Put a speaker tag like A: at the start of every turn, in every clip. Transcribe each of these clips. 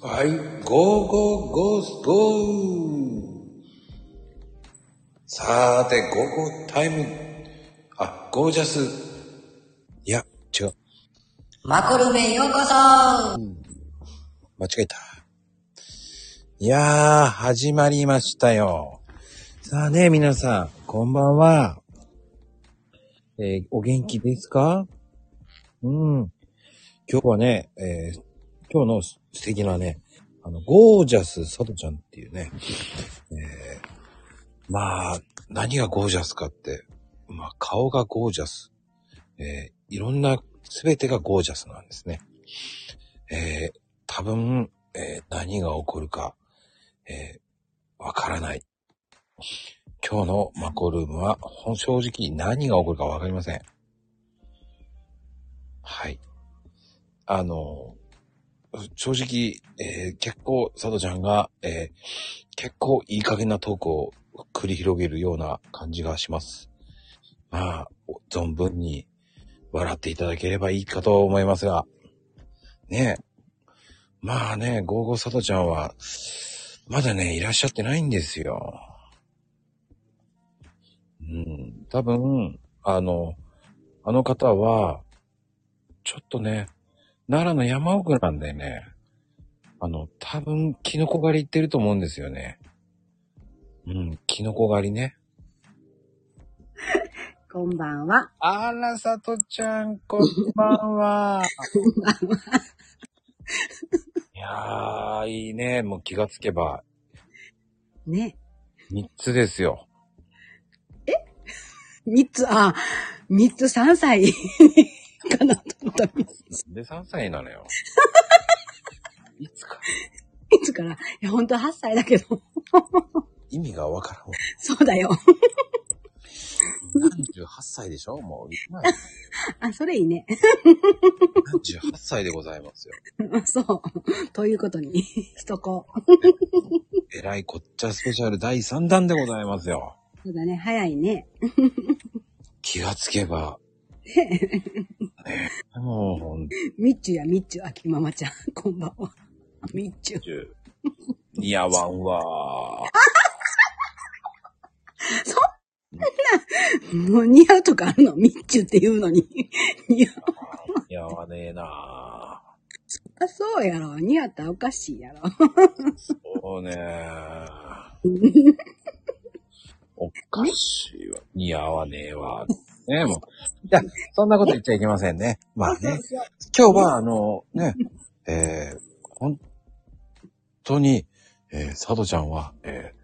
A: はい、ゴーゴーゴースゴーさーて、ゴーゴータイム。あ、ゴージャス。いや、違う。
B: マコルメようこそ、
A: 間違えた。いやー、始まりましたよ。さあね、皆さん、こんばんは。えーお元気ですかうん。今日はね、えー今日の素敵なね、あの、ゴージャスサトちゃんっていうね、えーまあ、何がゴージャスかって、まあ、顔がゴージャス。えーいろんな、すべてがゴージャスなんですね。えー多分、えー何が起こるか、えーわからない。今日のマコルームは、ほん正直何が起こるかわかりません。はい。あの、正直、えー結構、佐藤ちゃんが、えー結構いい加減なトークを繰り広げるような感じがします。まあ、お存分に笑っていただければいいかと思いますが、ねえ。まあね、ゴーゴー佐藤ちゃんは、まだね、いらっしゃってないんですよ。うん、多分、あの、あの方は、ちょっとね、奈良の山奥なんでね、あの、多分、キノコ狩り行ってると思うんですよね。うん、キノコ狩りね。
B: こんばんは。
A: あら、さとちゃん、こんばんは。いやー、いいね。もう気がつけば、
B: ね。
A: 3つですよ。
B: 三つ、あ、三つ三歳かなと思った。い
A: で、3歳なのよ。 いつか、
B: つから。いや、本当は8歳だけど。
A: 意味がわからんわ。
B: そうだよ。
A: 38歳でしょもう、今や
B: あ、それいいね。
A: 38歳でございますよ。
B: そう。ということにしとこう。
A: えらいこっちゃスペシャル第3弾でございますよ。
B: そうだね。早いね。
A: 気がつけば。ねえもうほん
B: みっちゅやみっちゅ、あきままちゃん。こんばんは。みっちゅ。
A: 似合わんわ。
B: もう似合うとかあるのみっちゅって言うのに。似合う。
A: 似合わねえな。
B: あ、そうやろ。似合ったらおかしいやろ。
A: そうね。おかしいわ。似合わねえわ。ねえ、もう。いや、そんなこと言っちゃいけませんね。まあね。今日は、あの、ね、 えー、本当に、えー、佐渡ちゃんは、えー、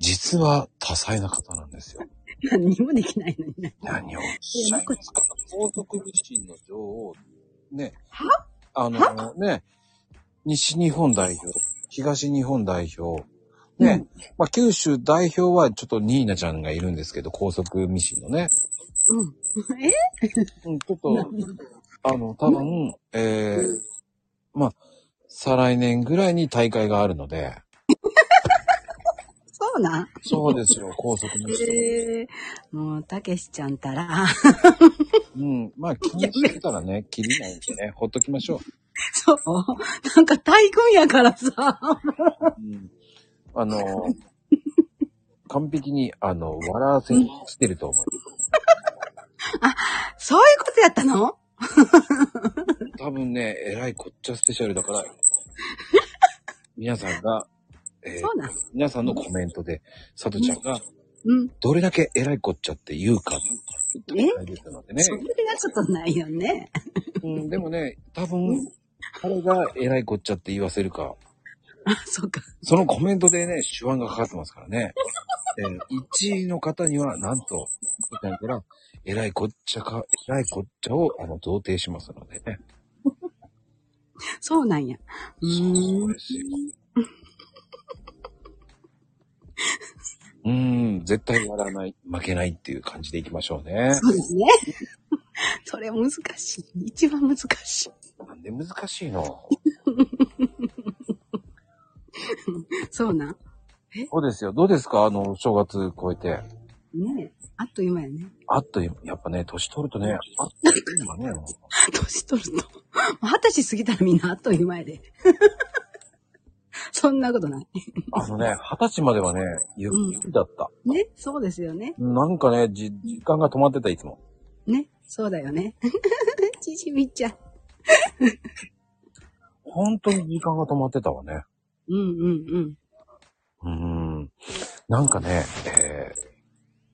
A: 実は多彩な方なんですよ。
B: 何にもできないのにな。
A: 何をおっしゃいますか皇族美人の女王、ね。
B: は
A: あの、ね、西日本代表、東日本代表、ね、まあ、九州代表はちょっとニーナちゃんがいるんですけど、高速ミシンのね。
B: うん。
A: うん、ちょっと、あの、多分、えー、まあ、再来年ぐらいに大会があるので、
B: そうなん
A: そうです よ、高速ミシン。
B: えー、もう、たけしちゃんたら、
A: うん、まあ、気にしてたらね、切りないんでね、ほっときましょ
B: そう。なんか大群やからさ。
A: う。うん、あの、完璧に、あの、笑わせにしてると思う。
B: そういうことやったの
A: 多分ね、えらいこっちゃスペシャルだから、皆さんが、えー
B: そうなの
A: 皆さんのコメントで、さとちゃんが、
B: うん。
A: どれだけえらいこっちゃって言うか、大切なのでね
B: そ。んなことないよね。
A: うん、でもね、多分、彼がえらいこっちゃって言わせるか、
B: あ、そうか。
A: そのコメントでね、手腕がかかってますからね。 えー、1位の方には、なんと、さとちゃんから、えらいこっちゃか、えらいこっちゃを、あの、贈呈しますのでね。
B: そうなんや。う
A: そ
B: ー。
A: うんですよ。うーん、絶対やらない、負けないっていう感じでいきましょうね。
B: そうですね。 それ難しい。一番難しい。
A: なんで難しいの
B: そうなん。
A: そうですよ。どうですかあの、正月超えて。
B: ねえ。あっという間やね。
A: あっという、やっぱね、年取るとね、あっという間ね。
B: 年取ると。もう二十歳過ぎたらみんなあっという間やで。 そんなことない。
A: あのね、二十歳まではね、ゆっくりだった。
B: ね、そうですよね。
A: なんかね、じ、時間が止まってた、いつも。
B: ね、そうだよね。 ちじみちゃん。
A: 本当に時間が止まってたわね。
B: うんう
A: うー
B: ん
A: ん。なんかね、え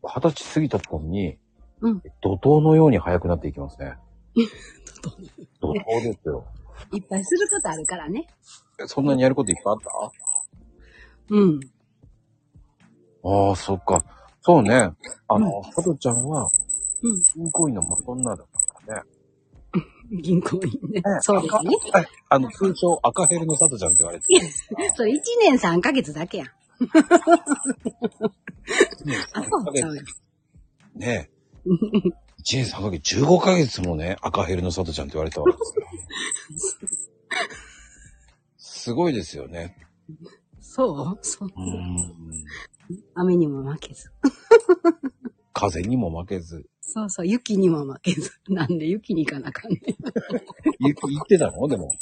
A: ー、二十歳過ぎた頃に、
B: うん
A: 怒涛のように速くなっていきますね。
B: う
A: 怒涛ですよ。
B: うん。いっぱいすることあるからね。
A: えそんなにやることいっぱいあった
B: うん。
A: ああ、そっか。そうね。あの、加トちゃんは、
B: うん。
A: 銀行員の元になるんだからね。
B: 銀行員ね。
A: ね
B: そうです
A: 赤
B: ね。
A: はいあの、通称赤ヘルの佐藤ちゃんって言われてる。
B: それ1年3ヶ月だけやん。あ、そ
A: 3ヶ
B: うちゃう
A: 月。
B: やん。
A: ね1年3ヶ月、15ヶ月もね、赤ヘルの佐藤ちゃんって言われたわけですよ。すごいですよね。
B: そうそう。
A: うーん。
B: 雨にも負けず。
A: 風にも負けず。
B: そうそう、雪にも負けず。なんで雪に行かなあかんね
A: 言言ってたのでも。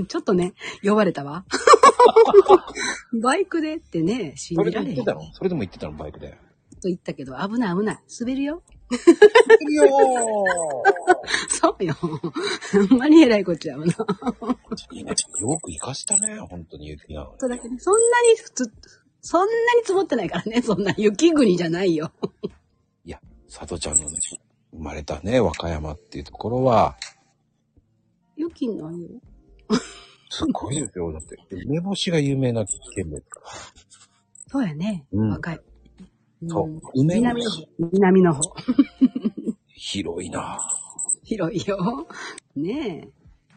B: ん。 ちょっとね、呼ばれたわ。 バイクでってね、信
A: それ
B: じ
A: で
B: ら
A: も
B: れへ
A: 言っ
B: ん。
A: てた
B: と
A: のそれでも言ってたのバイクで。
B: 言ったけど、危ない危ない。滑るよ。
A: いやー
B: そうよ。ほんまに偉いこっちゃうな。ちょっ
A: いいね。よく活かしたね。本当に雪なのに。
B: とだけね、そんなに普通、そんなに積もってないからね。そんな雪国じゃないよ。
A: いや、佐藤ちゃんのね、生まれたね、和歌山っていうところは、
B: 雪ないよ。
A: すごいですよ。だって、梅干しが有名な県ですから。
B: そうやね。
A: うん
B: 若い。
A: そう
B: うん。
A: 梅干
B: 南の方
A: し。。
B: 南の方。
A: 広いなぁ
B: 広いよ。ねえ。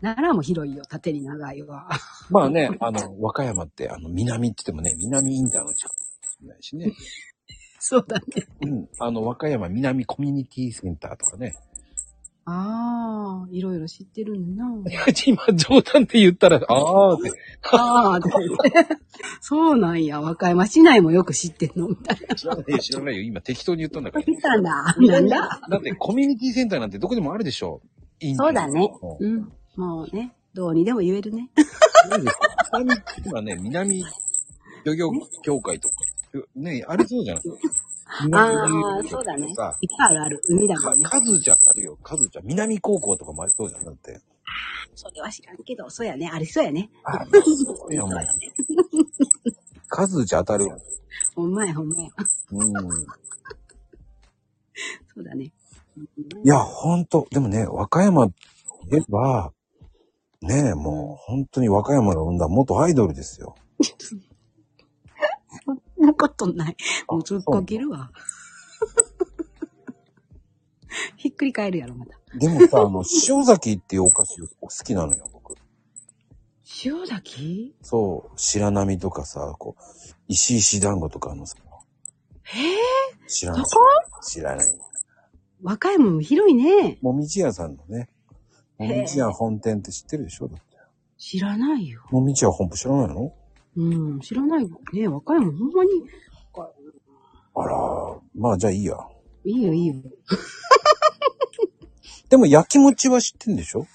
B: 奈良も広いよ。縦に長いわ。
A: まあね、あの、和歌山って、あの、南って言ってもね、南インターの近くかもしれないしね。
B: そうだね。
A: うん。あの、和歌山南コミュニティセンターとかね。
B: ああ、いろいろ知ってるんだな。
A: 今、冗談で言ったら、 あーって。
B: ああ、そうなんや。和歌山市内もよく知ってんのみたいな。
A: 知らないよ、知らないよ。今、適当に言ったんだから。
B: 見たんだ。なんだ。
A: だって、コミュニティセンターなんてどこでもあるでしょ。インター
B: そうだね
A: うん。
B: うん。もうね、どうにでも言えるね。
A: そうですよちなみに今ね、南漁業協会とか、ね、ありそうじゃない
B: ああ、そうだね。いっぱ
A: さ
B: いあるある。海だも
A: か
B: んね。
A: カズちゃんあるよ、カズちゃん。南高校とかもありそうじゃん。だって。
B: それは知らんけど、そうやね。ありそうやね。
A: あ、そうよ、もう。カズちゃん当たるよ。
B: ほんまや、ほんまや。
A: うん。
B: そうだね。
A: いや、ほんと、でもね、和歌山では、ねえ、もう、本当に和歌山が生んだ元アイドルですよ。
B: そんなことない。もうずっこけるわ。ひっくり返るやろ、また。
A: でもさ、あの、 塩崎っていうお菓子好きなのよ、僕。
B: 塩崎
A: そう、白波とかさ、こう、石石団子とかあのさ、
B: へえ、
A: 知らない
B: そこ。
A: 知らない。
B: 若いもん広いね。
A: もみじ屋さんのね、もみじ屋本店って知ってるでしょだって。
B: 知らないよ。
A: もみじ屋本舗知らないの
B: うん、知らないね。若いもんほんまに。
A: あらー、まあじゃあいいや。
B: いいよ、いいよ。
A: でも焼き餅は知ってんでしょ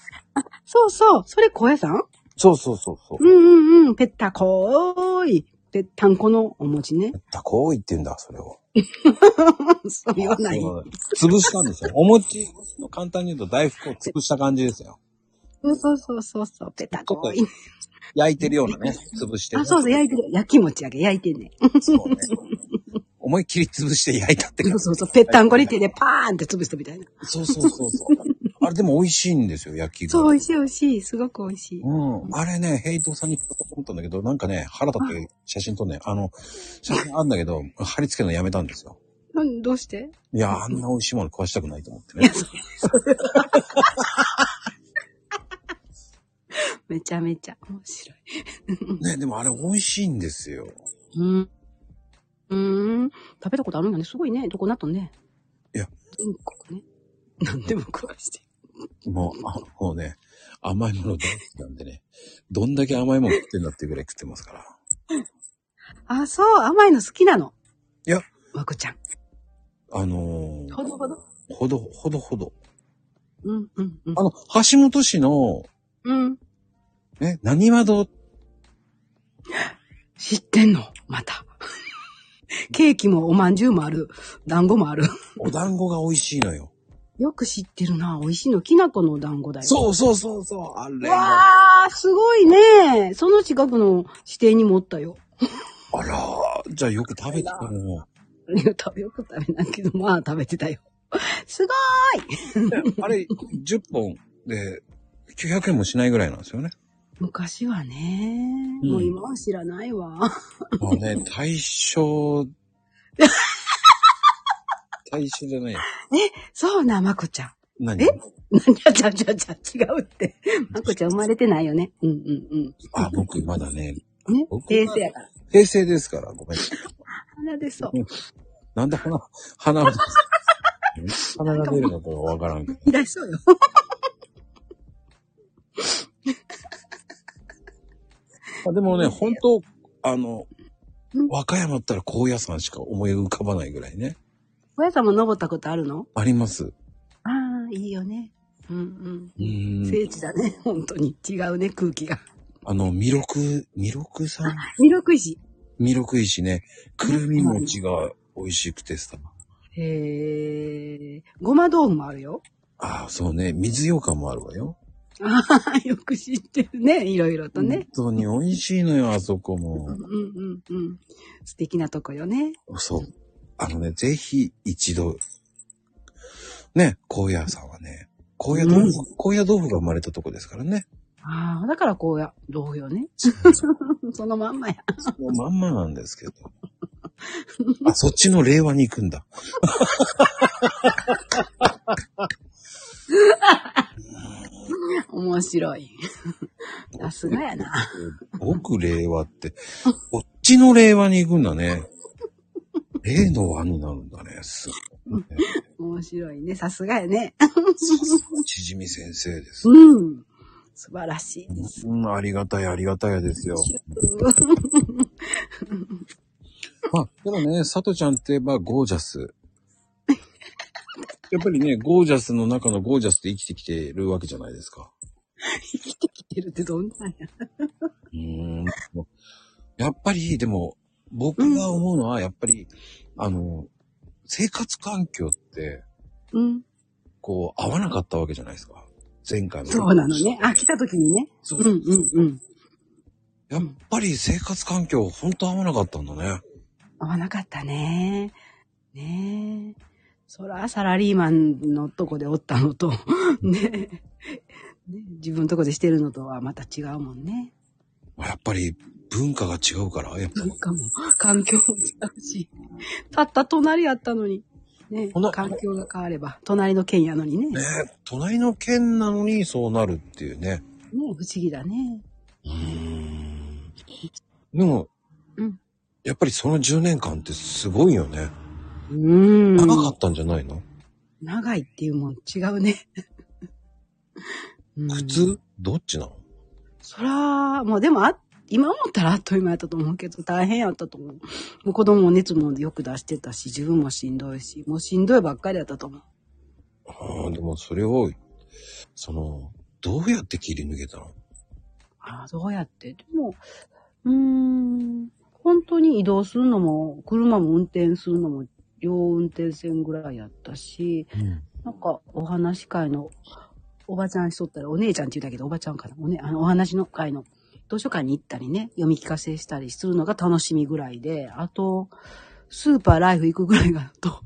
B: そうそう、それ小屋さん
A: そうそうそうそう
B: う。んうんうん、ぺったこーい。ぺったんこのお餅ね。
A: だ、こう言ってんだ、それを。
B: そう言わない。
A: そう潰したんですよ。お餅の簡単に言うと大福を潰した感じですよ。
B: そうそうそうそうそう、ぺったこーい。
A: 焼いてるようなね、潰してる。
B: あ、そうそう、焼いてる。焼き餅やけ、焼いてんね。
A: そうね。思いっきり潰して焼いたって
B: そ
A: 感
B: う
A: じ。
B: そうそう、ぺったんこに手でパーンって潰したみたいな。
A: そうそうそうそう。あれでも美味しいんですよ、焼き
B: そう、
A: う。
B: 美味しい美味しい。すごく美味しい。
A: うん。あれね、ヘイトさんに撮ったと思ったんだけど、なんかね、腹立って写真撮んね、あの、写真あんだけど、貼り付けるのやめたんですよ。
B: なんどうして
A: いや、あんな美味しいもの壊したくないと思ってね。
B: めちゃめちゃ面白い。
A: ね、でもあれ美味しいんですよ。
B: うん。うーん。食べたことあるんだね。すごいね。どこなっとんね。
A: いや。
B: 全国 ね。何でも食わして。
A: もう、あもうね、甘いもの大好きなんでね、どんだけ甘いもの食ってんだっていうぐらい食ってますから。
B: あ、そう。甘いの好きなの。
A: いや。
B: わくちゃん。
A: あのー、
B: ほどほど。
A: ほど、ほどほど。
B: うん、うん、うん
A: あ。の、橋本市の、
B: うん。
A: ね、何和堂
B: 知ってんの また。ケーキもおまんじゅうもある。団子もある。
A: お団子が美味しいのよ。
B: よく知ってるな。美味しいの。きな粉の団子だよ。
A: そうそうそうそう。あれも。あ
B: わあ、すごいね。その近くの指定に持ったよ。
A: ら、じゃあよく食べてたの。
B: いや食べよく食べないけど、まあ食べてたよ。すごーい
A: あれ、10本で900円もしないぐらいなん ですよね。
B: 昔はね、
A: うん
B: もう今は知らないわ。
A: まあね、対象、対象じゃないよ。
B: そうな、まこちゃん。
A: 何
B: え何や、じゃじゃじゃ違うって。まこちゃん生まれてないよね。うんうん
A: あ、僕まだね、
B: うん。ね
A: 僕、
B: 平成やから。
A: 平成ですから、ごめん。
B: 鼻でそう。
A: なんで鼻、鼻を出す鼻が出るのかわからんけど。
B: 出しそうよ。
A: まあでもね、本当あの
B: うん、
A: 和歌山ったら高野山しか思い浮かばないぐらいね。
B: 小屋さんも登ったことあるの
A: あります。
B: ああ、いいよね。うん
A: う
B: うん。
A: ん。
B: 聖地だね。本当に。違うね、空気が。
A: あの、弥勒、弥勒さん
B: 弥勒石。
A: 弥勒石ね。くるみ餅が美味しくてさ。
B: へえ。ごま豆腐もあるよ。
A: ああ、そうね。水羊羹もあるわよ。
B: ああ、よく知ってるね。いろいろとね。
A: 本当に美味しいのよ、あそこ
B: うん
A: も。
B: うんうんうん。素敵なとこよね。
A: そう。あのね、ぜひ一度、ね、高野さんはね、高野豆腐、高野豆腐が生まれたとこですからね。
B: ああ、だからこうや、豆腐よね。 そのまんまや。
A: もうまんまなんですけど。あ、そっちの令和に行くんだ。
B: 面白い。 さすがやな。
A: 僕令和 って、こっちの令和に行くんだね。令の和になるんだね。すごいね。
B: 面白いね。さすがやね。
A: ちじみ先生です。
B: うん。素晴らしいです。
A: うん、ありがたい、ありがたいですよ。まあ、でもね、さとちゃんって言えばゴージャ ス。やっぱりね、ゴージャスの中のゴージャスって生きてきてるわけじゃないですか。
B: 生きてきてるってどんなんや。
A: うーん。やっぱり、でも、僕が思うのは、やっぱり、あの、生活環境って、
B: うん。
A: こう、合わなかったわけじゃないですか。前回の。
B: そうなのね。あ、来た時にね。
A: そう
B: うんうんうん。
A: やっぱり生活環境、ほんと合わなかったんだね。
B: 合わなかったね。ねえ。そら、サラリーマンのとこでおったのと、 ねえ。ね自分のとこでしてるのとはまた違うもんね。
A: まあやっぱり、文化が違うから、やっぱ
B: なんかもう、環境も違うし。たった隣やったのに。ね
A: ほな、
B: 環境が変われば、隣の県やのにね。ね
A: ね、隣の県なのにそうなるっていうね。
B: 不思議だね。
A: うーん。でも、
B: うん
A: やっぱりその10年間ってすごいよね。
B: うーん。
A: 長かったんじゃないの、
B: 長いっていうもん違うね。うん
A: 普通どっちなの
B: そら、もうでもあ、今思ったらあっという間やったと思うけど、大変やったと思う。もう子供も熱もよく出してたし、自分もしんどいし、もうしんどいばっかりやったと思う。
A: ああ、でもそれを、その、どうやって切り抜けたの
B: ああ、どうやって。でも、うーん、本当に移動するのも、車も運転するのも、両運転線ぐらいやったし、
A: うん。
B: なんか、お話し会の、おばちゃんしとったら、お姉ちゃんって言うだけど、おばちゃんかな。おね、あの、お話の会の、図書館に行ったりね、読み聞かせしたりするのが楽しみぐらいで、あと、スーパーライフ行くぐらいが、と。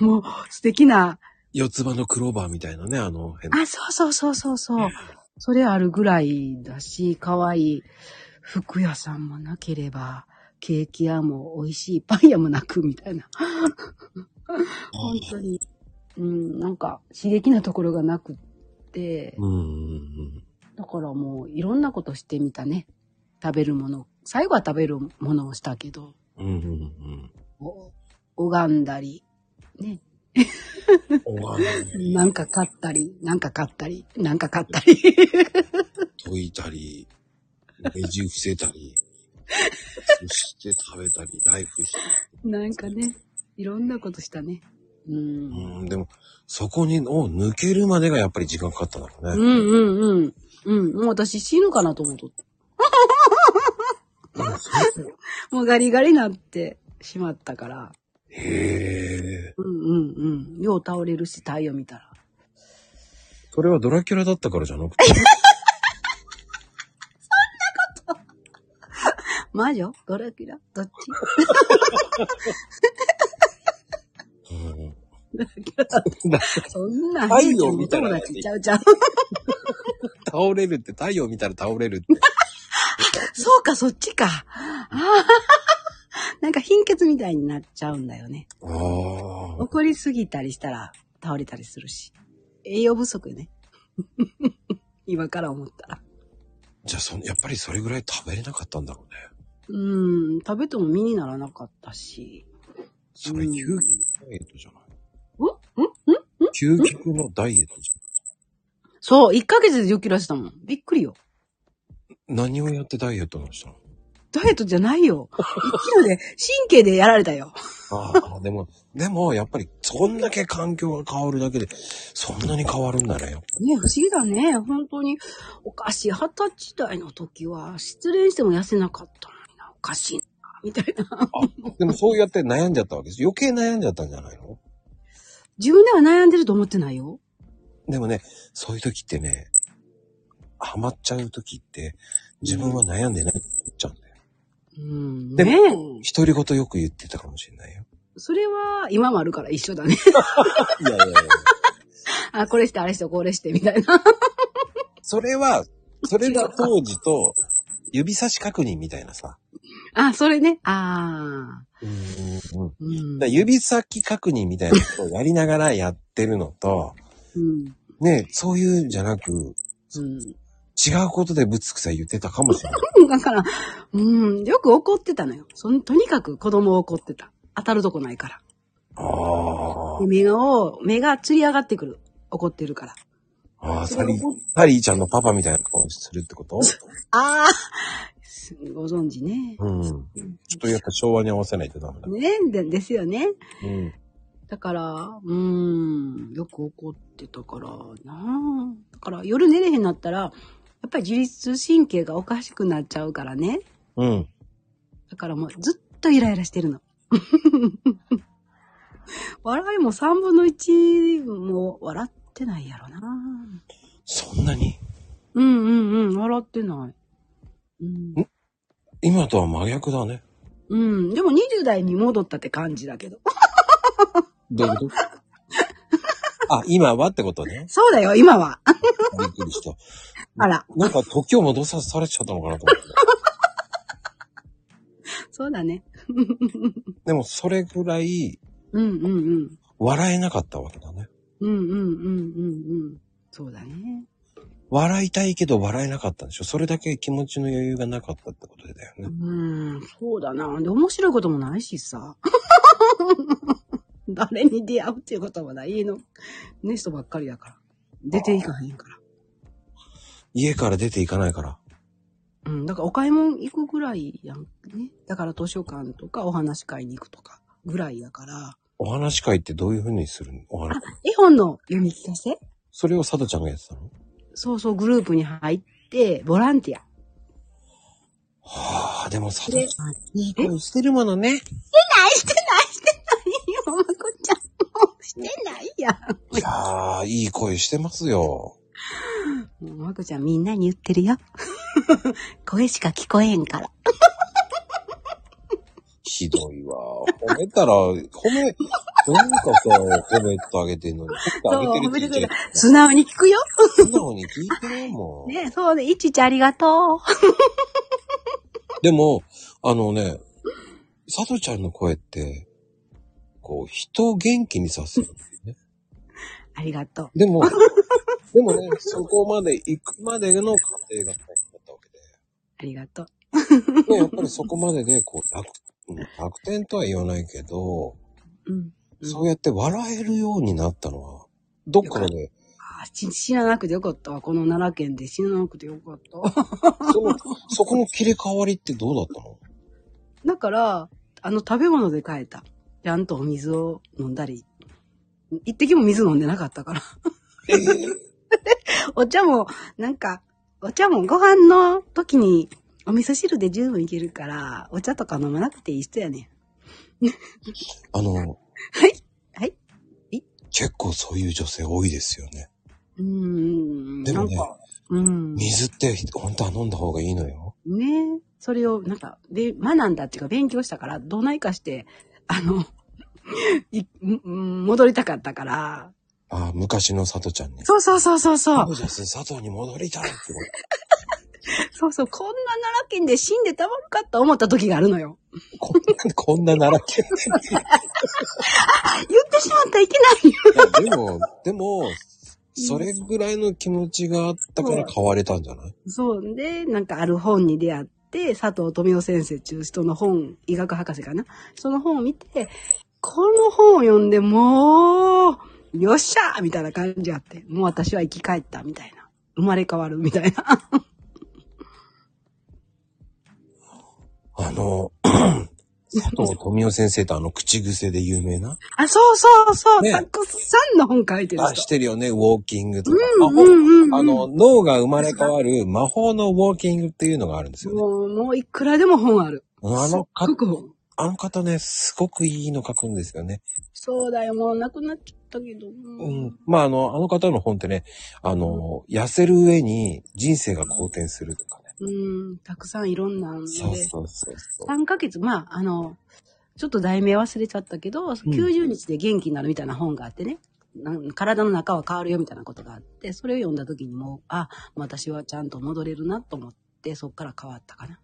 B: もう、素敵な、
A: 四つ葉のクローバーみたいなね、あの辺。
B: あ、そうそうそうそうそう。それあるぐらいだし、可愛い服屋さんもなければ、ケーキ屋も美味しいパン屋もなくみたいな。本当に。うん、なんか刺激なところがなくって、
A: うんうんうん。
B: だからもういろんなことしてみたね。食べるもの。最後は食べるものをしたけど、
A: うん うん
B: お拝んだり、ね。
A: うん。おがみ、
B: なんか買ったり、なんか買ったり、なんか買ったり。
A: 解いたり、レジ伏せたり、そして食べたり、ライフして。
B: なんかね、いろんなことしたね。うん。
A: うん、でも、そこに、を抜けるまでがやっぱり時間かかったんだろう
B: う
A: ね。
B: んうんうん。うん。もう私死ぬかなと思っとった。
A: あそうですよ。
B: もうガリガリなってしまったから。
A: へえ。
B: うんうんうん。よう倒れるし、太陽見たら。
A: それはドラキュラだったからじゃなくて。
B: 魔女ドラキュラど っち
A: うん
B: ドラキュラだってそんなん
A: 太陽見たら
B: 友達ちゃうちゃう。
A: 倒れるって、太陽見たら倒れるって。
B: そうか、そっちか。あーなんか貧血みたいになっちゃうんだよね。
A: ああ。
B: 怒りすぎたりしたら倒れたりするし。栄養不足よね。 今から思ったら。
A: じゃあそ、やっぱりそれぐらい食べれなかったんだろうね。
B: うん、食べても身にならなかったし。
A: それ、
B: うん
A: 究極ダイエットじゃない。
B: んん
A: 究極のダイエットじ
B: そう、1ヶ月で10キロしたもん。びっくりよ。
A: ゃん。何をやってダイエットのしたの
B: ダイエットじゃないよ。1キロで、神経でやられたよ。
A: あーあー、でも、でも、やっぱり、そんだけ環境が変わるだけで、そんなに変わるんだね。
B: ね不思議だね。本当に。おかしい。二十歳代の時は、失恋しても痩せなかったのにな。おかしいな。みたいな。
A: でも、そうやって悩んじゃったわけです。余計悩んじゃったんじゃないの
B: 自分では悩んでると思ってないよ。
A: でもね、そういう時ってね、ハマっちゃう時って、自分は悩んでないって言っちゃうんだよ。
B: うん。
A: で
B: ね
A: も
B: え
A: 独り言よく言ってたかもしれないよ。
B: それは、今もあるから一緒だね。
A: いやいやいや。
B: あ、これして、あれして、これして、みたいな。
A: それは、それが当時と、指差し確認みたいなさ。
B: あ、それね。ああ。
A: うん。
B: うん。
A: だから指先確認みたいなことをやりながらやってるのと、
B: うん。
A: ねそういうんじゃなく、
B: う
A: 違うことでぶつくさ言ってたかもしれない。
B: ん。だから、うん、よく怒ってたのよ。そんとにかく子供を怒ってた。当たるとこないから。
A: あ
B: で目を、目がつり上がってくる。怒ってるから。
A: あ。ああ、サリー、サリーちゃんのパパみたいな顔するってこと
B: ああご存知ね。
A: うん。ちょっとやっぱ昭和に合わせないとダメだ。
B: ねでですよね。
A: うん。
B: だから、うーん、よく怒ってたからなあだから夜寝れへんなったら、やっぱり自律神経がおかしくなっちゃうからね。
A: うん。
B: だからもうずっとイライラしてるの。 笑いも3分の1も笑ってないやろな
A: そんなに
B: うんうんうん、笑ってない。うん
A: 今とは真逆だね。
B: うん。でも20代に戻ったって感じだけど。
A: どういうこと あ、今はってことね。
B: そうだよ、今は。
A: びっくりした。
B: あら。
A: なんか時を戻さされちゃったのかなと思って。
B: そうだね。
A: でもそれぐらい
B: うんうんうん。
A: 笑えなかったわけだね。
B: うんうんうんうんうん。そうだね。
A: 笑いたいけど笑えなかったんでしょそれだけ気持ちの余裕がなかったってことだよ
B: う
A: ね。
B: ん、そうだな。で、面白いこともないしさ。 誰に出会うっていうこともない。家の、ね、人ばっかりだから。出ていかへんから。
A: 家から出ていかないから。
B: うん、だからお買い物行くぐらいやんね。だから図書館とかお話し会に行くとかぐらいやから。
A: お話し会ってどういう風にするのお話。
B: 絵本の読み聞かせ
A: それを佐渡ちゃんがやってたの
B: そうそう、グループに入って、ボランティア。
A: はあ、でも 佐渡ちゃん、いい
B: え
A: 声してるものね。
B: ないしてないしてないよ、まこちゃん。もうしてないや
A: いやー、いい声してますよ。
B: ん。もうまこちゃんみんなに言ってるよ。 声しか聞こえへんから。
A: ひどいわ。褒めたら、褒め、なんかさ、褒めてあげてんのに、褒めてあげてるって言っちゃいけない
B: 素直に聞くよ。
A: 素直に聞いてないも ん。
B: ねそうね。いちいちありがと
A: でも、あのね、佐藤ちゃんの声って、こう、人を元気にさせるんですね。
B: う。ありがとう。
A: で も、でもね、そこまで行くまでの過程が大変だったわけ
B: ありがとう。
A: で。ね、やっぱりそこまでで、こう、楽、うん楽天とは言わないけど、
B: うん。
A: そうやって笑えるようになったのは、どっかで、ね、
B: あーし死ななくてよかったわ。この奈良県で死ななくてよかった。
A: その、そこの切り替わりってどうだったの
B: だから、あの食べ物で変えた。ちゃんとお水を飲んだり。 一滴も水飲んでなかったから。
A: ええ
B: お茶も、なんか、お茶もご飯の時にお味噌汁で十分いけるから、お茶とか飲まなくていい人やねん。
A: あの、
B: はい。はい。
A: 結構そういう女性多いですよね。
B: うーん。
A: でもね
B: なんか、うん。ね
A: 水って本当は飲んだ方がいいのよ。
B: えそれを、なんか、で、学んだっていうか、勉強したから、どうないかして、あの、いうん戻りたかったから。
A: ああ、昔の佐藤ちゃんね。
B: そうそうそうそうそう。
A: ゴージャス佐藤に戻りたいって
B: そうそう、こんな奈良県で死んでたまるかと思った時があるのよ。
A: こ んな、こんな奈良
B: 言ってしまったらいけないよ。
A: 県。いやでも、でも、それぐらいの気持ちがあったから買われたんじゃない
B: そうで、なんかある本に出会って、佐藤富夫先生っていう人の本、医学博士かな。その本を見て、この本を読んでもう、よっしゃーみたいな感じあって、もう私は生き返ったみたいな。生まれ変わるみたいな。
A: あの、佐藤富夫先生とあの口癖で有名な
B: あ、そうそうそう、
A: ね
B: たくさんの本書いてる
A: あ、
B: 人
A: してるよね、ウォーキングとか。
B: うんうんうんうん
A: あの、脳が生まれ変わる魔法のウォーキングっていうのがあるんですよね。
B: もう、もういくらでも本ある。
A: あのか
B: すっごく本
A: あの方ね、すごくいいの書くんですよね。
B: そうだよ、もうなくなっちゃったけど。
A: うん。まあ、あの、あの方の本ってね、あの、痩せる上に人生が好転するとかね。
B: うん、たくさんいろんなんで。
A: そうそうそうそう。
B: 3ヶ月、まあ、あの、ちょっと題名忘れちゃったけど、90日で元気になるみたいな本があってね、なん体の中は変わるよみたいなことがあって、それを読んだ時にもう、あ、私はちゃんと戻れるなと思って、そっから変わったかな。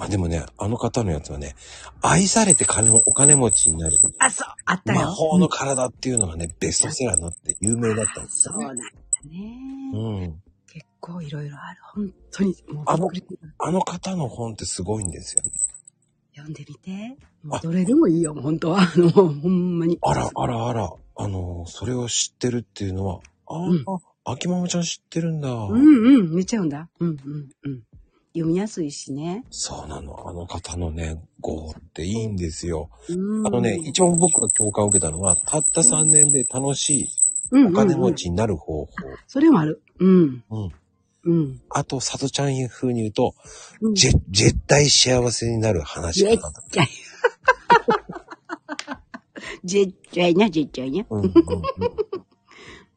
A: あ、でもね、あの方のやつはね、愛されて金も、お金持ちになる。
B: あ、そう、あったよ。
A: 魔法の体っていうのがね、ベストセラーになって有名だったんです
B: そ
A: よ
B: う
A: ね。
B: なんだね。
A: うん。
B: 結構いろいろある。本当に、もう
A: あの
B: びっくり
A: あの方の本ってすごいんですよね。
B: 読んでみて。もうどれでもいいよ、本当は。 あの、ほんまに。
A: あら、あら、あら。あの、それを知ってるっていうのは、あ、
B: うん
A: あ、秋ママちゃん知ってるんだ。
B: うんうん、めっちゃ読んだ。うんうんうん。読みやすいしね。
A: そうなの。あの方のね、語っていいんですよ。
B: うん、
A: あのね、一番僕が共感を受けたのは、たった3年で楽しい
B: うんうんう
A: お
B: ん
A: 金持ちになる方法。
B: それもある。うん。
A: うん。
B: うん。
A: あと、さとちゃん風に言うと、
B: うん
A: ぜ絶対幸せになる話かなと。
B: ちっちゃいな、ちっちゃいな。
A: うんうんうん
B: うん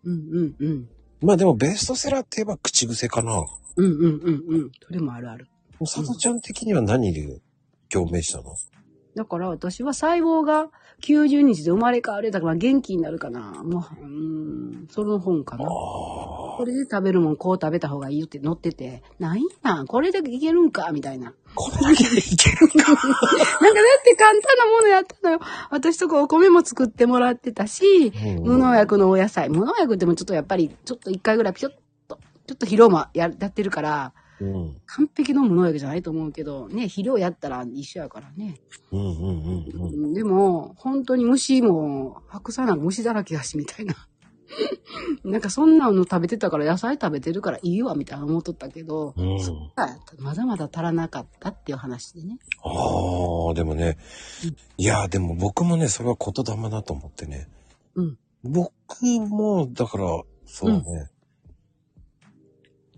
B: うんうん。
A: まあでもベストセラーって言えば口癖かな。
B: うんうんうんうん。それもあるある。
A: さとちゃん的には何で共鳴したの
B: だから私は細胞が90日で生まれ変われたから元気になるかな。もう、うん。その本かな。
A: ああ
B: こ。れで食べるもんこう食べた方がいいって載ってて、なんや、これでいけるんかみたいな。
A: これだけでいける
B: なんかだって簡単なものやったのよ。私とこお米も作ってもらってたし、無農薬のお野菜。無農薬でもちょっとやっぱり、ちょっと一回ぐらいピョッと、ちょっと疲労もややってるから、
A: うん。
B: 完璧の無農薬じゃないと思うけど、ね、肥料やったら一緒やからね。
A: うんうんうんうん。
B: でも、本当に虫も、白菜なんか虫だらけやし、みたいな。 なんかそんなの食べてたから、野菜食べてるからいいわ、みたいな思っとったけど、
A: うん
B: そっかまだまだ足らなかったっていう話でね。
A: ああ、でもね、いや、でも僕もね、それは言霊だと思ってね。
B: うん
A: 僕も、だから、そうね、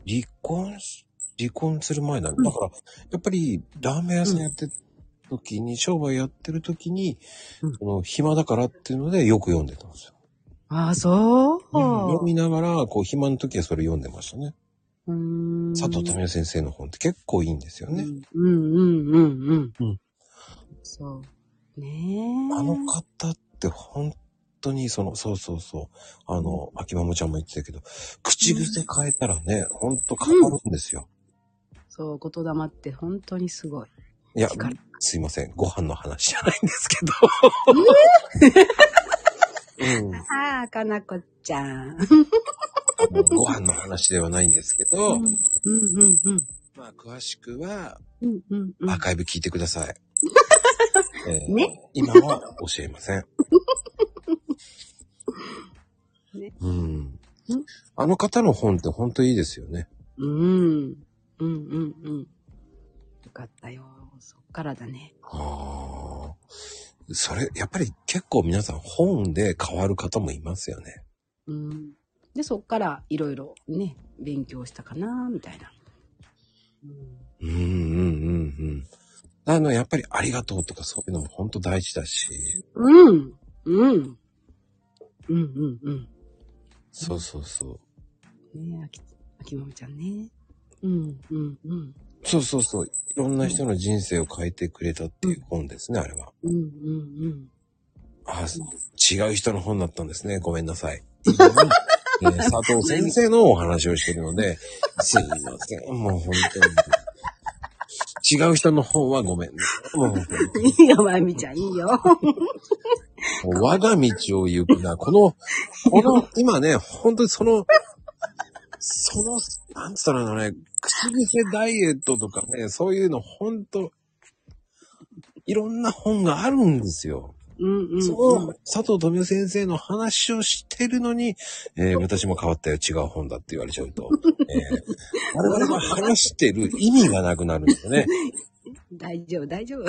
A: 離婚し、離婚する前なんだ。
B: うん
A: だから、やっぱり、ラーメン屋さんやってる時に、商売やってる時に、
B: うん
A: その暇だからっていうので、よく読んでたんですよ。
B: ああ、そう。
A: 読みながら、こう、暇の時はそれ読んでましたね。
B: うーん
A: 佐藤民夫先生の本って結構いいんですよね。
B: うんうんうんうん。
A: うん
B: そう。ねえ。
A: あの方って本当にその、そうそうそう。あの、秋ママちゃんも言ってたけど、口癖変えたらね、本当変わるんですよ。
B: そう、言霊って本当にすごい。
A: いや
B: 光、
A: すいません。ご飯の話じゃないんですけど。うん、あ
B: ああ、かなこちゃん。
A: のご飯の話ではないんですけど、
B: うんうんうん。
A: まあ、詳しくは、
B: うんうんう
A: アー
B: ん。
A: カイブ聞いてくだ さい。えー
B: ね
A: 今は教えません。
B: ね
A: うん。あの方の本って本当いいですよね。
B: うん。うんうんうん。よかったよ。そっからだね。
A: ああ。それ、やっぱり結構皆さん本で変わる方もいますよね。
B: うん。で、そっからいろいろね、勉強したかな、みたいな。
A: うんうんうんうん。あの、やっぱりありがとうとかそういうのも本当大事だし。
B: うん。うん。うんうんうん。
A: そうそうそう。
B: ねえ、あき、あきもみちゃんね。うんうんうん。
A: そうそうそう。いろんな人の人生を変えてくれたっていう本ですね、あれは。
B: うんうんうん。
A: あ、違う人の本だったんですね。ごめんなさい。えー佐藤先生のお話をしてるので、すいません。もう本当に。違う人の本はごめん、ね。もう本当に
B: いいよ、まゆみちゃん、いいよ。
A: もう我が道を行くな。この、この、今ね、本当にその、その、なんつったらいいのね、口癖ダイエットとかね、そういうの本当、いろんな本があるんですよ。
B: うんうん、うん。
A: その佐藤富夫先生の話をしてるのに、えー私も変わったよ、違う本だって言われちゃうと、えー我々が話してる意味がなくなるんですよね。
B: 大丈夫、大丈夫。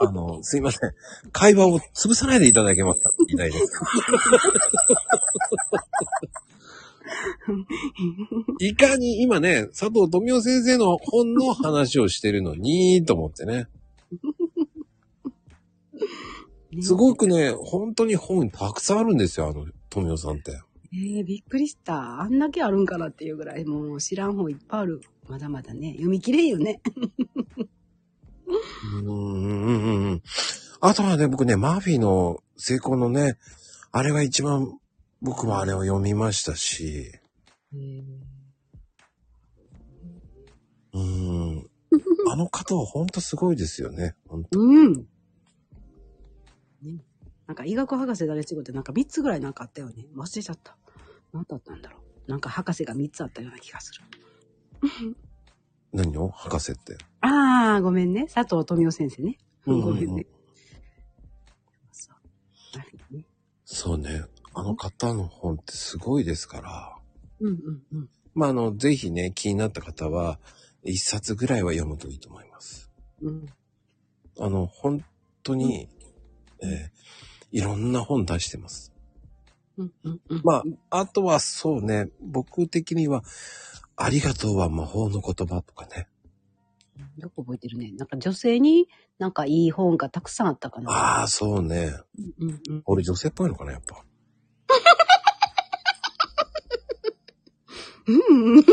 A: あの、すいません。会話を潰さないでいただけますかいないですかいかに今ね、佐藤富夫先生の本の話をしてるのに、と思ってね。すごくね、本当に本たくさんあるんですよ、あの、富夫さんって。
B: ねえびっくりした。あんだけあるんかなっていうぐらい、もう知らん本いっぱいある。まだまだね、読み切れんよね。
A: うん、うん、うんうん。あとはね、僕ね、マフィーの成功のね、あれが一番、僕もあれを読みましたし。うーん。あの方はほんとすごいですよね。ほんと
B: うん。ねなんか医学博士誰仕事なんか3つぐらいなんかあったよね。忘れちゃった。何だったんだろう。なんか博士が3つあったような気がする。
A: 何を博士って。
B: ああ、ごめんね。佐藤富夫先生ね。
A: うんうんう
B: ご
A: ん
B: めんね。そうあるよね
A: そうね。あの方の本ってすごいですから。
B: うんうんうん。
A: まあ、あの、ぜひね、気になった方は、一冊ぐらいは読むといいと思います。
B: うん
A: あの、本当に、えーいろんな本出してます。
B: うんうんうん。
A: まあ、あとはそうね、僕的には、ありがとうは魔法の言葉とかね。
B: よく覚えてるね。なんか女性になんかいい本がたくさんあったかな。
A: ああ、そうね。
B: うんうん。
A: 俺女性っぽいのかな、やっぱ。
B: うんうんうん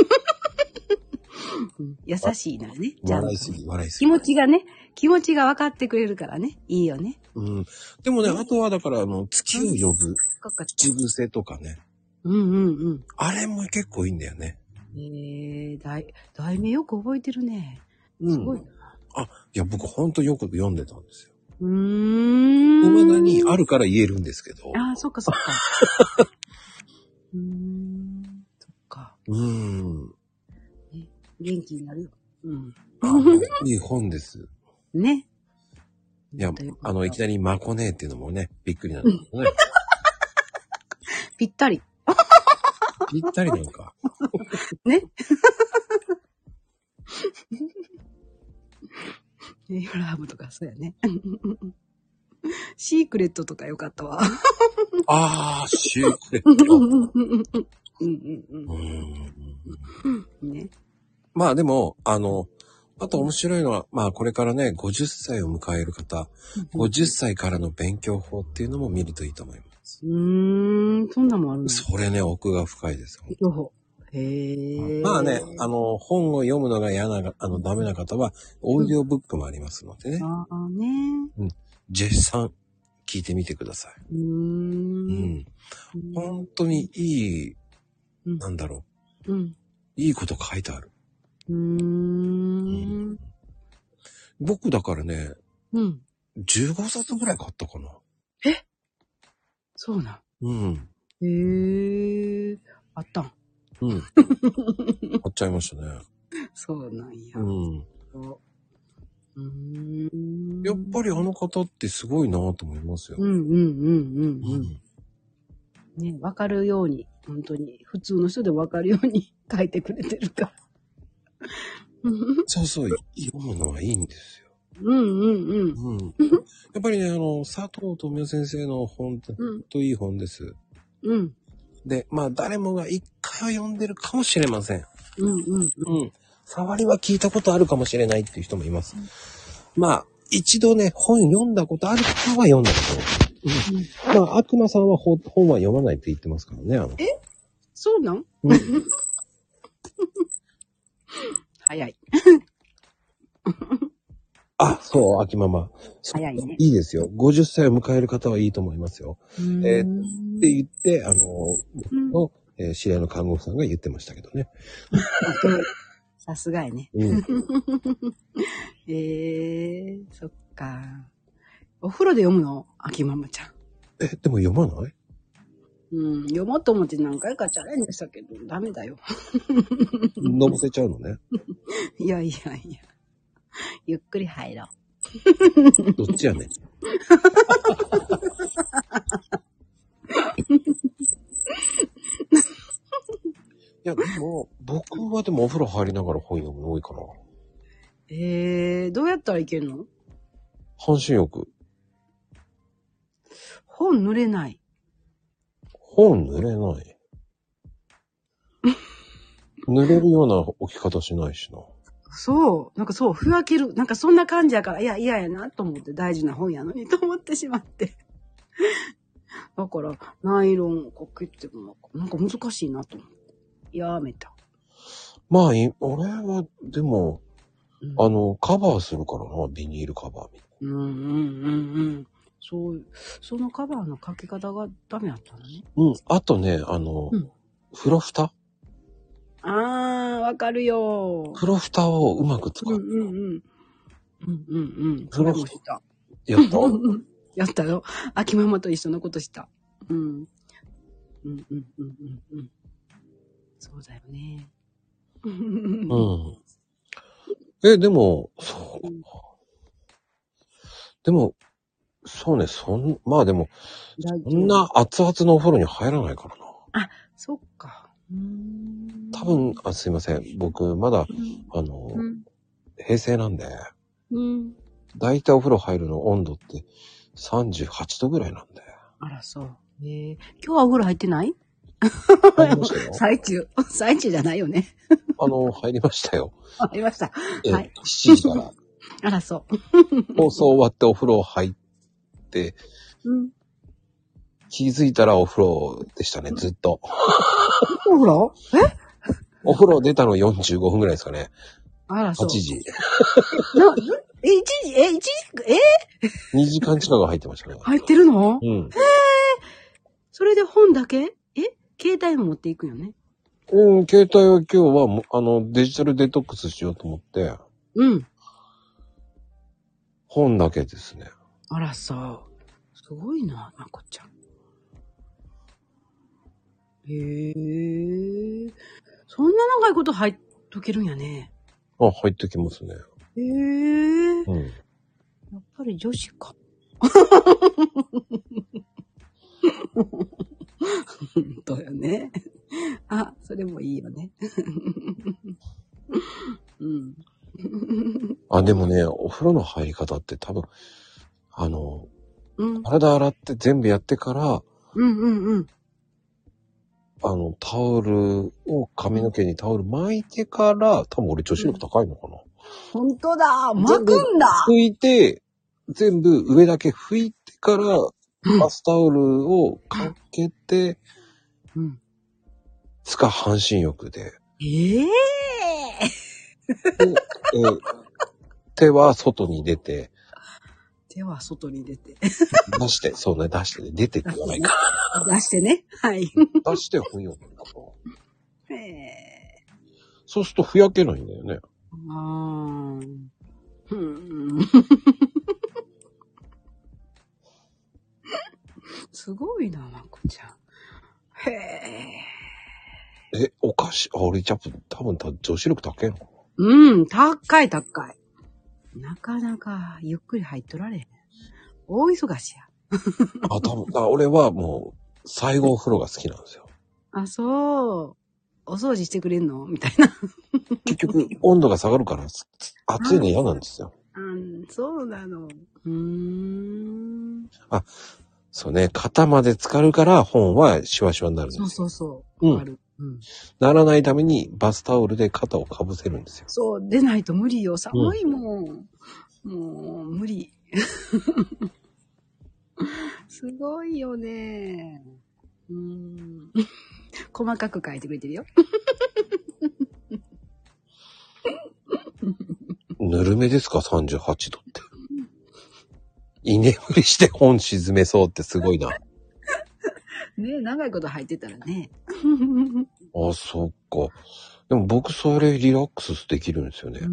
B: 優しいならね。ちゃんと
A: 笑いすぎ、笑いす
B: 気
A: ぎ。
B: 持ちがね、気持ちが分かってくれるからね。いいよね。
A: うん。でもね、あとはだから、あの、月を呼ぶ、口癖とかね。
B: うんうん
A: あれも結構いいんだよね。
B: うん。えー、題、題名よく覚えてるね。すごい。う
A: いや、僕ほんとよく読んでたんですよ。
B: ーん。
A: 未だにあるから言えるんですけど。
B: ああ、そっかそっか。うーん。そっか。
A: うん。
B: 元気になるよ。うん。
A: あのいい本です。
B: ね。
A: いや
B: とう、こと
A: あの、いきなりマコネーっていうのもね、びっくりなんだけどね。
B: ぴったり。
A: ぴったりなんか。
B: ねフラハムとかそうやね。シークレットとかよかったわ。
A: ああ、シュークレ
B: う
A: ッ
B: んう
A: ト。
B: んうんうん
A: うん。
B: うん。ね。
A: まあでも、あの、あと面白いのは、まあこれからね、50歳を迎える方、50歳からの勉強法っていうのも見るといいと思います。
B: うーん、そんなんもあるんだ。
A: それね、奥が深いですよ。
B: 情報。へえ。
A: まあね、あの、本を読むのが嫌な、あの、ダメな方は、オーディオブックもありますのでね、
B: ああね。
A: 絶賛聞いてみてください。
B: うー。
A: うんん。本当にいい、
B: うん
A: なんだろ
B: うん。
A: う、いいこと書いてある。
B: うーん。
A: 僕だからね、
B: うん。
A: 15冊ぐらい買ったかな。
B: そうなん。
A: うん。
B: へえ。あったん。
A: う ん。買っちゃいましたね。
B: そうなんや
A: う。ん。
B: うーん。
A: やっぱりあの方ってすごいなと思いますよ。
B: うんうんうんうん
A: う
B: うん。
A: ん
B: ね、わかるように、本当に、普通の人でわかるように書いてくれてるから。 うん
A: そうそう、読むのはいいんですよ。
B: うんうん。
A: うん。やっぱりね、あの、佐藤富夫先生の本って、
B: うん
A: ほんといい本です。
B: うん。
A: で、まあ、誰もが一回は読んでるかもしれません。
B: うんうん。
A: うん。触りは聞いたことあるかもしれないっていう人もいます。まあ、一度ね、本読んだことある人は読んだこと。まあ、悪魔さんは本本は読まないって言ってますからね、あの。
B: そうなん
A: うん
B: 早い。
A: あ、そう、秋ママ。そう
B: 早いね
A: いいですよ。50歳を迎える方はいいと思いますよ。えーっ
B: う
A: て
B: ん
A: 言って、あの、の、えー知り合いの看護婦さんが言ってましたけどね。
B: さすがやね。
A: うん。
B: えー、そっか。お風呂で読むの秋ママちゃん。
A: え、でも読まない
B: うん、読もうと思って何回かチャレンジしたけど、ダメだよ。
A: のぼせちゃうのね。
B: いやいやいや。ゆっくり入ろう。
A: どっちやねん。いや、でも、僕はでもお風呂入りながら本読むの多いかな。
B: えー、どうやったらいけるの
A: 半身浴。
B: 本濡れない。
A: 本濡れない。濡れるような置き方しないしな。
B: そう。なんかそう、ふわける。なんかそんな感じやから、いや、嫌やなと思って、大事な本やのにと思ってしまって。だから、ナイロンをこう切っても、なんか難しいなと思って。やめた。
A: まあ、い俺は、でも、
B: うん
A: あの、カバーするからな、ビニールカバーみたいな。
B: うんうんうんうん。そう、そのカバーのかけ方がダメだったのね。
A: うん。あとね、あの、
B: うん
A: 風呂蓋
B: あー、わかるよ
A: 風呂蓋をうまく使
B: うん
A: う。
B: うんうん。うんうんうん。
A: そ
B: そ
A: れ
B: れ
A: も
B: もした。
A: やった
B: うんうんやったよ。秋ママと一緒のことした。うん。うんうんうんうんうん。そうだよね。うん
A: うん。え、でも、そう
B: うん
A: でも、そうね、そん、まあでも、
B: 大
A: そん
B: 丈夫。
A: な熱々のお風呂に入らないからな。
B: そっか。うーん
A: 多分、あすいません。僕、まだ、あの、
B: うん。
A: 平成なんで、
B: うん。
A: だいたいお風呂入るの温度って38度ぐらいなんで。
B: あら、そう。えー、今日はお風呂入ってない
A: 入りま したよ
B: 最中。最中じゃないよね。
A: あの、入りましたよ。
B: わかりました。
A: え、
B: はい
A: 7時から。
B: あら、そ
A: 放送終わってお風呂入って、
B: う。うん。
A: 気づいたらお風呂でしたね、ずっと。
B: お風呂え
A: お風呂出たの45分ぐらいですかね。
B: あら、そ
A: 8
B: う。
A: 時。
B: な、なえ、一時、え、一時、え
A: 2時間近く入ってましたね。
B: 入ってるの
A: うん。
B: それで本だけえ携帯も持っていくよね。
A: うん、携帯は今日はもう、あの、デジタルデトックスしようと思って、
B: うん。
A: 本だけですね。
B: あら、そう。すごいな、まこちゃん。へえ。そんな長いこと入っとけるんやね。
A: あ、入ってきますね。
B: へえ。
A: うん。
B: やっぱり女子か。本当よね。あ、それもいいよね。うん。
A: あ、でもね、お風呂の入り方って多分、あの、
B: うん。
A: 体洗って全部やってから、
B: うんうんうん。
A: あの、タオルを髪の毛にタオル巻いてから、多分俺女子力高いのかな。
B: 本当だ巻くんだ
A: 拭いて、全部上だけ拭いてから、バスタオルをかけて、
B: うん。
A: つか半身浴で、
B: ええ
A: えー手は外に出て、
B: 手は外に出て。
A: 出して、そうね、出してね、出てって言 わないか。
B: 出してね。はい。
A: 出して本読むのかな。
B: ええ
A: そうするとふやけないんだよね。
B: ああ。うん。すごいな、まこちゃん。へえ。
A: え、おかしい。あ、俺、ジャップ、多分、た女子力高いのかな。
B: うん、高い高い。なかなか、ゆっくり入っとられへん。大忙しや。
A: あ、多分、あ俺はもう、最後お風呂が好きなんですよ。
B: あ、そう。お掃除してくれんのみたいな。
A: 結局、温度が下がるから、す暑いの嫌なんですよ。
B: うん、そうなの。うーん。
A: そうね、肩まで浸かるから、本はシワシワになるんです
B: そ
A: よ
B: うそうそうう。
A: ん
B: わかる。うん。
A: ならないためにバスタオルで肩をかぶせるんですよ。
B: そう、出ないと無理よ。寒いもん。もう、無理。 すごいよね。うん。細かく書いてくれてるよ。
A: ぬるめですか ?38 度って。居眠りして本沈めそうってすごいな。
B: ね長いこと履いてたらね。
A: あ、そっか。でも僕それリラックスできるんですよね
B: う。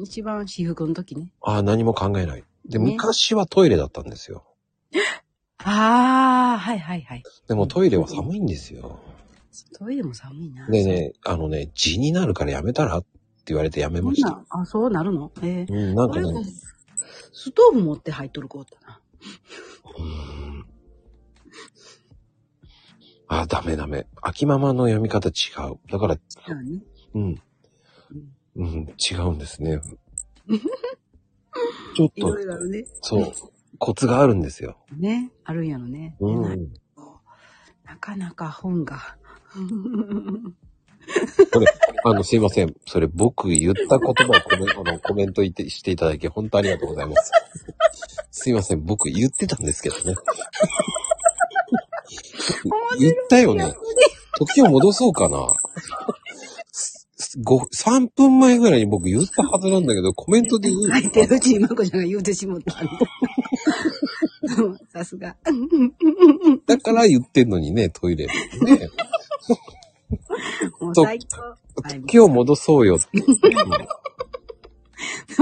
B: ん、一番私服の時ね。
A: あ何も考えない。で、
B: ね
A: 昔はトイレだったんですよ。
B: ああ、はいはいはい。
A: でもトイレは寒いんですよ。
B: トイレも寒いな。
A: でね、あのね、地になるからやめたらって言われてやめ
B: そ
A: ま
B: う。
A: し
B: そん
A: た。
B: なんあ、そうなるのええ
A: うん、なんか
B: あれも
A: ね、
B: ストーブ持って入っとる子だったな。
A: うんあ、ダメダメ。秋ママの読み方違う。だから、
B: そうね。
A: うん。うん、違うんですね。ちょっ
B: い
A: と
B: ろ、いろあるね。
A: そう、コツがあるんですよ。
B: ね。あるんやろね。
A: う
B: で
A: ん。
B: なかなか 本が。
A: これ、あの、すいません。それ僕言った言葉をコメン あのコメントいてしていただき、本当ありがとうございます。すいません。僕言ってたんですけどね。言ったよね。時を戻そうかな。すご3分前ぐらいに僕言ったはずなんだけど、コメントで言う。
B: 入ってるうちにまこちゃんが言うてしもった。 さすが。
A: だから言ってんのにね、トイレでね。
B: もう最高。はい
A: 時を戻そうよって。
B: で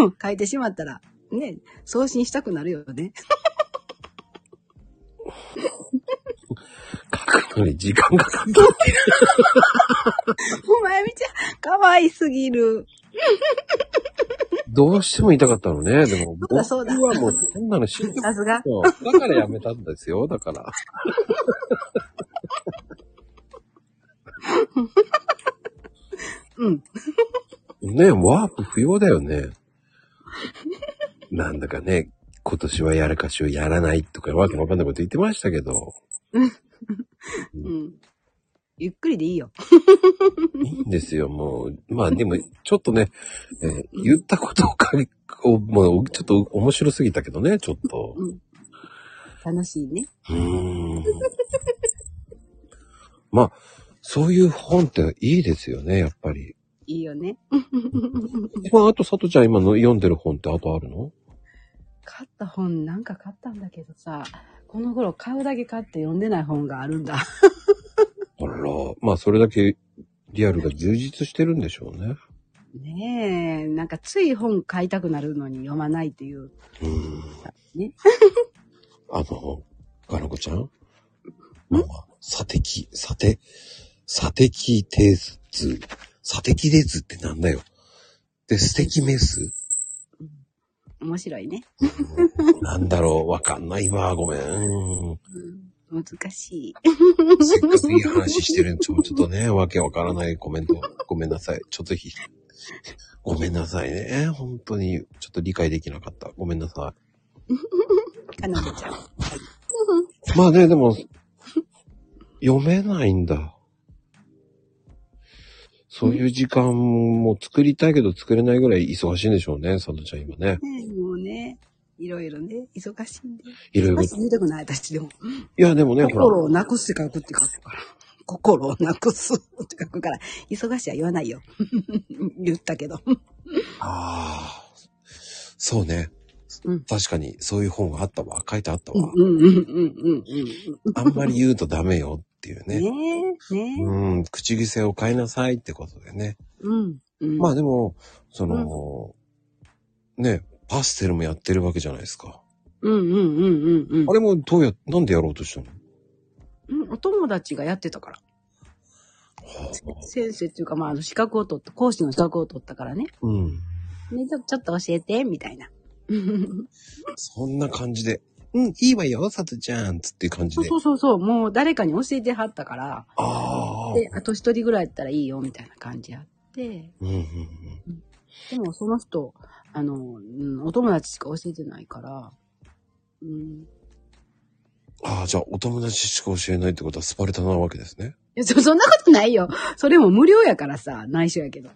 B: も書いてしまったら、ね、送信したくなるよね。
A: 書くのに時間かかった。
B: お前みちゃん、かわいすぎる。
A: どうしても言いたかったのね。でも、僕
B: そうだそうだ
A: はもう、そんなの知 って
B: さすが。
A: そう。だからやめたんですよ、だから。
B: うん。
A: ねワープ不要だよね。なんだかね、今年はやるかしをやらないとか、わけわかんないこと言ってましたけど、
B: うん。ゆっくりでいいよ。
A: いいんですよ、もう。まあでも、ちょっとね、えー言ったことをかを、もう、ちょっと面白すぎたけどね、ちょっと。
B: 楽しいね。
A: うーん。まあ、そういう本っていいですよね、やっぱり。
B: いいよね。
A: まあ、あと、さとちゃん今の読んでる本ってあとあるの
B: 買った本なんか買ったんだけどさ、この頃買うだけ買って読んでない本があるんだ。
A: あら、まあ、それだけリアルが充実してるんでしょうね。
B: ねえ、なんかつい本買いたくなるのに読まないっていう。
A: うーん
B: ね
A: あの、ガラコちゃんママ、査的、査定、査的定数、査的定数ってなんだよ。で、素敵名 数
B: 面白いね。
A: なんだろう、わかんないわ、ごめん。
B: うん、難しい。
A: せっかくいい話してるのにちょ、ちょっと ね、わけわからないコメント、ごめんなさい。ちょっとひ、ごめんなさいね。本当に、ちょっと理解できなかった。ごめんなさ
B: かなこちゃん。
A: い。まあね、でも、読めないんだ。そういう時間も作りたいけど作れないぐらい忙しいんでしょうね、サンドちゃん今ね。
B: ねえもうね、いろいろね、忙しいんで。
A: いろいろ。
B: 忙
A: い
B: しい見たくない、私でも。
A: や、でもね、ほら、
B: 心をなくすって書くって書くから。心をなくすって書くから、忙しいは言わないよ。 言ったけど。
A: ああ、そうね
B: うん。
A: 確かに、そういう本があったわ。書いてあった
B: うん
A: わ。
B: うんうんうんうん
A: あんまり言うとダメよっていう
B: うん。
A: ね。
B: ねえ、ねえ。
A: うん、口癖を変えなさいってことでね。
B: うん。うん、
A: まあでも、その、ね、パステルもやってるわけじゃないですか。
B: うんうんうんうんうん
A: あ。れもどうや、なんでやろうとしたの
B: うん、お友達がやってたから。先生っていうか、まあ、あの資格を取った、講師の資格を取ったからね。
A: うん。
B: ね、ちょちょっと教えて、みたいな。
A: そんな感じで、うん、いいわよ、さとちゃん、つっていう感じ
B: そう
A: で
B: そ。うそうそう、もう誰かに教えてはったから、
A: ああ。
B: で、あと一人ぐらいやったらいいよ、みたいな感じやって、
A: うんうんうん。
B: でもその人、あの、うん、お友達しか教えてないから、うん、
A: ああ、じゃあお友達しか教えないってことはスパルタなわけですね。
B: いやそ、そんなことないよ。それも無料やからさ、内緒やけど。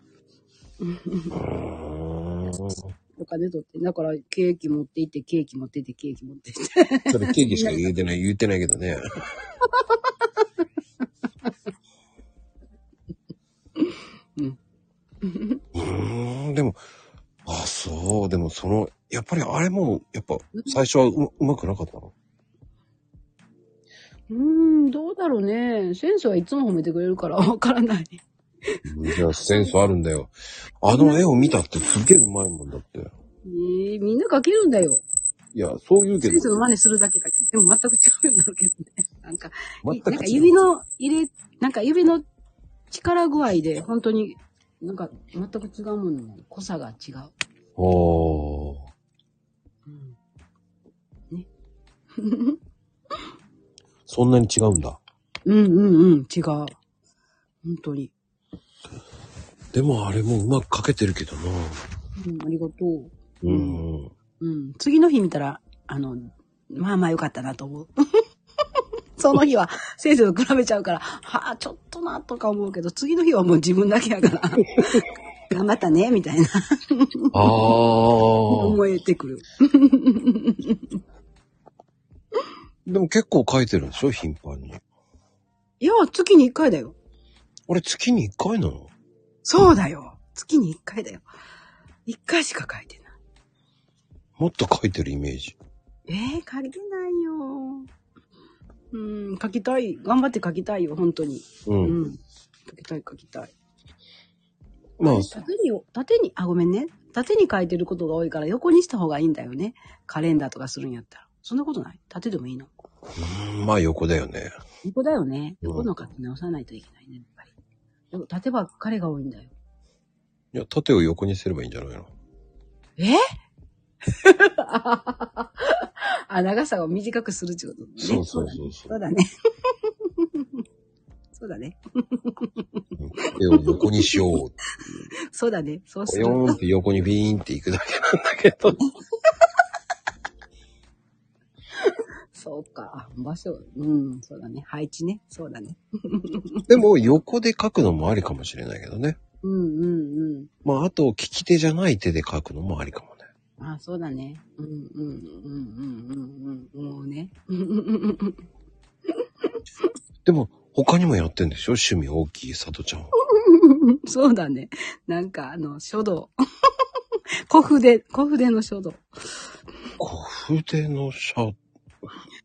B: お金取って。だから、ケーキ持って行って、ケーキ持って行って、ケーキ持って行って。
A: それケーキしか言うて ない、言うてないけどね。
B: うん。
A: うーん、でも、あ、そう、でもその、やっぱりあれも、やっぱ、最初はううまくなかったの
B: うーん、どうだろうね。先生はいつも褒めてくれるから、わからない。
A: じゃあ、センスあるんだよ。あの絵を見たってすげえうまいもんだって。
B: えー、みんな書けるんだよ。
A: いや、そう言うけ
B: 先生
A: ど、
B: の真似するだけだけど。でも全く違うようになる けどね。なんか、
A: 全
B: なん
A: く
B: か
A: 違
B: 指
A: う。
B: の入れ、なんか指の力具合で、本当に、なんか全く違うものね。濃さが違う。
A: おー。
B: うん、
A: そんなに違うんだ。
B: うんうんうん、違う。本当に。
A: でもあれもうまく描けてるけどな。
B: うん、ありがとう。
A: うん。
B: うん。次の日見たら、あの、まあまあ良かったなと思う。 その日は先生と比べちゃうから、はあ、ちょっとなとか思うけど、次の日はもう自分だけや から、頑張ったね、みたいな
A: あー。
B: 思えてくる。
A: でも結構描いてるんでしょ頻繁に。
B: いや、月に1回だよ。
A: 俺月に1回なの
B: そうだよ。月に1回だよ。1回しか書いてない。
A: もっと描いてるイメージ。
B: えー、書いてないよ。うん、書きたい。頑張って書きたいよ、本当に。
A: う。
B: うんん。書きたい、書きたい。
A: まあ、
B: 縦に、縦に、あ、ごめんね。縦に書いてることが多いから横にした方がいいんだよね。カレンダーとかするんやったら。そんなことない縦でもいいの。
A: うんまあ横だよね。
B: 横だよね。
A: うん
B: 横の書き直さないといけないね、やっぱり。でも縦ばっかりが多いんだよ。
A: いや、縦を横にすればいいんじゃないの
B: えあ、長さを短くするってことね。
A: そうそうそうそ
B: そう
A: う。
B: だね。 そうだね。
A: 手を横にしよう。
B: そうだね。そうす
A: ポ
B: る。
A: ヨーンって横にビーンって行くだけなんだけど。
B: そうか。場所、うん、そうだね。配置ね。そうだね。
A: でも横で書くのもありかもしれないけどね。
B: うんうんうん。
A: まあ、あと、利き手じゃない手で書くのもありかもね。
B: あ、そうだね。うんうんうんうんうんうん。もうね。 うんうんうん
A: でも、他にもやってんでしょ趣味大きい、さとちゃんは。
B: うんそうだね。なんかあの、書道。 古筆、古筆の書道。
A: 小筆のシャ、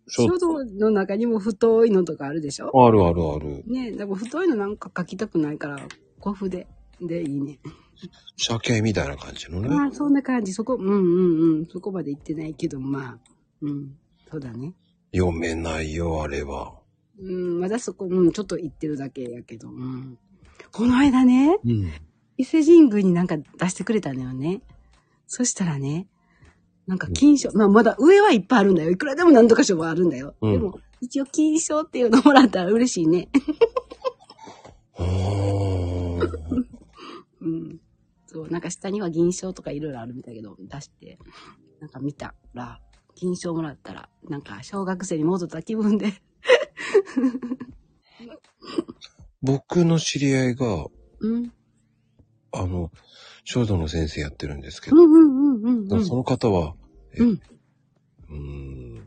A: シャ
B: 書道の中にも太いのとかあるでしょ
A: あるあるある。
B: ねえ、でも太いのなんか書きたくないから、古筆でいいね。
A: 車系みたいな感じのね。
B: まあ、そんな感じ。そこ、うんうんうん。そこまで行ってないけど、まあ、うん。そうだね。
A: 読めないよ、あれは。
B: うん、まだそこ、うん、ちょっと行ってるだけやけど、うん。この間ね、
A: うん。
B: 伊勢神宮になんか出してくれたのよね。そしたらね、なんか金賞、まあまだ上はいっぱいあるんだよ。いくらでも何とか賞はあるんだよ。
A: うん
B: でも、一応金賞っていうのもらったら嬉しいね。
A: あー
B: うん。そう、なんか下には銀賞とかいろいろあるみたいだけど、出して、なんか見たら、銀賞もらったら、なんか小学生に戻った気分で。
A: 僕の知り合いが、
B: うん。
A: あの、書道の先生やってるんですけ
B: う
A: ど、
B: んうんうんうん、うん。
A: その方は、え
B: うん
A: うーん、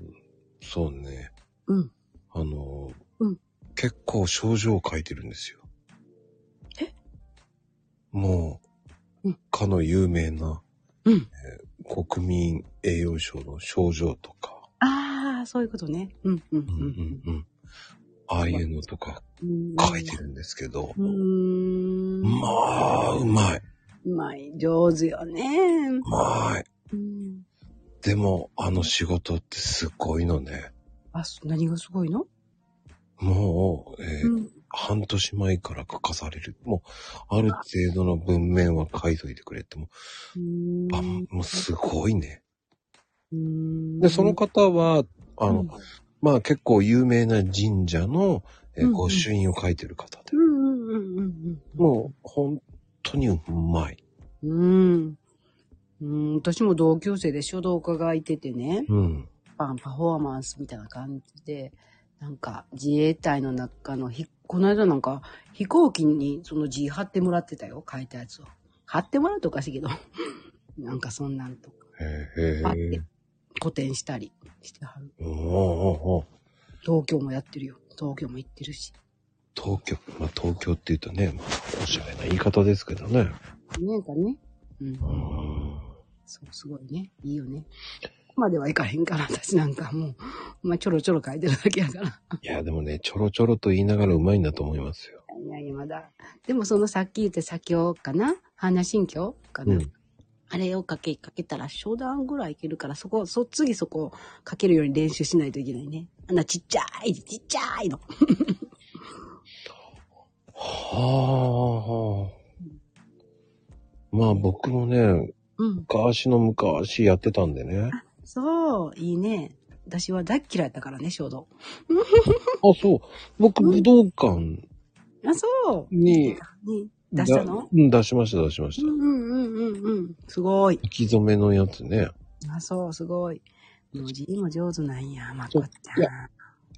A: そうね、
B: うん。
A: あの、
B: うん
A: 結構症状を書いてるんですよ。
B: え
A: もう、
B: うん
A: かの有名な
B: うん。
A: 国民栄養賞の症状とか、
B: ああ、そういうことね。うんうん
A: うんうんうん、ああいうのとか
B: うん。
A: 書いてるんですけど、
B: うーん。
A: まあ、うまい。
B: うまい。上手よね。
A: うまい。
B: うん。
A: でも、あの仕事ってすごいのね。
B: あ、そ何がすごいの
A: もう、えー
B: うん。
A: 半年前から書かされる。もう、ある程度の文面は書いといてくれっても
B: う
A: う、あ、もうすごいね。
B: ん。
A: で、その方は、あの、
B: うん
A: まあ結構有名な神社の、えー
B: うんうん
A: 御朱印を書いてる方で
B: う。んうんうんうんうん。
A: もう、本当にうまい。
B: うん。うん、私も同級生で書道家がいててね、
A: うん。
B: パンパフォーマンスみたいな感じで、なんか自衛隊の中の引っこの間なんか、飛行機にその字貼ってもらってたよ、書いたやつを。貼ってもらうとおかしいけど、 なんかそんなんとか、
A: へ
B: あっ
A: え
B: て。古典したりしてはる。
A: おーおーおー
B: 東京もやってるよ。東京も行ってるし。
A: 東京、まあ、東京って言うとね、まあ、おしゃれな言い方ですけどね。
B: なんかね。うん。
A: うん。
B: そう、すごいね。いいよね。ここまではいかへんから、私なんかもう、まあ、ちょろちょろ書いてるだけやから。
A: いや、でもね、ちょろちょろと言いながらうまいんだと思いますよ。
B: いやいや、まだ。でもそのさっき言った作業かな花心経かな、
A: うん。
B: あれをかけ、かけたら初段ぐらいいけるから、そこ、そ、次そこをかけるように練習しないといけないね。あんなちっちゃい、ちっちゃいの。
A: はあ。まあ僕もね、
B: うん。
A: 昔の昔やってたんで ね。あ、
B: そう、いいね。私は大っ嫌いだからね、衝動。
A: そう。僕、武道館
B: あ、そう。
A: に、
B: ね、出したの
A: だうん出しました、出しまし
B: う
A: た。
B: んうんうんうんうん。すごい。
A: 書き初めのやつね。
B: あ、そう、すごい。文字も上手なんや、まこち
A: い
B: ゃ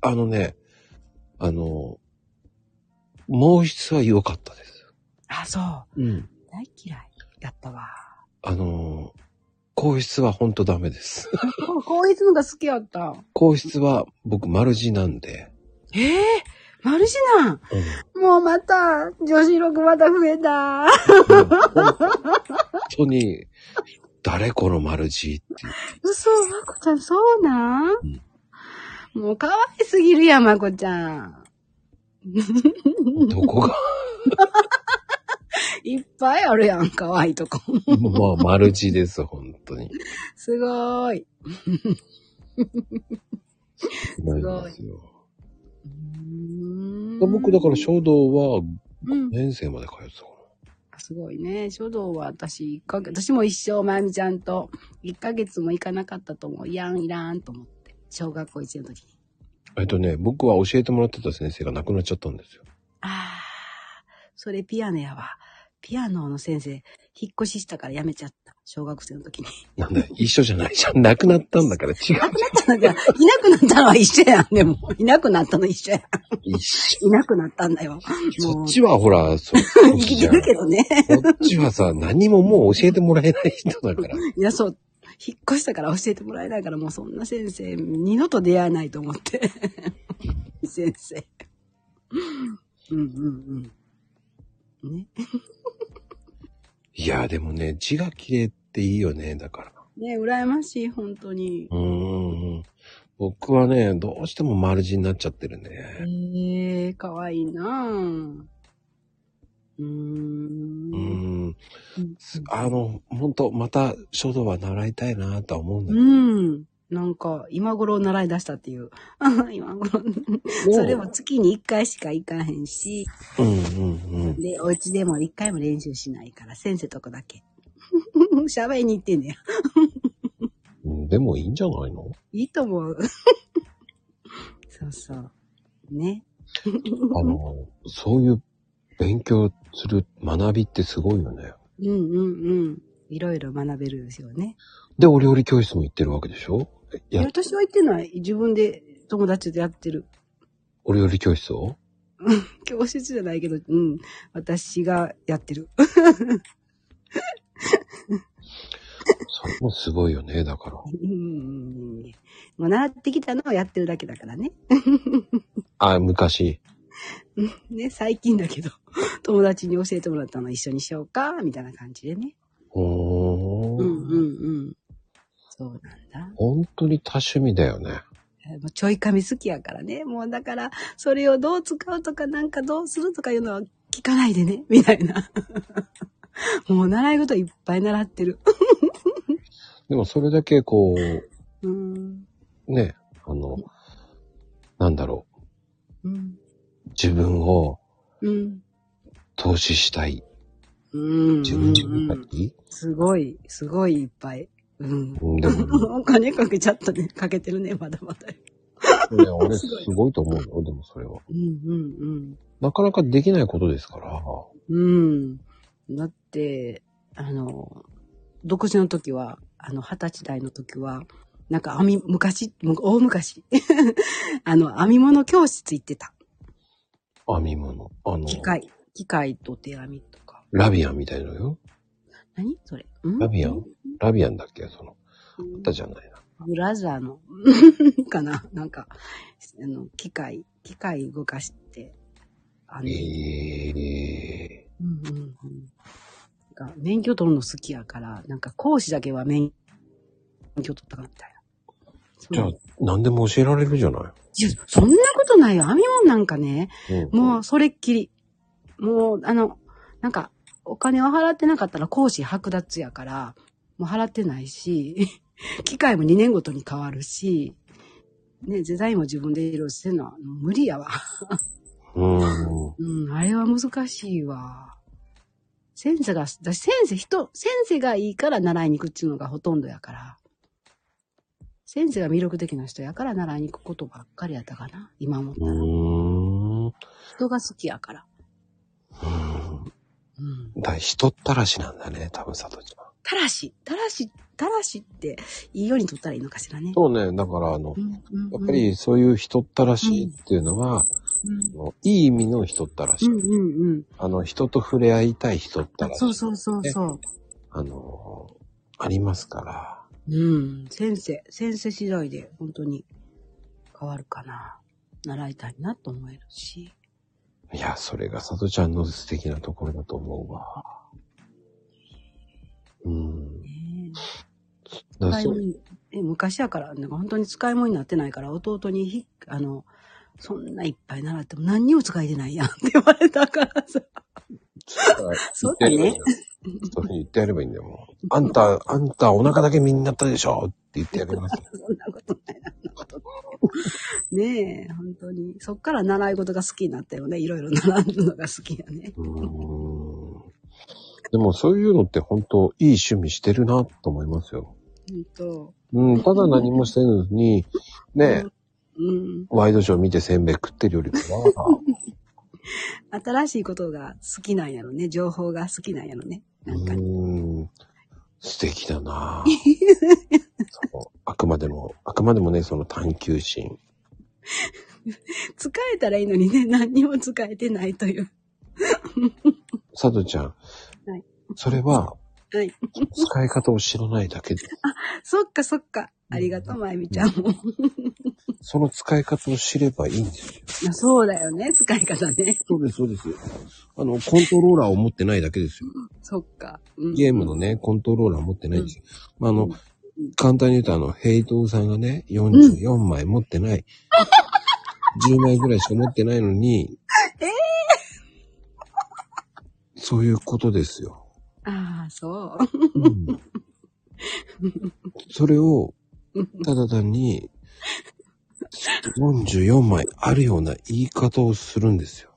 A: あのね、あの、毛筆は良かったです。
B: ん。あ、そう。
A: うん。
B: 大嫌い。やったわ。
A: あの、硬筆はほんとダメです。
B: こ こいつのが好きやった。
A: 硬筆は僕丸字なんで。
B: ええマルシナン
A: うん
B: もうまた、女子力また増えた。
A: うん本当に、誰このマルジっていう。
B: 嘘、まこちゃん、そうなん、
A: ん
B: もう可愛すぎるやん、まこちゃん。
A: どこが、
B: いっぱいあるやん、可愛いとこ。
A: まあ、マルジです、本当に。
B: すごい。
A: なりますよ。
B: うーん
A: 僕、だから、衝動は、
B: うん
A: 年生まで通ってたか
B: すごいね。書道は私、一ヶ月、私も一生、まゆみちゃんと、一ヶ月も行かなかったと思う。いらん、いらんと思って。小学校一年の時に。
A: な。えっとね、僕は教えてもらってた先生が亡くなっちゃったんですよ。
B: あー、それピアノやわ。ピアノの先生、引っ越ししたからやめちゃった。小学生の時に。
A: なんだ、一緒じゃないじゃん。亡くなったんだから違うじゃん。
B: なんか、いなくなったのは一緒やん。でも、いなくなったの一緒やん。
A: 一緒。
B: いなくなったんだよ。
A: そっ
B: もう、
A: ちはほら、そっ
B: 生
A: ち
B: き
A: じ
B: て
A: ゃん。
B: る
A: こ
B: けどね。
A: っちはさ、何ももう教えてもらえない人だから。
B: いや、そう。引っ越したから教えてもらえないから、もうそんな先生、二度と出会えないと思って。先生。うんうんうん。ね。
A: いや、でもね、字が綺麗っていいよね、だから。
B: ね羨ましい、本当に
A: う。ーん。僕はね、どうしても丸字になっちゃってる
B: え
A: ね。
B: えー、かわいいなぁ。うーん
A: うー。ん。
B: うん
A: あの、本当また書道は習いたいなとは思うんだけ
B: うん。なんか、今頃習い出したっていう。 今頃。
A: ど。
B: それも月に一回しか行かへんし、
A: うんうんうん。
B: で、お家でも一回も練習しないから、先生とこだけ。 喋りに行ってんねや。
A: うんでもいいんじゃないの
B: いいと思う。 そうそう。ね。
A: あの、そういう勉強する学びってすごいよね。
B: うんうんうん。いろいろ学べるですよね。
A: で、お料理教室も行ってるわけでしょ
B: いや
A: や、
B: 私は行ってない。自分で友達とやってる。
A: お料理教室を
B: 教室じゃないけど、うん。私がやってる。
A: それもすごいよね、だから。
B: うんうんうん。もう習ってきたのをやってるだけだからね。
A: あ、昔。
B: ね、最近だけど、 友達に教えてもらったの一緒にしようか、みたいな感じでね。
A: ほー
B: うんうんうん。そうなんだ。
A: 本当に多趣味だよね。
B: もうちょい髪好きやからね。もうだから、それをどう使うとか、なんかどうするとかいうのは聞かないでね、みたいな。 もう習い事いっぱい習ってる。
A: でもそれだけこう、
B: うん。
A: ね、あの、なんだろ
B: うん。
A: う、自分を
B: うん。
A: 投資したい。
B: うん。
A: 自分自分がいい、
B: すごい、すごいいっぱい。うん。
A: うん、でも、
B: お金かけちゃったね。かけてるね、まだまだ。
A: ね、俺すごいと思うよ、でもそれは。
B: うんうん
A: なかなかできないことですから。
B: うん。うん。だって、あの、独自の時は、あの、二十歳代の時は、なんか編み、 昔、む大昔、あの、編み物教室行ってた。
A: 編み物。あの、
B: 機械、機械と手編みとか。
A: ラビアンみたいのよ。
B: 何それ。ん
A: ラビアンラビアンだっけその、
B: うん
A: 歌じゃないな。
B: ブラザーの、 かななんか、あの、機械、機械動かして、あの、
A: ええ
B: うんうんうん。なんか免許取るの好きやから、なんか講師だけは免許取ったかなみたいな。そ
A: じゃあ
B: う、
A: 何でも教えられるじゃない
B: や、そんなことないよ。編み物なんかね、
A: い、うん、
B: もうそれっきり。もう、あの、なんか、お金を払ってなかったら講師剥奪やから、もう払ってないし、 機械も2年ごとに変わるし、ね、デザインも自分で色々してるのはもう無理やわ。
A: うん。
B: うん、あれは難しいわ。先生が、だ先生、人、先生がいいから習いに行くっていうのがほとんどやから。先生が魅力的な人やから習いに行くことばっかりやったかな。今思っ
A: う
B: たら。
A: ん。う
B: 人が好きやから。
A: ん。
B: うん。
A: だから人ったらしなんだね、多分さとちゃん。
B: たらし、たらし、たらしって、いいように取ったらいいのかしらね。
A: そうね、だからあの
B: う、んうんうん
A: やっぱ、りそういう人ったらしいっていうのは、
B: うん
A: あのいい意味の人ったらしい。
B: うんうんうん。
A: あの、人と触れ合いたい人った
B: あ
A: らしい。
B: そうそうそうそう。
A: あの、ありますから。
B: うん。先生、先生次第で本当に変わるかな。習いたいなと思えるし。
A: いや、それがさとちゃんの素敵なところだと思うわ。うん。
B: ね
A: だから
B: 使い
A: そ
B: 物
A: う
B: にえ昔やから、なんか本当に使い物になってないから、弟にひ、あの、そんないっぱい習っても何にも使えてないやんって言われたからさ。そうだね。
A: そういうふうに言ってやればいいんだよ、もう。あんた、あんたお腹だけみんなったでしょって言ってやり ます。
B: そんなことないな、そんなことない。 ねえ、本当に。そっから習い事が好きになったよね。いろいろ習うのが好きやね。
A: うーん。でもそういうのって本当いい趣味してるなと思いますよ。
B: うんと。
A: うん、ただ何もしてるのに、ね、
B: うん。
A: ワイドショー見てせんべい食ってるよりかは、
B: 新しいことが好きなんやろね。情報が好きなんやろね。
A: う
B: なんか、
A: ーん、素敵だなそうあくまでも、あくまでもね、その探求心。
B: 使えたらいいのにね、何にも使えてないという。
A: さとちゃん、
B: はい
A: それは
B: はい。
A: 使い方を知らないだけで、
B: そっかそっか。ありがとう、まゆみちゃんも。
A: その使い方を知ればいいんですよ。
B: まあそうだよね、使い方ね。
A: そうです、そうです。あの、コントローラーを持ってないだけですよ。
B: そっか。うん
A: ゲームのね、コントローラー持ってないんですよ。まあ、あ
B: う
A: の
B: ん、
A: 簡単に言うと、あの、ヘイトさんがね、44枚持ってない。10枚ぐらいしか持ってないのに、
B: え
A: そういうことです よ。
B: ああ、そう。
A: うん、それを
B: うん、
A: ただ単に、44枚あるような言い方をするんですよ。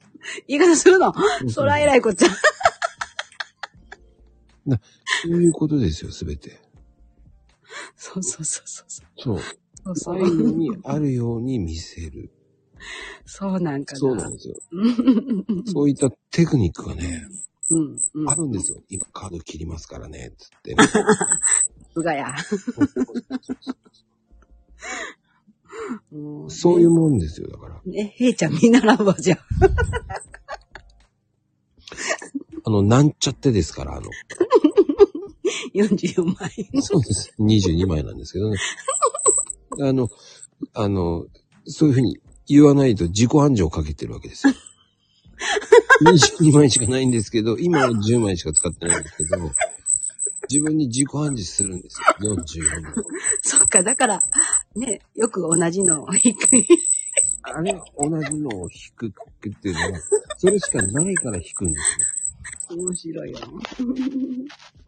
B: 言い方するの。 そら偉いこっちゃ。
A: そういうことですよ、すべて。
B: そうそうそうそうそ
A: そ
B: う。
A: う。
B: そうそ
A: そうういうふうにあるように見せる。
B: そうなんかな。
A: そうなんですよ。
B: うん
A: そういったテクニックがね、
B: うん。うん。
A: あ
B: さ
A: るんですよ。今カード切りますからね、つってね、
B: すが や。もね
A: そういう。もんですよ、だから。
B: ね、へいちゃん見習うわ、じゃあ。
A: あの、なんちゃってですから、 あの、
B: 44枚。
A: そうです。22枚なんですけどね。あの、あの、そういうふうに言わないと自己暗示をかけてるわけですよ。22枚しかないんですけど、今は10枚しか使ってないんですけど、自分に自己暗示するんですよ。44枚。
B: そっか、だから、ね、よく同じのを一回
A: あれ、同じのを引くっていうのは、それしかないから引くんですよ。
B: 面白いよ。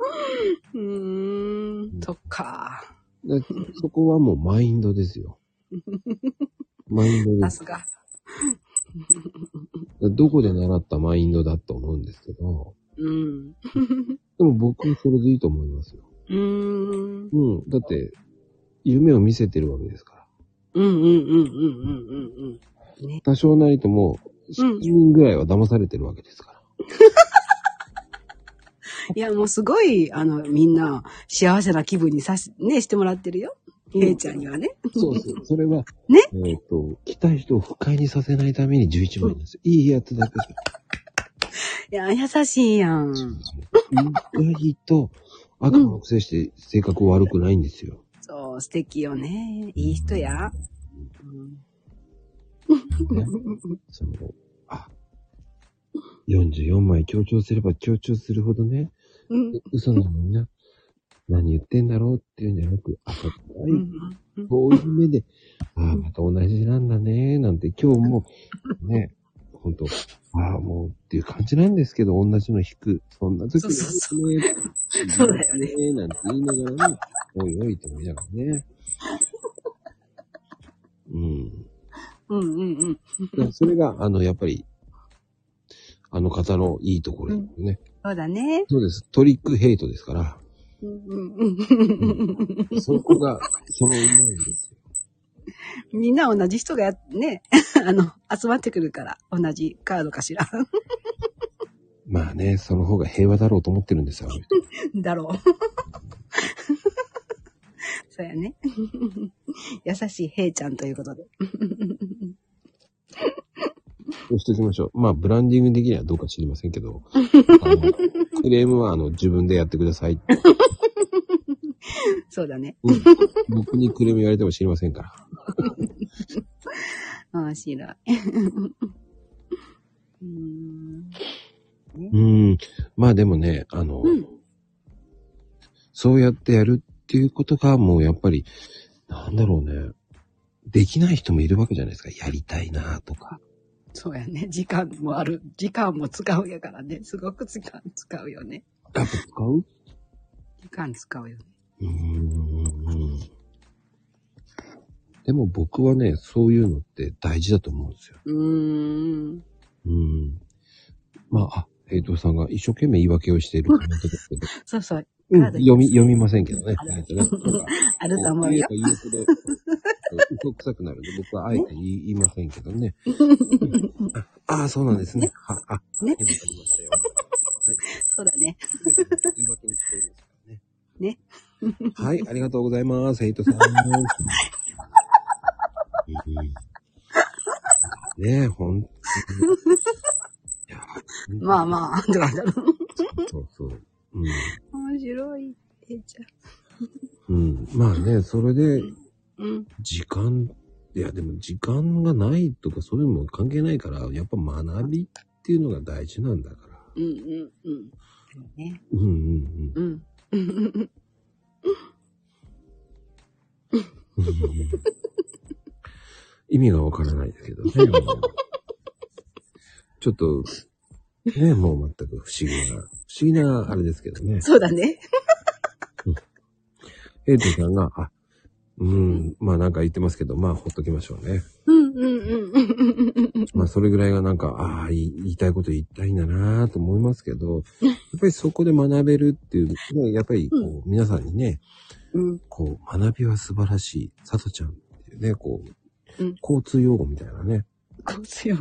B: うーん、そっか。
A: でそこはもうマインドですよ。マインドで
B: さ
A: す。
B: すが。
A: どこで習ったマインドだと思うんですけど、
B: うん。
A: でも僕はそれでいいと思いますよ。
B: うーん。
A: うん。だって、夢を見せてるわけですから。
B: うんうんうんうんうんうんうん。ね。
A: 多少なりとも、7人ぐらいは騙されてるわけですから。
B: いや、もうすごい、あの、みんな、幸せな気分にさし、ね、してもらってるよ。ケイちゃんにはね。
A: そうそう。それは、
B: ね
A: えっ、と、来た人を不快にさせないために11万円です。いいやつだけど。
B: いや、優しいやん。
A: 意外と悪魔を制して性格悪くないんですよ。
B: そう、素敵よね。いい人や。うん
A: ね、その、あ、44枚強調すれば強調するほどね、
B: うん。
A: 嘘なのにな、何言ってんだろうっていうんじゃなく、あ、
B: う
A: はい、
B: ん。
A: こういう目で、 ああ、また同じなんだね、なんて今日も、ね、本当ああ、もうっていう感じなんですけど、同じの引く。そんな時
B: そうそうそ
A: ね、
B: そうだよね。
A: ね、なんて言いながらね、おいおいと思いながらね。うん。
B: うんうんうん。
A: だからそれが、あの、やっぱり、あの方のいいところですよね。
B: そうだね。
A: そうです。トリックヘイトですから、
B: うんうんうん。
A: そこが、そのうまいんですよ。
B: みんな同じ人がや、ね、 あの、集まってくるから、同じカードかしら。
A: まあね、その方が平和だろうと思ってるんですよ。あの人
B: だろう。 そうやね。 優しい平ちゃんということで。
A: そうしときましょう。まあ、ブランディング的にはどうか知りませんけ ど、あのクレームは、あの、自分でやってください。
B: そうだね。
A: うん僕にクレーム言われても知りませんから。
B: 面白い。 うーん
A: うん。まあでもね、あの、
B: うん
A: そうやってやるっていうことが、もうやっぱり、なんだろうね。できない人もいるわけじゃないですか。やりたいなとか。
B: そうやね。時間もある。時間も使うやからね。すごく時間使うよね。
A: やっぱ使う
B: 時間使うよね。
A: うーん。でも僕はね、そういうのって大事だと思うんですよ。
B: うーん。
A: うん。まあ、あ、平等さんが一生懸命言い訳をしているコメントですけど、
B: そうそう。
A: うん
B: カードに
A: 読み、読みませんけどね。えっとね なんか
B: あると思うよ。
A: 言えば言うほど、嘘くさくなるんで、僕はあえて言い言いませんけど ね。ああ、そうなんですね。はあ、今
B: ね
A: 言いましたよ。
B: そうだね。
A: 言い訳に聞こえますからね。
B: ね。
A: はい、ありがとうございます。ヘイト さん。うんねえ、ほんとに。いや
B: まあまあ、どうなんだろう。
A: そうそう。うん
B: 面白い。えーちゃん。
A: うん、まあね、それで、
B: うん。
A: 時間、いや、でも時間がないとかそういうのも関係ないから、やっぱ学びっていうのが大事なんだから。
B: うんうんうん。そうね。
A: うんうん
B: うん。
A: うん。意味がわからないですけどね。もうちょっと、ね、もう全く不思議な、不思議なあれですけどね。
B: そうだね。
A: エイトさんが、あ、うん、まあなんか言ってますけど、まあほっときましょうね。
B: うんうんうんうん。
A: まあそれぐらいがなんか、ああ、言い言いたいこと言いたいんだなと思いますけ ど、やっぱりそこで学べるっていう、ね、やっぱりこう、皆さんにね、
B: うん。
A: こう、学びは素晴らしい、さとちゃんっていうね、こう、
B: うん
A: 交通用語みたいなね。
B: こうすよ。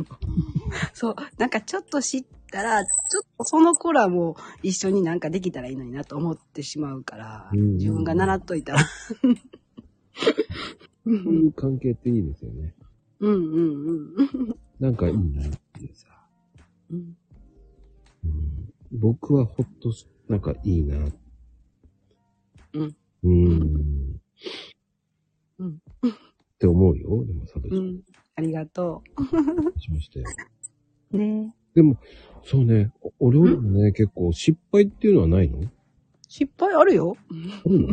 B: そう。なんかちょっと知ったら、ちょっとその子らも一緒になんかできたらいいのになと思ってしまうから、
A: うんうん
B: 自分が習っといたら。う
A: そうい
B: ん
A: う関係っていいですよね。
B: うんうんうん
A: なんかいいなっていうさ。
B: うん。
A: うん、僕はほっとし、なんかいいな。
B: うん。
A: うん。
B: うん
A: って思うよ。でも、さとちゃ。
B: うんん。ありがと
A: しましたよ。
B: う。ね
A: でも、そうね、おお料理もね、結構失敗っていうのはないのあ
B: 失敗あるよ。
A: るの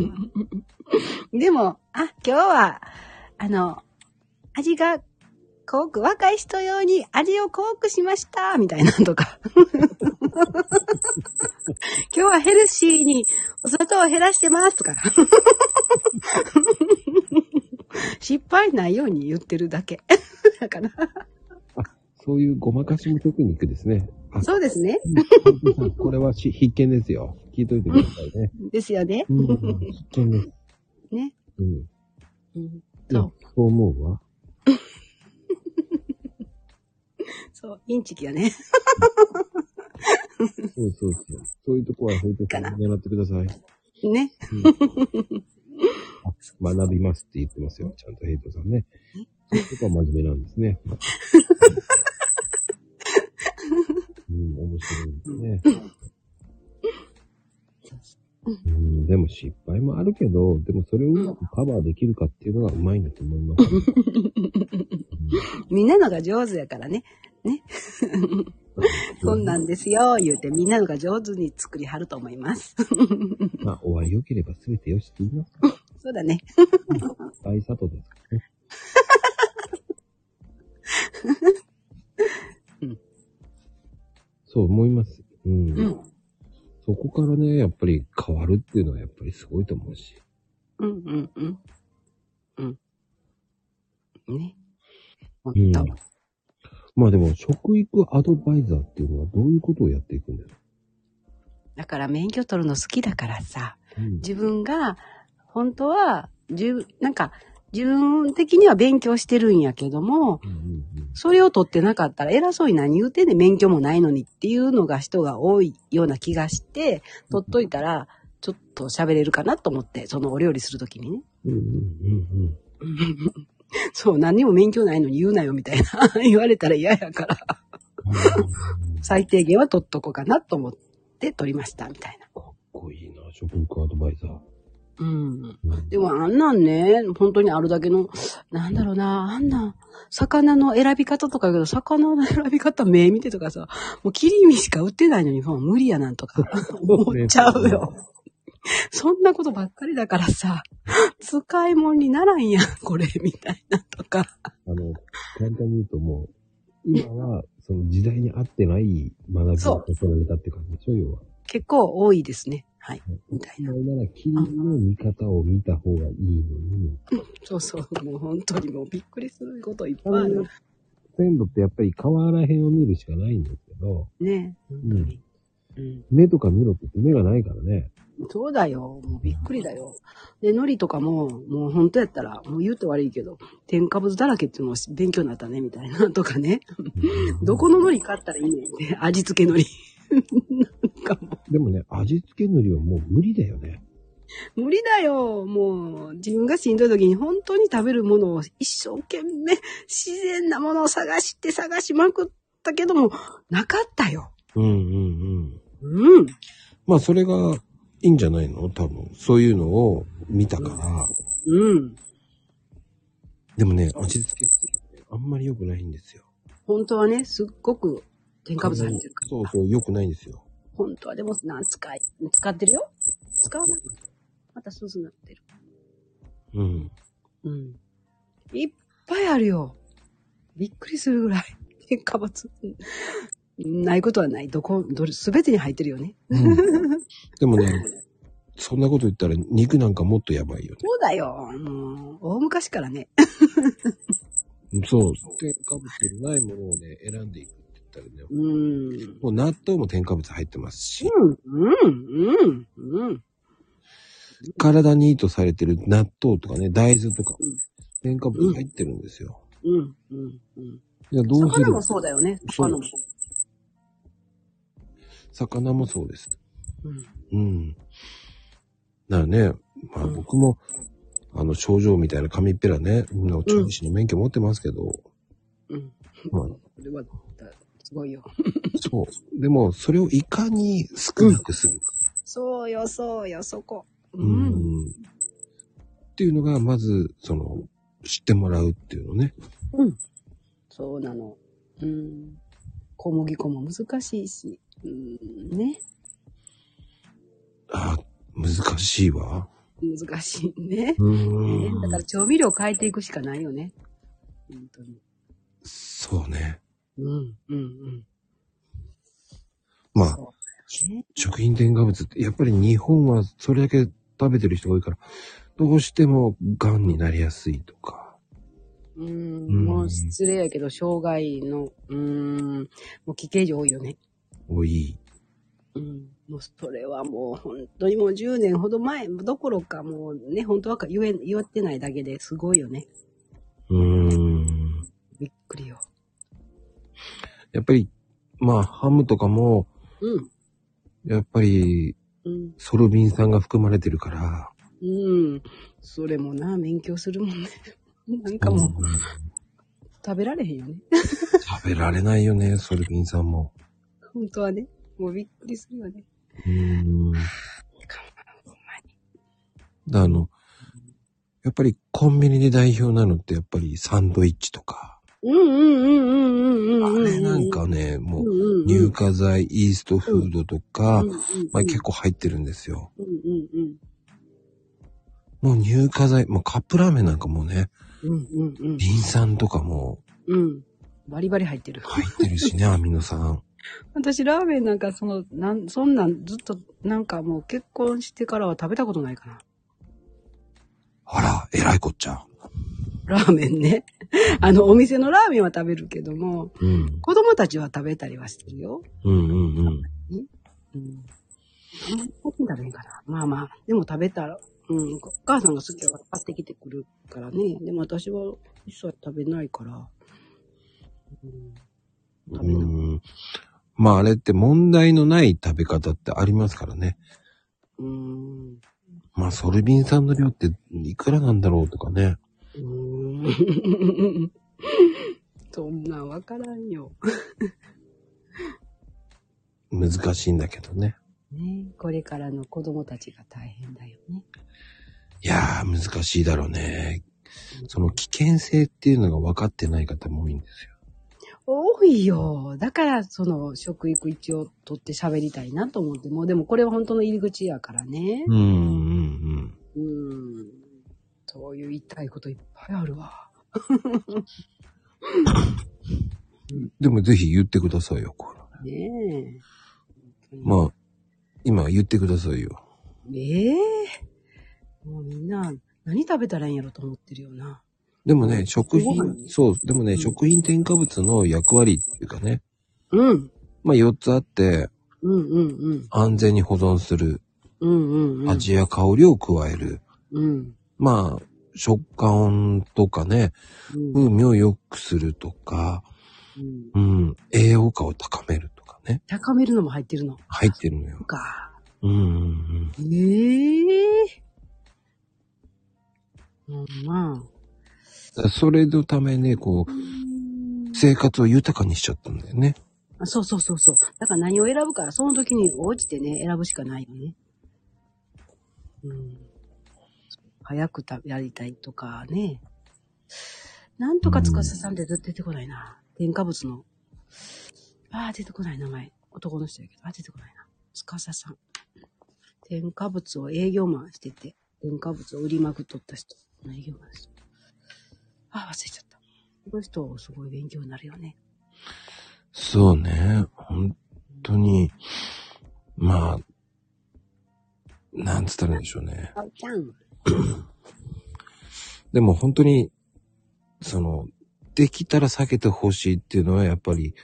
B: でも、あ、今日は、あの、味が濃く、若い人用に味を濃くしました、みたいなのとか。 今日はヘルシーにお砂糖を減らしてますとか。 失敗ないように言ってるだけ。 だから、
A: そういうごまかしのテクニックですね。あ、
B: そうですね。
A: これはし必見ですよ。聞いといてくださいね。
B: ですよね。
A: うん、必見です。
B: ね。
A: うん。
B: うん
A: そ
B: そう
A: う。そう思うわ。
B: そう、インチキよね。
A: そうそうそう。そういうとこは、そういうとこ
B: かな
A: 狙ってください。
B: ね。
A: うんあ学びますって言ってますよ。ちゃんとヘイトさんね。そういうとこは真面目なんですね。うん、面白いですね。うん、でも失敗もあるけど、でもそれをうまくカバーできるかっていうのがうまいんだと思います、 ね。
B: みんなのが上手やからね。こんなんですよ、言うてみんなのが上手に作りはると思います。
A: まあ、終わり良ければ全て良しって言います。
B: そうだね。
A: 大里ですからね。
B: うん
A: そう思います。うん。
B: うん。
A: そこからね、やっぱり変わるっていうのはやっぱりすごいと思うし。
B: うんうんうん。うん。ね。ほ
A: うん
B: んと。
A: まあでも、食育アドバイザーっていうのはどういうことをやっていくんですか、
B: だから免許取るの好きだからさ、
A: うん、
B: 自分が、本当は、じゅなんか、自分的には勉強してるんやけども、
A: うんうん
B: それを取ってなかったら偉そうに何言うてんねん免許もないのにっていうのが人が多いような気がして、取っといたら、ちょっと喋れるかなと思って、そのお料理するときにね。
A: うん。うんうん うん
B: そう、何にも免許ないのに言うなよみたいな 言われたら嫌やから、
A: うん。
B: 最低限は取っとこうかなと思って取りましたみたいな。
A: かっこいいな、食育アドバイザー。
B: うん。
A: うん
B: でもあんなんね、本当にあるだけの、なんだろうな、あんなん、魚の選び方とか言うけど、魚の選び方目見てとかさ、もう切り身しか売ってないのにもう無理やなんと か思っちゃうよ。そんなことばっかりだからさ、使い物にならんやん、これ、みたいなとか。
A: あの、簡単に言うともう、今は、その時代に合ってない学びをさせられたって感じでしょ、要は。
B: 結構多いですね。はい。みたいな
A: な。なら、君の見方を見た方がいいのに、
B: そうそう、もう本当にもうびっくりすることいっ
A: あ
B: ぱいあ
A: の
B: る。
A: 鮮度ってやっぱり河原辺を見るしかないんですけど、
B: ね本当に。うん。
A: 目とか見ろって言って目がないからね。
B: そうだよ。もうびっくりだよ。で、海苔とかも、もう本当やったら、もう言うと悪いけど、添加物だらけっていうのを勉強になったね、みたいな。とかね。 どこの海苔買ったらいいねんって。味付け海苔。なんかも
A: でもね、味付け海苔はもう無理だよね。
B: う、無理だよ。もう、自分がしんどい時に本当に食べるものを一生懸命、自然なものを探して探しまくったけども、なかったよ。
A: うんうんうん。
B: うん。
A: まあそれがいいんじゃないの多分。そういうのを見たから。
B: うん。
A: でもね、味付けってあんまり良くないんですよ。
B: 本当はね、すっごく添加物入ってるから。
A: そうそう、良くないんですよ。
B: 本当はでも、なん使い、使ってるよ使わなくて。また鈴になってる。
A: うん。
B: うん。いっぱいあるよ。びっくりするぐらい。添加物。ないことはない。どこ、どれ、すべてに入ってるよね。
A: でもね、そんなこと言ったら肉なんかもっとやばいよね。
B: そうだよ。もう、大昔からね。
A: そう。添加物のないものをね、選んでいくって言ったらね、
B: うん。
A: もう納豆も添加物入ってますし、
B: うん、うん、うん、うん。
A: 体にいいとされてる納豆とかね、大豆とか
B: うん、
A: 添加物入ってるんですよ。
B: うん、うん、うん。
A: いや、どうする
B: 魚もそうだよね。魚もそう。
A: 魚もそうです。
B: うん。
A: うん。だからね、まあ
B: うん
A: 僕も、あの、症状みたいな紙っぺらね、の調子の免許持ってますけど、
B: うん。
A: まあ、
B: それは、だすごいよ。
A: そう。でも、それをいかに少なくするか。
B: そうよ、そうよ、そこ。
A: うん。っていうのが、まず、その、知ってもらうっていうのね。
B: そうなの。うん。小麦粉も難しいし。うん、ね。
A: ああ、難しいわ。
B: 難しいね。
A: う
B: ねだ
A: ー
B: か
A: ん
B: ら。調味料変えていくしかないよね。本当に。
A: そうね。
B: うん、うん、うん。
A: まあ、
B: そうだよね
A: 食品添加物って、やっぱり日本はそれだけ食べてる人が多いから、どうしても癌になりやすいとか。
B: うん、
A: うん
B: もう失礼やけど、障害の、うん、もう危険量多いよね。
A: 多い。
B: うん。もうそれはもう本当にもう10年ほど前どころかもうね、本当はか言え、言ってないだけですごいよね。
A: うーん。
B: びっくりよ。
A: やっぱり、まあ、ハムとかも、
B: うん。
A: やっぱり、
B: うん。
A: ソルビン酸が含まれてるから、
B: うん。それもな、勉強するもんね。 なんかもう、
A: うん
B: 食べられへんよね。
A: 食べられないよね、ソルビンさんも。
B: 本当はね。もうびっくりするよね。
A: うん。だあの、やっぱりコンビニで代表なのってやっぱりサンドイッチとか、
B: うんうんうんうんうん
A: あ
B: うんうん。
A: れなんかね、もう
B: うんうん、
A: 乳化剤、イーストフードとか、
B: うんうんうん
A: まあ、結構入ってるんですよ。
B: うんうんうん。
A: もう乳化剤、もうカップラーメンなんかもうね、
B: うんうんうん。
A: リン酸とかも
B: うん。バリバリ入ってる。
A: 入ってるし ね、アミノ酸。
B: 私、ラーメンなんか、その、なん、そんなん、ずっと、なんかもう結婚してからは食べたことないかな。
A: あら、えらいこっちゃ。
B: ラーメンね。 あの、お店のラーメンは食べるけども、
A: うん。
B: 子供たちは食べたりはしてるよ。
A: うんうんうん。
B: うん。あんまり食べんかな。まあまあ、でも食べたら、うん、お母さんが好きは買ってきてくるからね。でも私は一切食べないから。うん、食べ
A: う
B: ない。
A: ん。まああれって問題のない食べ方ってありますからね。
B: うん。う
A: まあソルビン酸の量っていくらなんだろうとかね。
B: ーん。 そんなんわからんよ。
A: 難しいんだけどね。
B: ねこれからの子供たちが大変だよね。
A: いやー、難しいだろうね。その危険性っていうのが分かってない方も多いんですよ。
B: 多いよ。だから、その、食育一応取って喋りたいなと思って、もうでもこれは本当の入り口やからね。
A: うんうん
B: うん。そういう言いたいこといっぱいあるわ。
A: うん。でもぜひ言ってくださいよ、これ。
B: ねえ。あ。
A: まあ、今言ってくださいよ。
B: ええもうみんな、何食べたらいいんやろと思ってるよな。
A: でもね、食
B: ご飯
A: 品、そう、でもね、
B: うん
A: 食品添加物の役割っていうかね、
B: うん。
A: まあ4つあって、
B: うんうんうん。
A: 安全に保存する、
B: うんうんうん。
A: 味や香りを加える、
B: うん。
A: まあ、食感とかね、
B: うん。
A: 風味を良くするとか、
B: うん
A: うん、栄養価を高めるとかね、
B: 高めるのも入ってるの。
A: 入ってるのよ。
B: か。
A: うんうんうん。
B: ええうん、まあ。
A: だからそれのためね、こう、生活を豊かにしちゃったんだよね。
B: あそうそうそうそう。だから何を選ぶか、その時に応じてね、選ぶしかないよね。うん。早く食べやりたいとかね。なんとかつかささんで出てこないな。添加物の。ああ、出てこない名前。男の人やけど。あー出てこないな。つかささん。添加物を営業マンしてて、添加物を売りまくっとった人。営業マンの人。ああ、忘れちゃった。この人、すごい勉強になるよね。
A: そうね。本当に、まあ、なんつったらいいんでしょうね。
B: あちゃん。
A: でも本当に、その、できたら避けてほしいっていうのはやっぱり、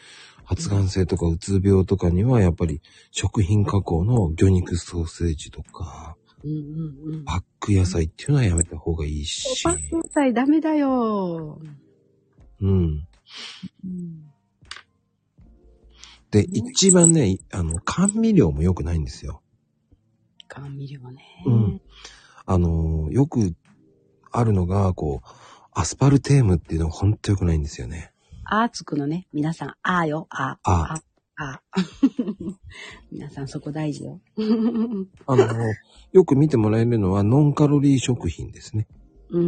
A: 発がん性とかうつ病とかにはやっぱり食品加工の魚肉ソーセージとか、
B: うんうんうん。
A: パック野菜っていうのはやめた方がいいし
B: パ、ック野菜ダメだよ。
A: うん。
B: うん。
A: で、一番ね、あの、甘味料も良くないんですよ。
B: 甘味料ね。
A: うん。あのーよくあるのが、こう、アスパルテームっていうのはほんと良くないんですよね。
B: あーつくのね。皆さん、あーよ、あー。
A: あ
B: あ ー皆さんそこ大事よ。
A: あのーよく見てもらえるのはノンカロリー食品ですね。
B: うんう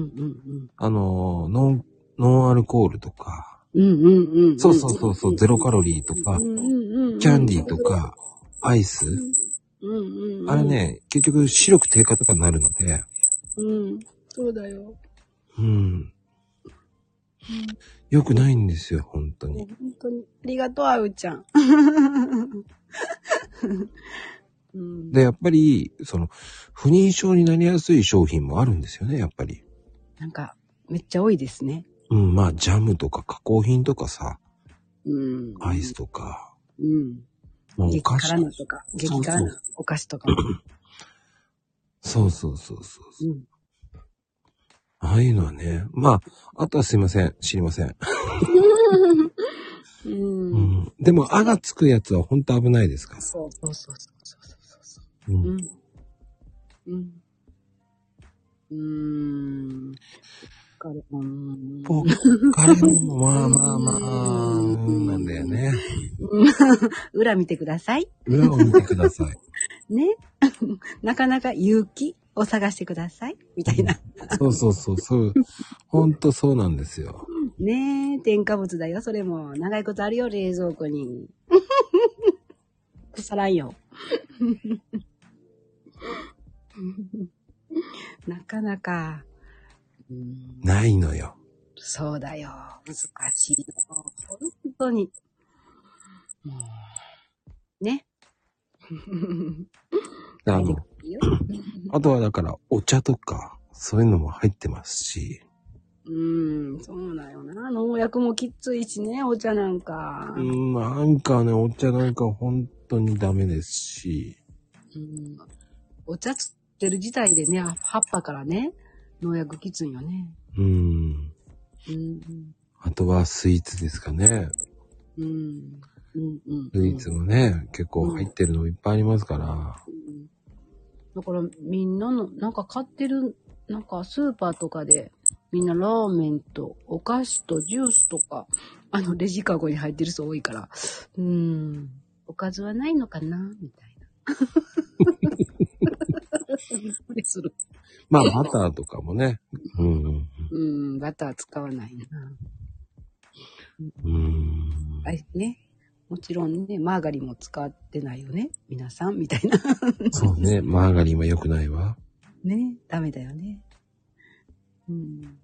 B: ん
A: あのーノン、ノンアルコールとか、
B: うん。うんうんうんうん。
A: そうそうそうそう、ゼロカロリーとか
B: う、んうんうん。
A: キャンディーとか、アイス、
B: うんうんうん。
A: あれ。ね、結局視力低下とかになるので、
B: うん。そうだよ。
A: うん。良くないんですよ、本当
B: ね
A: に。
B: 本当に。ありがとう、あうちゃん。うん
A: で、やっぱり、その、不妊症になりやすい商品もあるんですよね、やっぱり。
B: なんか、めっちゃ多いですね。
A: うん、まあ、ジャムとか加工品とかさ、
B: うん。
A: アイス。とか、
B: うん。
A: まあ、お
B: 激
A: 菓子
B: 辛。のとか、激
A: そう
B: 辛のお菓子とかも。
A: そうそうそうそう。
B: うん。
A: ああいうのはね、まあ、あとはすいません、知りません。う
B: う。
A: んん。でも、あがつくやつは本当危ないですから。。
B: そうそうそうそうそうそうそうう。うんん。うん。うーん。カレーうーん
A: 僕、彼も、ま あまあまあ、うんなんだよね。
B: 裏見てください。
A: 裏を見てください。
B: ね。なかなか勇気を探してください。みたいな。
A: そうそうそう、そう、ほんとそうなんですよ。
B: ねえ、添加物だよ、それも。長いことあるよ、冷蔵庫 に。腐らんよ。なかなか。うん
A: ないのよ。
B: そうだよ。難しいよ。本当に。もう、ね。
A: あ
B: 帰っ
A: の
B: て、くるよ
A: あとはだから、お茶とか、そういうのも入ってますし。
B: うん、そうだよな。農薬もきっついしね、お茶なんか。
A: う
B: うん
A: ん、なんかね、お茶なんか本当にダメですし。
B: お茶つってる自体でね、葉っぱからね、農薬きついよね。
A: うん。
B: うん、
A: あとはスイーツですかね。
B: うん、うん、うん。
A: スイーツもね、結構入ってるのいっぱいありますから。
B: うんだからみんなの、なんか買ってる、なんかスーパーとかで、みんなラーメンとお菓子とジュースとか、あのレジカゴに入ってる人多いから、うーん、おかずはないのかなみたいな。 びっくりする。
A: まあ、バターとかもね。うんうん
B: うん、バター使わないな。
A: うん。うん。
B: あれね。もちろんね、マーガリンも使ってないよね。皆さん、みたいな。
A: そうね、マーガリンは良くないわ。
B: ね、ダメだよね。うん。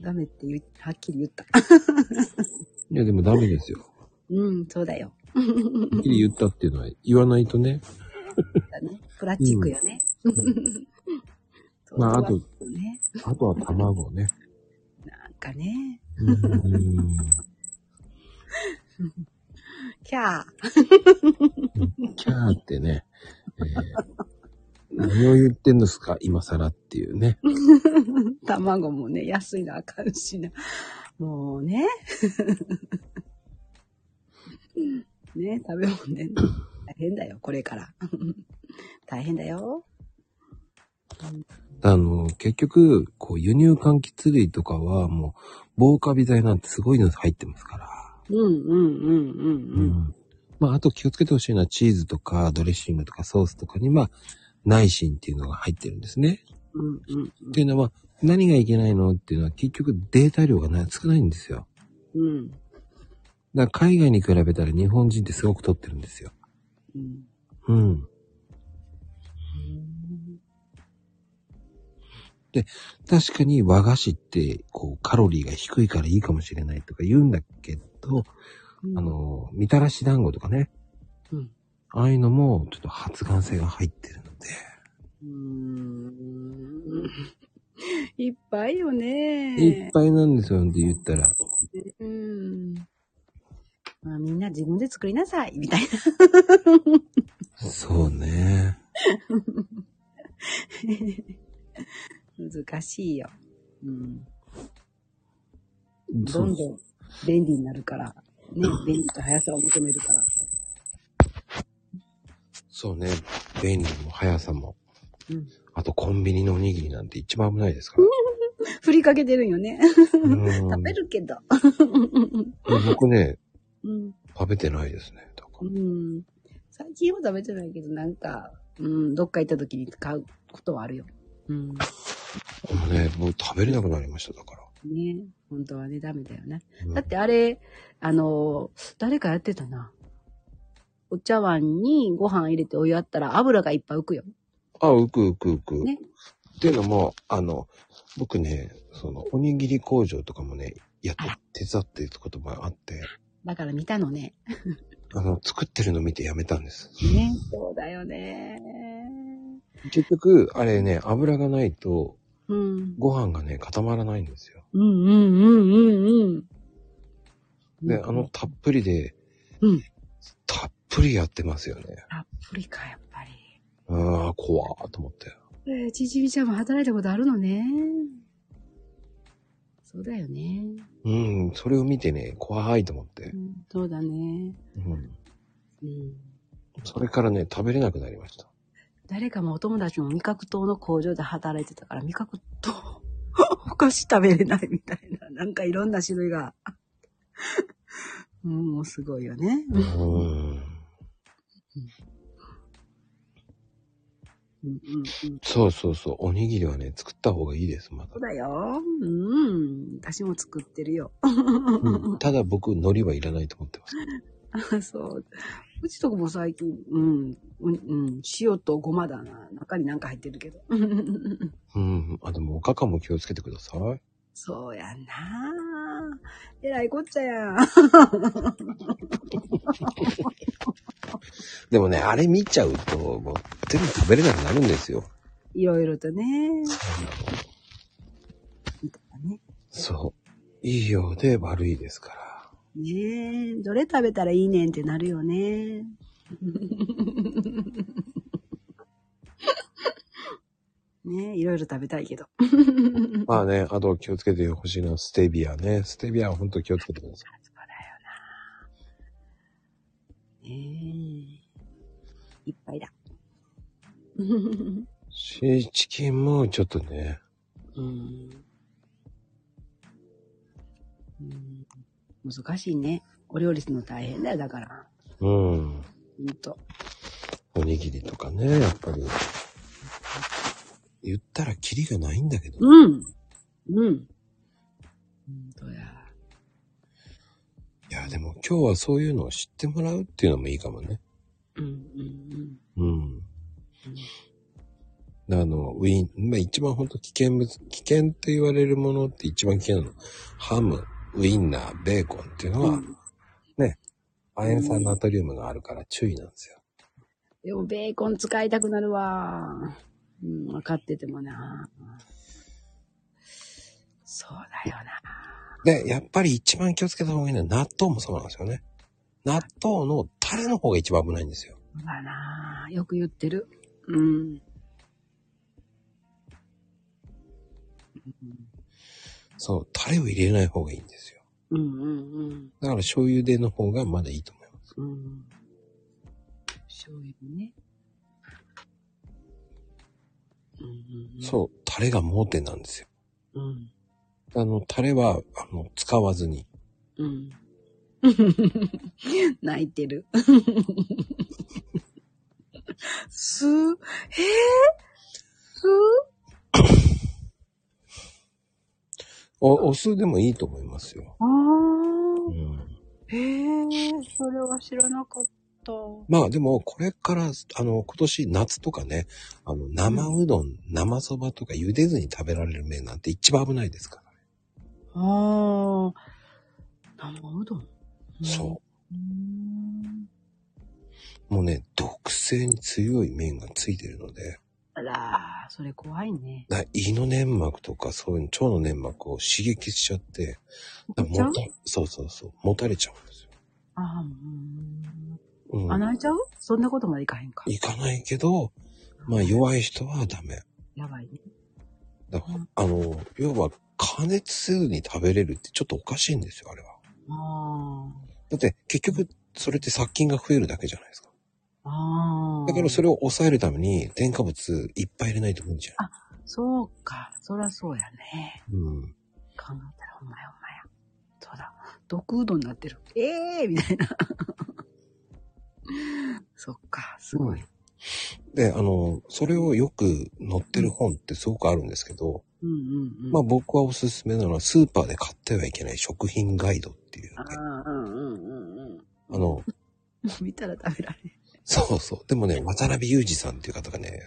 B: ダメって言うはっきり言った。
A: い や、でもダメですよ。
B: うん、そうだよ。
A: はっきり言ったっていうのは言わないとね。
B: だね。プラスチックよね。
A: まあ、あ
B: そう
A: と、
B: だよね。
A: あとは卵ね。
B: なんかね。
A: うん。
B: キャー。
A: キャーってね。えー何を言ってんですか今更っていうね。
B: 卵もね、安いのあかんしな。もうね。 ね、食べ物ね。大変だよ、これから。 大変だよ。
A: あの、結局、こう、輸入柑橘類とかはもう、防カビ剤なんてすごいの入ってますから。
B: うんうんうんうん
A: う
B: うん。
A: ん。まあ、あと気をつけてほしいのは、チーズとか、ドレッシングとか、ソースとかに、まあ、内心っていうのが入ってるんですね。
B: うんうん
A: っていうのは、何がいけないのっていうのは、結局データ量がな少ないんですよ。
B: うん
A: だから海外に比べたら日本人ってすごく取ってるんですよ。
B: うん。
A: うん。確かに和菓子って、こう、カロリーが低いからいいかもしれないとか言うんだけど、
B: うん
A: あ、の、みたらし団子とかね。
B: うん
A: ああいうのも、ちょっと発がん性が入ってるので。
B: うーん。いっぱいよね。
A: いっぱいなんですよ、って言ったら。
B: うん。まあみんな自分で作りなさい、みたいな。
A: そうね。
B: 難しいよ。うん。
A: そ
B: どん
A: う
B: どん便利になるから。ね、便利と速さを求めるから。
A: そうね。便利も速さも。
B: うん。
A: あと、コンビニのおにぎりなんて一番危ないですから。
B: 振りかけてるんよね。
A: うん
B: 食べるけど。
A: 僕ね、
B: うん。
A: 食べてないですね。だから
B: うん。最近は食べてないけど、なんか、うん、どっか行った時に買うことはあるよ。うん。
A: でもね、もう食べれなくなりました、だから。
B: ね本当はね、ダメだよね。
A: うん
B: だってあれ、あの、誰かやってたな。お茶碗にご飯入れてお湯あったら油がいっぱい浮くよ。
A: あ、うくうくうく。
B: ね
A: っていうのも、あの、僕ね、その、おにぎり工場とかもね、やって
B: あら、
A: 手伝ってることもあって、
B: だから見たのね。
A: あの、作ってるの見てやめたんです。
B: ね。そうだよね。
A: 結局、あれね、油がないと、
B: うん。
A: ご飯がね、固まらないんですよ。
B: うんうんうんうんうん。
A: で、あの、、たっぷりで、
B: うん
A: たっぷりやってますよね。
B: たっぷりか、やっぱり。
A: ああ、怖ーと思って。
B: えー、ちちびちゃんも働いたことあるのね。そうだよね。
A: うん、それを見てね、怖いと思って
B: う。ん、そうだね。
A: うん。
B: うん。
A: それからね、食べれなくなりました。
B: 誰かもお友達も味覚糖の工場で働いてたから、味覚糖、 お菓子食べれないみたいな、なんかいろんな種類が。 うんもうすごいよね。
A: うーん。
B: うんうんうん。そ
A: そうそうそう。おにぎりはね、作った方がいいです、まだ
B: う。だよ。うん。私も作ってるよ。
A: うん、ただ僕、海苔はいらないと思ってます。
B: あそう。うちとこも最近、うん、うん、うん、塩とごまだな。中になんか入ってるけど。
A: うん。あ、でも、おかかも気をつけてください。
B: そうやんなえらいこっちゃやん。
A: でもね、あれ見ちゃうと、もう、全部食べれなくなるんですよ。
B: いろいろとね。 ね
A: そう。いいようで悪いですから。
B: ねえ、どれ食べたらいいねんってなるよ ね。ねえ、いろいろ食べたいけど。
A: まあね、あと気をつけてほしいのは、ステビアね。ステビアは本当気をつけてください。
B: ねえ、いっぱい だ。
A: シーチキンもちょっとね、
B: うんうん難しいね。お料理するの大変だよ、だから。
A: うん。
B: ほんと。
A: おにぎりとかね、やっぱり。言ったらキリがないんだけど。
B: うん。うん。ほんとや。
A: いや、でも今日はそういうのを知ってもらうっていうのもいいかもね。
B: うんうん
A: うん。あの、ウィン、まあ、一番本当危険物、危険って言われるものって一番危険なの。ハム、ウインナー、ベーコンっていうの
B: う
A: は、
B: ん。うん
A: 亜鉛酸ナトリウムがあるから注意なんですよ。
B: でも、ベーコン使いたくなるわ。うん、分かっててもな。そうだよな。
A: で、やっぱり一番気をつけた方がいいのは納豆もそうなんですよね。納豆のタレの方が一番危ないんですよ。
B: そうだな。よく言ってる。うん。
A: そう、タレを入れない方がいいんですよ。
B: うんうんうん。
A: だから醤油での方がまだいいと思います。
B: うん。醤油ね。うんうんうん、
A: そう、タレが盲点なんですよ。
B: う。うん。
A: あの、タレは、あの、使わずに。
B: うん。 泣いてる。 すー、えー、す
A: お、お酢でもいいと思いますよ。
B: ーあ
A: う
B: ー、
A: ん。
B: えー、それは知らなかった。
A: まあでも、これから、あの、今年夏とかね、あの、生うどん、生そばとか茹でずに食べられる麺なんて一番危ないですからね。
B: ああ、生うどん。。
A: そう
B: ん
A: う。もうね、毒性に強い麺がついてるので、
B: あらー、それ怖いね。
A: だ胃の粘膜とかそういう腸の粘膜を刺激しちゃって、だ
B: ちゃう
A: もたそうそうそう、もたれちゃうんですよ。
B: ああ、うん。
A: うん。
B: あ、泣いちゃうそんなことまでいかへんか。
A: いかないけど、まあ弱い人はダメ。
B: やばいね。
A: だから、あの、要は加熱せずに食べれるってちょっとおかしいんですよ、あれは。
B: あ
A: だって結局それって殺菌が増えるだけじゃないですか。
B: あ。ああ。
A: だからそれを抑えるために添加物いっぱい入れないと無理じゃない。
B: そうか。そらそうやね。
A: うん。
B: 考えたらほんまやほんまや。そうだ。毒うどんになってる。ええー、みたいな。 そっか。すごい。
A: で、あの、それをよく載ってる本ってすごくあるんですけど、
B: うんうんうん。
A: まあ僕はおすすめなのはスーパーで買ってはいけない食品ガイドっていう、
B: ああ、うんうんうんうん。
A: あの、
B: 見たら食べられ
A: そうそう。でもね、渡辺裕二さんっていう方がね、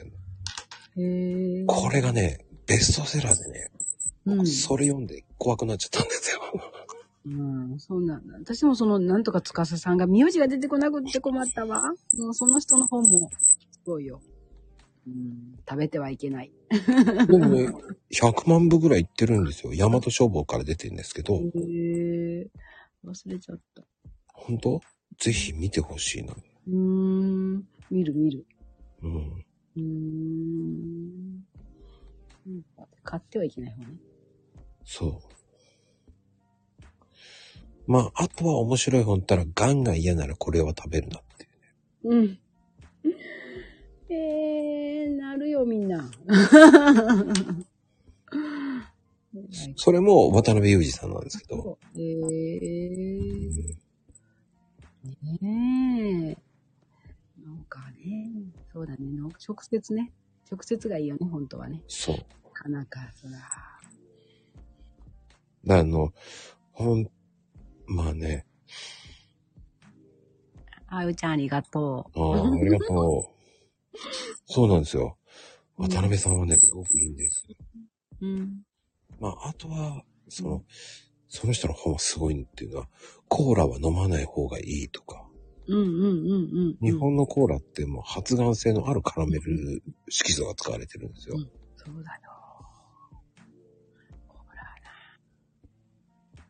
B: へえ。
A: これがね、ベストセラーでね、
B: うん。
A: それ読んで怖くなっちゃったんですよ。
B: うん、そうなんだ。私もその、なんとか司さんが、名字が出てこなくって困ったわ。もうその人の本も、すごいよ。うん、食べてはいけない。
A: でもね、100万部ぐらいいってるんですよ。大和消防から出てるんですけど、
B: へえ。忘れちゃった。
A: 本当ぜひ見てほしいな。
B: うーん、見る見る。
A: うん。
B: うーん。なんか買ってはいけない本ね。
A: そう。まあ、あとは面白い本ったら、ガンが嫌ならこれは食べるなって。
B: うん。ええー、なるよ、みんな。
A: それも渡辺裕二さんなんですけど。
B: えー、ねえ。なんかね、そうだね、の直接ね。直接がいいよね、本当はね。
A: そう。
B: なかなか、そら。
A: だからあの、ほん、まあね。
B: あうちゃんありがと
A: ああ、ありがとう。そうなんですよ。
B: うん
A: 渡辺さんはね、すごくいいんです。
B: う。うん。
A: まあ、あとは、その、その人の本はすごいっていうのは、コーラは飲まない方がいいとか、
B: うんうんうんうん。
A: 日本のコーラってもう発がん性のあるカラメル色素が使われてるんですよ
B: う。んそうだよ。ほら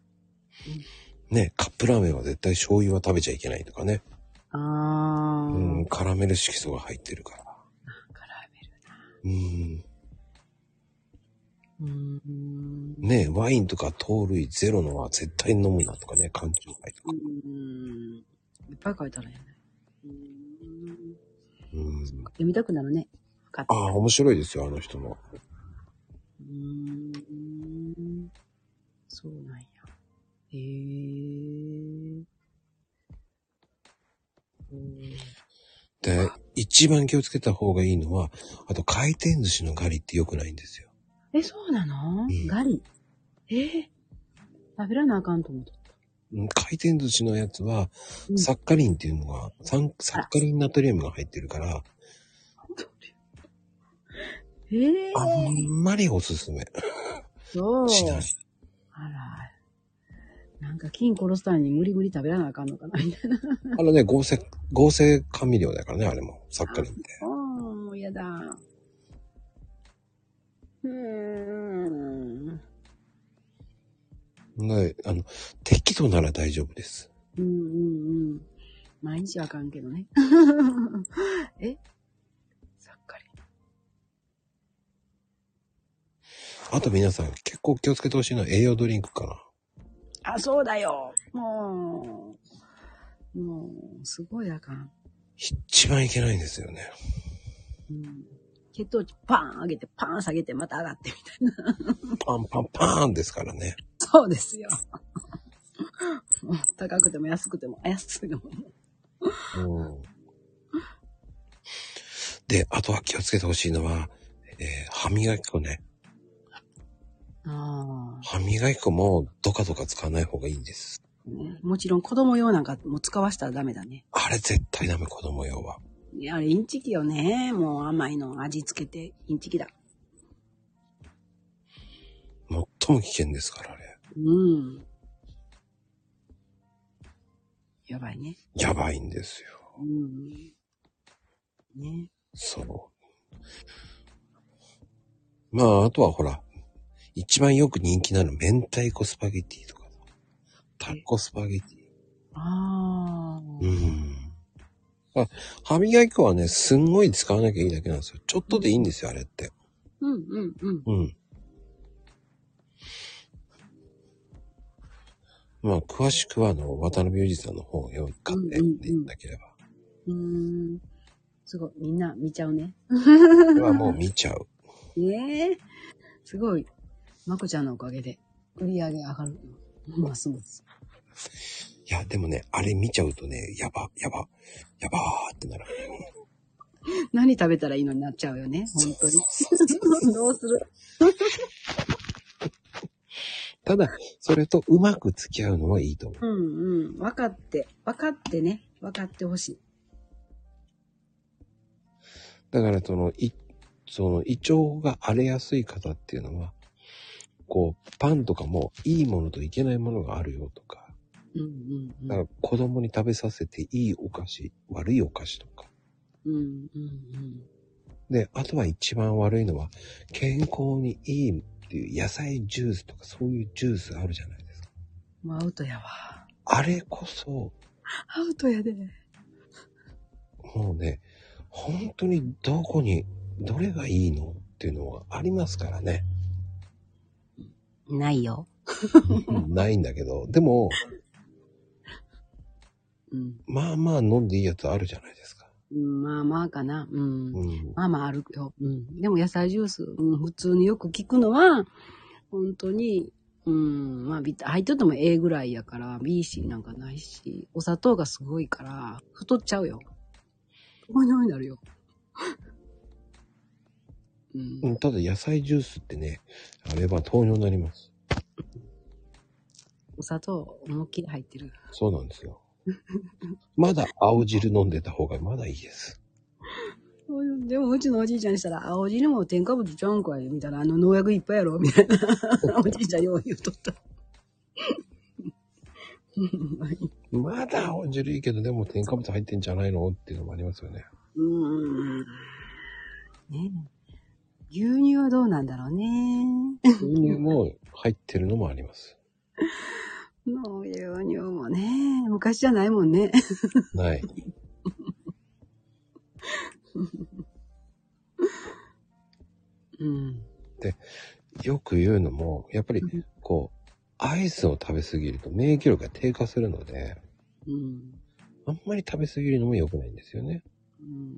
A: ね、カップラーメンは絶対醤油は食べちゃいけないとかね。
B: な。あー。
A: うん、カラメル色素が入ってるから。
B: カラメ
A: うん。
B: ル。うーん。
A: ね、ワインとか糖類ゼロのは絶対飲むなとかね、缶中杯と
B: う
A: か。
B: ーん。いっぱい書いたらいいね。うーん。
A: うん。
B: 読みたくなるね。分かった。
A: ああ、面白いですよ、あの人も。
B: うーん。そうなんや。へえ。ー。うん
A: で、一番気をつけた方がいいのは、あと回転寿司のガリって良くないんですよ。
B: え、そうなの、
A: うん
B: ガリ。えー食べらなあかんと思ってた。
A: うん回転寿司のやつは、
B: うん
A: サッカリンっていうのが、酸サッカリンナトリウムが入ってるから、
B: ええ
A: あんまりおすすめ
B: そう。
A: しない。
B: あら。なんか金殺すために無理無理食べらなあかんのかなみたいな。
A: あのね、合成、合成甘味料だからね、あれも。サッカリンって。
B: ああ、もうやだ。うーん。
A: ね、あの、適度なら大丈夫です。
B: うんうんうん。毎日はあかんけどね。 えさっかり。
A: あと皆さん、結構気をつけてほしいのは栄養ドリンクかな。
B: あ、そうだよ。もう、もう、すごいあかん。
A: 一番いけないんですよね。
B: うん、血糖値パーン上げて、パーン下げて、また上がってみたいな。
A: パンパンパーンですからね。
B: そうですよ。 もう高くても安くても、安くても。
A: うん。で、あとは気をつけてほしいのは、えー歯磨き粉ね。
B: あ
A: 歯磨き粉もどかどか使わない方がいいんです。
B: あ、ね。もちろん子供用なんかもう使わしたらダメだね。
A: あれ絶対ダメ、子供用は。
B: いやあれ、インチキよね。もう甘いの味付けて、インチキだ。
A: 最も危険ですから、あれ。
B: うん。やばいね。
A: やばいんですよ。
B: うん。ね。
A: そう。まあ、あとはほら、一番よく人気なの、明太子スパゲティとかさ、タコスパゲテ
B: ああ。
A: ィ。うん。あ歯磨き粉はね、すんごい使わなきゃいいだけなんですよ。ちょっとでいいんですよ、あれって。
B: うんうんうん。
A: うん。まあ、詳しくは、あの、渡辺裕二さんの本を読ん買って
B: うんうんうん
A: いただければ。
B: うーん。すごい。みんな見ちゃうね。
A: これはもう見ちゃう。
B: ねえ。すごい。まこちゃんのおかげで、売り上げ上がる。ますます。
A: いや、でもね、あれ見ちゃうとね、やば、やば、やばーってなる。
B: 何食べたらいいのになっちゃうよね。本 当に。どうする
A: ただ、それとうまく付き合うのはいいと思う。
B: うんうん。分かって、分かってね。分かってほしい。
A: だから、その、い、その、胃腸が荒れやすい方っていうのは、こう、パンとかも、いいものといけないものがあるよとか、
B: うんうん
A: だ
B: う
A: か
B: ん。
A: ら子供に食べさせていいお菓子、悪いお菓子とか。
B: うんうん
A: で、あとは一番悪いのは、健康にいいっていう野菜ジュースとかそういうジュースあるじゃないですか。
B: うん。もうアウトやわ。
A: あれこそ、
B: アウトやで。
A: もうね、本当にどこに、どれがいいのっていうのがありますからね。
B: ないよ。
A: ないんだけど、でも、
B: うん。
A: まあまあ飲んでいいやつあるじゃないですか。
B: うん、まあまあかな。うん。
A: うん。
B: まあまああるよ。うん。でも野菜ジュース、うん、普通によく聞くのは、本当に、うん、まあビタ、入っとっても A ぐらいやから、BC なんかないし、お砂糖がすごいから、太っちゃうよ。おいおいになるよ。うん
A: う。んただ野菜ジュースってね、あれば糖尿になります。
B: お砂糖、思いっきり入ってる。
A: そうなんですよ。まだ青汁飲んでた方がまだいいです。
B: でもうちのおじいちゃんにしたら、青汁も添加物ちゃうんかいみたいな、あの農薬いっぱいやろみた いな。おじいちゃんよう言うとった。うんまあいい
A: まだ青汁いいけど、でも添加物入ってんじゃないのっていうのもありますよね。
B: うんうんうん。ね牛乳はどうなんだろうね。
A: 牛乳も入ってるのもあります。
B: もう牛乳もね、昔じゃないもんね。
A: ない。
B: うん。
A: よく言うのも、やっぱり
B: うん、
A: こう、アイスを食べ過ぎると免疫力が低下するので、
B: うん。
A: あんまり食べ過ぎるのも良くないんですよね。
B: うん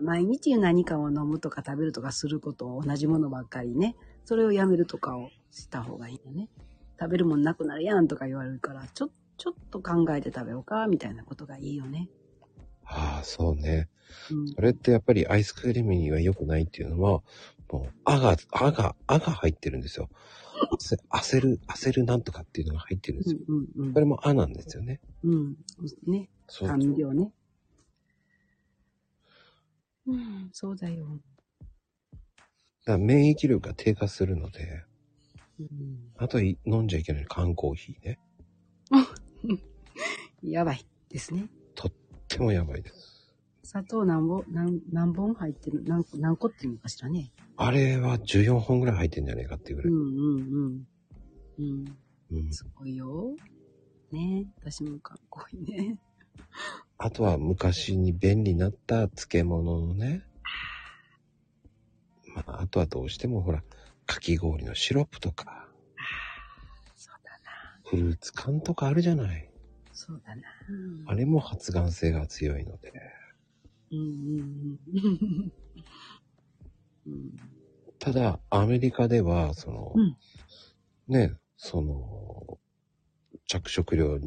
B: 毎日何かを飲むとか食べるとかすることを同じものばっかりね。それをやめるとかをした方がいいよね。食べるもんなくなるやんとか言われるから、ちょ、ちょっと考えて食べようか、みたいなことがいいよね。
A: ああ、そうね。
B: うん
A: それってやっぱりアイスクリームには良くないっていうのは、もう、あが、あが、あが入ってるんですよ。せ焦る、焦るなんとかっていうのが入ってるんですよ。
B: うんうん
A: これもあなんですよね。
B: うん。うん。ね。
A: そう。
B: 甘味料ね。うん、そうだよ。
A: だから免疫力が低下するので、
B: うん、
A: あとい飲んじゃいけない缶コーヒーね。
B: やばいですね。
A: とってもやばいです。
B: 砂糖何本、何何本入ってる何何個っていうのかしらね。
A: あれは14本ぐらい入ってんじゃねえかっていうぐら
B: うん
A: い。
B: うんうん。う
A: うん
B: ん、すごいよ。ね私もかっこいいね。
A: あとは昔に便利になった漬物のね。まあ、あとはどうしてもほら、かき氷のシロップとか、
B: そうだな。
A: フルーツ缶とかあるじゃない。
B: そうだな。
A: あれも発がん性が強いので。
B: うんうんうん。うん、
A: ただ、アメリカでは、その、
B: うん
A: ね、その、着色料、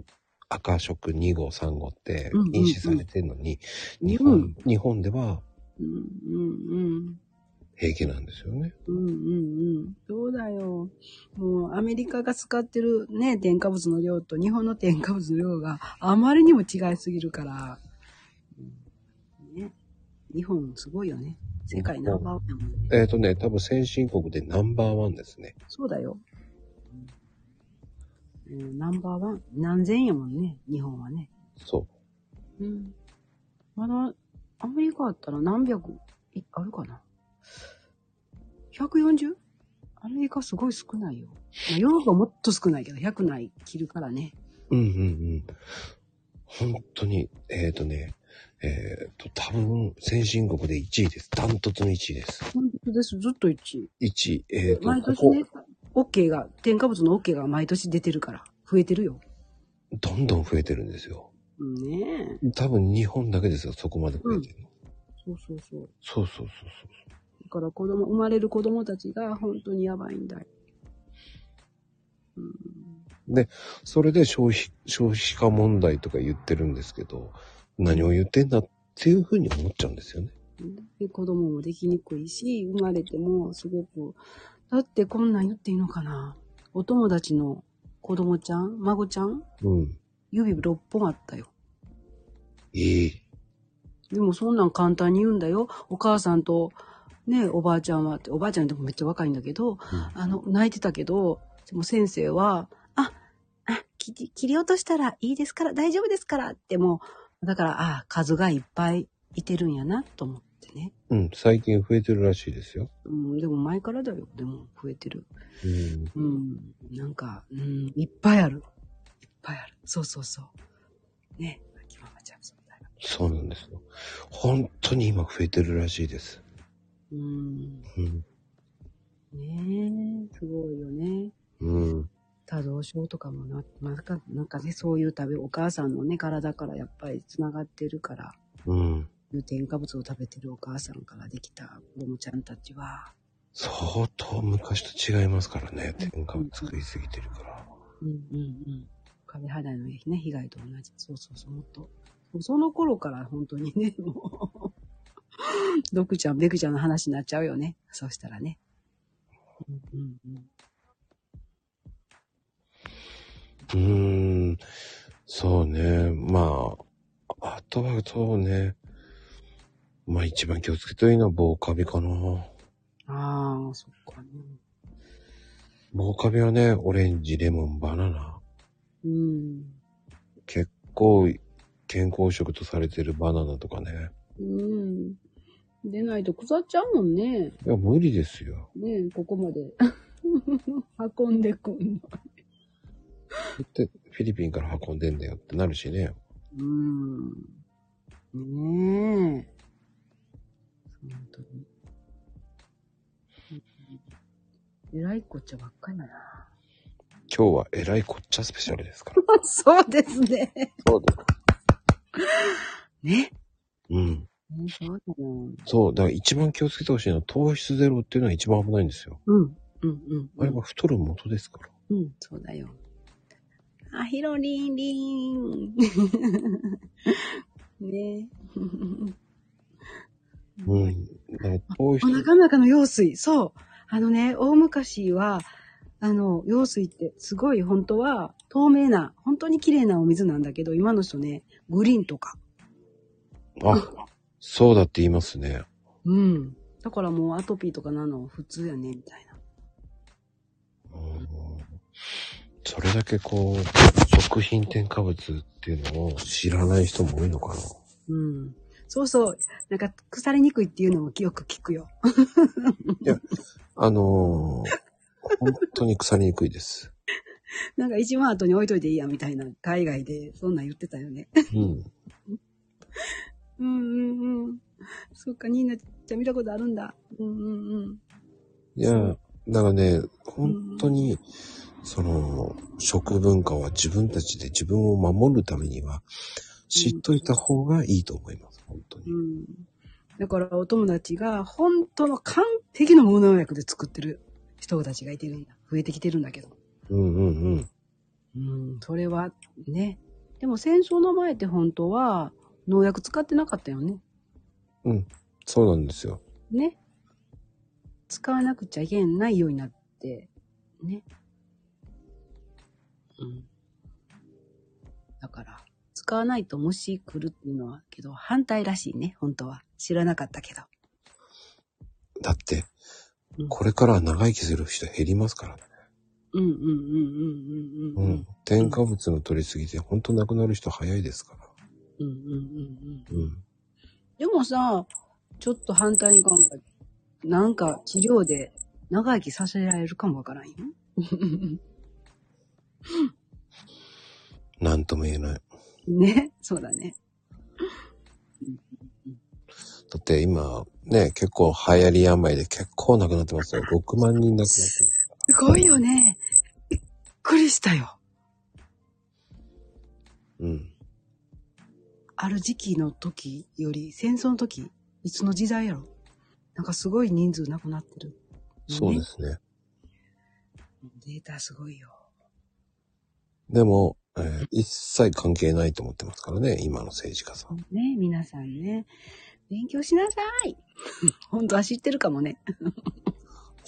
A: 赤色2号3号って
B: うんうんうん
A: 禁止されてるのに、日
B: う
A: 本
B: ん、
A: 日本では
B: うんうんうん。
A: 平気なんですよね。
B: うんうんうん。そうだよ。もうアメリカが使ってるね、添加物の量と日本の添加物の量があまりにも違いすぎるから。うんね。日本すごいよね。世界ナンバーワンやもんね。
A: えっ、とね、多分先進国でナンバーワンですね。
B: そうだよ。うんうんナンバーワン。何千やもんね。日本はね。
A: そ
B: うん。まだ、アメリカあったら何百、いあるかな ?140? アメリカすごい少ないよ。まあ、ヨーロッパはもっと少ないけど、100ない切るからね。
A: う。うんうんうん。本当に、えっ、とね、えっ、と、多分先進国で1位です。ダントツの1位です。
B: 本当です。ずっと
A: 1
B: 1
A: 位。えっ、
B: 位。毎
A: と、
B: 年
A: こ
B: ね、OK が、添加物の OK が毎年出てるから、増えてるよ。
A: こ、どんどん増えてるんですよ。
B: うんねえ。
A: 多分日本だけですよ、そこまで増えてるの。
B: そうそうそう。
A: そうそうそうそう。
B: だから子供、生まれる子供たちが本当にやばいんだよ。うん。
A: それで消費、消費化問題とか言ってるんですけど、何を言ってんだっていうふうに思っちゃうんですよね。
B: で子供もできにくいし、生まれてもすごく、だってこんなん言っていいのかな。お友達の子供ちゃん、孫ちゃん、
A: うん。
B: 指6本あったよ。
A: いい。
B: でもそんなん簡単に言うんだよ。お母さんと、ね、おばあちゃんはって、おばあちゃんでもめっちゃ若いんだけど、あの、泣いてたけど、でも先生は、あ、あ、切り切り落としたらいいですから、大丈夫ですからってもう、だから、あ、数がいっぱいいてるんやなと思ってね。
A: うん、最近増えてるらしいですよ。
B: うん、でも前からだよ。でも増えてる。
A: うん。
B: うん、なんか、うん、いっぱいある。いっぱいある。そうそうそう。ね、秋ママちゃん、そうだよ。
A: そうなんですよ。本当に今増えてるらしいです。
B: うん、
A: うん。
B: ねえ、すごいよね。
A: うん。
B: 多動症とかもな、まさか、なんかね、そういう食べ、お母さんのね、体からやっぱり繋がってるから、
A: うん。
B: 有添加物を食べてるお母さんからできた子供ちゃんたちは、
A: 相当昔と違いますからね。添加物食いすぎてるから。
B: うんうんうん。壁肌のね、被害と同じ。そうそうそう、もっと。その頃から本当にね、 もう、ドクちゃん、ベクちゃんの話になっちゃうよね。そうしたらね。うんうんうん。
A: うーん。そうね。まあ、あとはそうね。まあ一番気をつけていいのは防カビかな。
B: ああ、そっかね。
A: 防カビはね、オレンジ、レモン、バナナ。
B: うん。
A: 結構健康食とされてるバナナとかね。
B: うん。でないと腐っちゃうもんね。
A: いや、無理ですよ。
B: ねえここまで。 運んでくんの。
A: だってフィリピンから運んでんだよってなるしね。
B: うん。ねえ。本当に。えらいこっちゃばっかりだな。
A: 今日はえらいこっちゃスペシャルですから。
B: そうですね。
A: そうです。
B: ね。
A: うん。
B: ねそうだよ。
A: そう。だから一番気をつけてほしいのは糖質ゼロっていうのは一番危ないんですよ。
B: うん。うんうん。
A: あれは太る元ですから。
B: うん、そうだよ。あ、ヒロリンリン。 ね
A: うん。だから糖質
B: お、腹の中の用水。そう。あのね、大昔は、あの、用水ってすごい本当は透明な、本当に綺麗なお水なんだけど、今の人ね、グリーンとか。
A: あ、そうだって言いますね。
B: うん。だからもうアトピーとかなの普通やね、みたいな。
A: うんそれだけこう、食品添加物っていうのを知らない人も多いのかな。
B: うん。そうそう。なんか腐りにくいっていうのもよく聞くよ。
A: あのー、本当に腐りにくいです。
B: なんか一番後に置いといていいや、みたいな。海外でそんなん言ってたよね。
A: うん。
B: うんうんうん。 そっか、ニーナちゃん見たことあるんだ。うんうんうん。
A: いや、だからね、本当に、その、食文化は自分たちで自分を守るためには、知っといた方がいいと思います、本当
B: う
A: に。
B: ん。だからお友達が本当の完璧の無農薬で作ってる人たちがいてるんだ。増えてきてるんだけど。
A: うんうんうん。
B: うん、それはね。でも戦争の前って本当は農薬使ってなかったよね。
A: そうなんですよ。
B: ね。使わなくちゃいけないようになって、ね。うん。だから、使わないと虫来るっていうのは、けど反対らしいね、本当は。知らなかったけど。
A: だって
B: う、ん
A: これからは長生きする人減りますからね。
B: うんうんうんうん
A: う
B: うんうん。
A: ん。添加物の取りすぎて、本当亡くなる人早いですから。
B: うんうんうんうん。
A: うん。
B: でもさ、ちょっと反対に考えて、なんか治療で長生きさせられるかもわ からんよ。
A: なんとも言えない。
B: ね、そうだね。
A: だって今、ね、結構流行り病で結構亡くなってますよ。6万人亡くなってます。
B: すごいよね。びっくりしたよ。
A: うん。
B: ある時期の時より、戦争の時、いつの時代やろ。なんかすごい人数亡くなってる。
A: そうですね。
B: データすごいよ。
A: でも、えー一切関係ないと思ってますからね、今の政治家さん。
B: ね、皆さんね。勉強しなさい。 本当は知ってるかもね。
A: い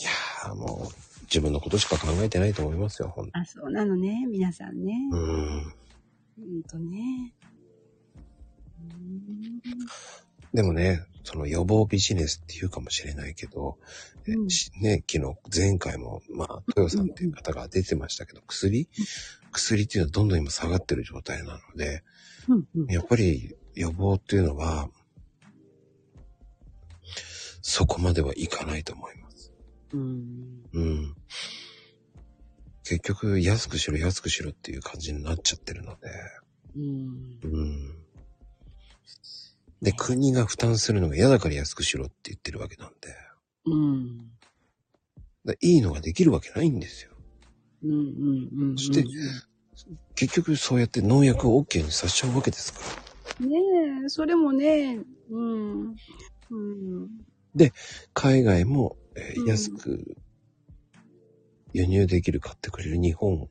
A: やーもう、自分のことしか考えてないと思いますよ、ほんと。
B: あ、そうなのね。皆さんね。
A: うーん。
B: ほんとね。うーん
A: でもね、その予防ビジネスっていうかもしれないけど、え
B: うん
A: しね、昨日、前回も、まあ、豊さんっていう方が出てましたけど、薬薬っていうのはどんどん今下がってる状態なので、
B: うんうん。
A: やっぱり予防っていうのは、そこまではいかないと思います。
B: うん。
A: うん。結局、安くしろ安くしろっていう感じになっちゃってるので。
B: うん。
A: うん。で、国が負担するのが嫌だから安くしろって言ってるわけなんで。
B: うん。
A: でいいのができるわけないんですよ。
B: うんうんうんうん。
A: そして結局そうやって農薬を OK にさせちゃうわけですから。
B: ねえ、それもね、うん。うん。
A: 海外も、えー
B: うん
A: 安く輸入できる買ってくれる日本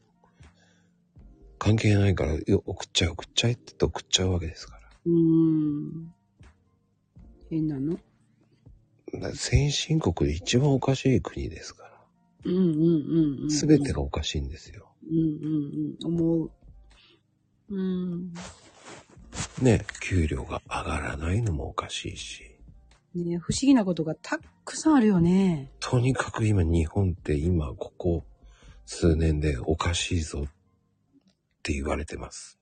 A: 関係ないからよ送っちゃえ送っちゃえって言って送っちゃうわけですから
B: うん。変なの
A: だから先進国で一番おかしい国ですから
B: うんうんうんうん。
A: 全て。がおかしいんですよ
B: うんうんうん。思う。うん。
A: ね給料が上がらないのもおかしいし
B: ねえ不思議なことがたっくさんあるよね。
A: とにかく今日本って今ここ数年でおかしいぞって言われてます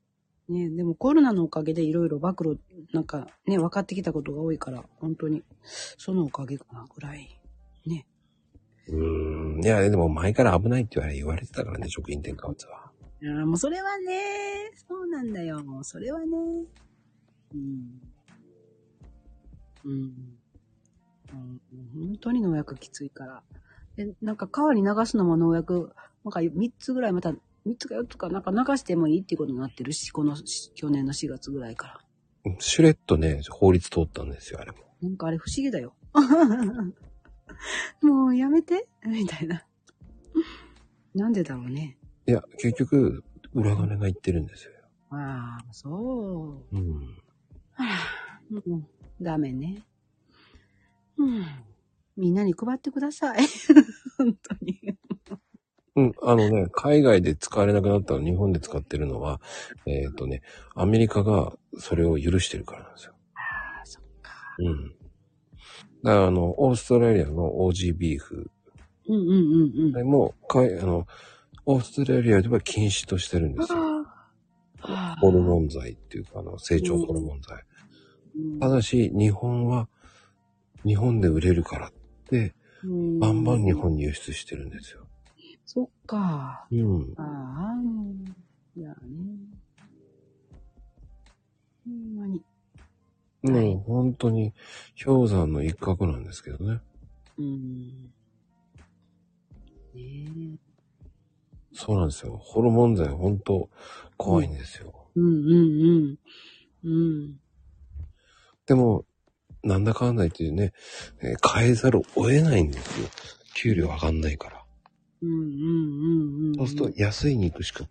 B: ねえでもコロナのおかげでいろいろ暴露、なんかね、分かってきたことが多いから、本当に、そのおかげかな、ぐらい。ね。
A: うーんいやでも前から危ないって言われ言われてたからね食品添加物は。
B: いやもうそれはね、そうなんだよ。それはね。うん。うん。うん、本当に農薬きついから。で、なんか川に流すのも農薬、なんか3つぐらいまた、3つか4つかなんか流してもいいっていうことになってるし、このし去年の4月ぐらいから。
A: しれっとね、法律通ったんですよ、あれも。
B: なんかあれ不思議だよ。 もうやめてみたいな。なんでだろうね。
A: いや、結局、裏金が言ってるんですよ。
B: ああ、そう。
A: うん。
B: うん、ダメね。うん。みんなに配ってください。本当に。
A: うん、あのね、海外で使われなくなったの、日本で使ってるのは、えっ、とね、アメリカがそれを許してるからなんですよ。
B: ああ、そっか。
A: うん。だから、あの、オーストラリアの OG ビーフ、
B: うんうんうんうん。
A: あ
B: は
A: れも、かいあの、オーストラリアでは禁止としてるんですよ。
B: あ
A: ホルモン剤っていうか、あの、成長ホルモン剤。ただし、日本は、日本で売れるからって、
B: うん
A: バンバン日。本に輸出してるんですよ。
B: そっか。
A: うん。
B: ああ、もう。いやね。ほんまに。は
A: も
B: いう
A: 本当に氷山の一角なんですけどね。
B: うん。ねえ。
A: そうなんですよ。ホルモン剤本当怖いんですよ。
B: うんうんうん。うん。
A: でも、なんだかんだ言ってね、えー変えざるを得ないんですよ。給料上がんないから。
B: うんうんうんうん。
A: そうすると安い肉しか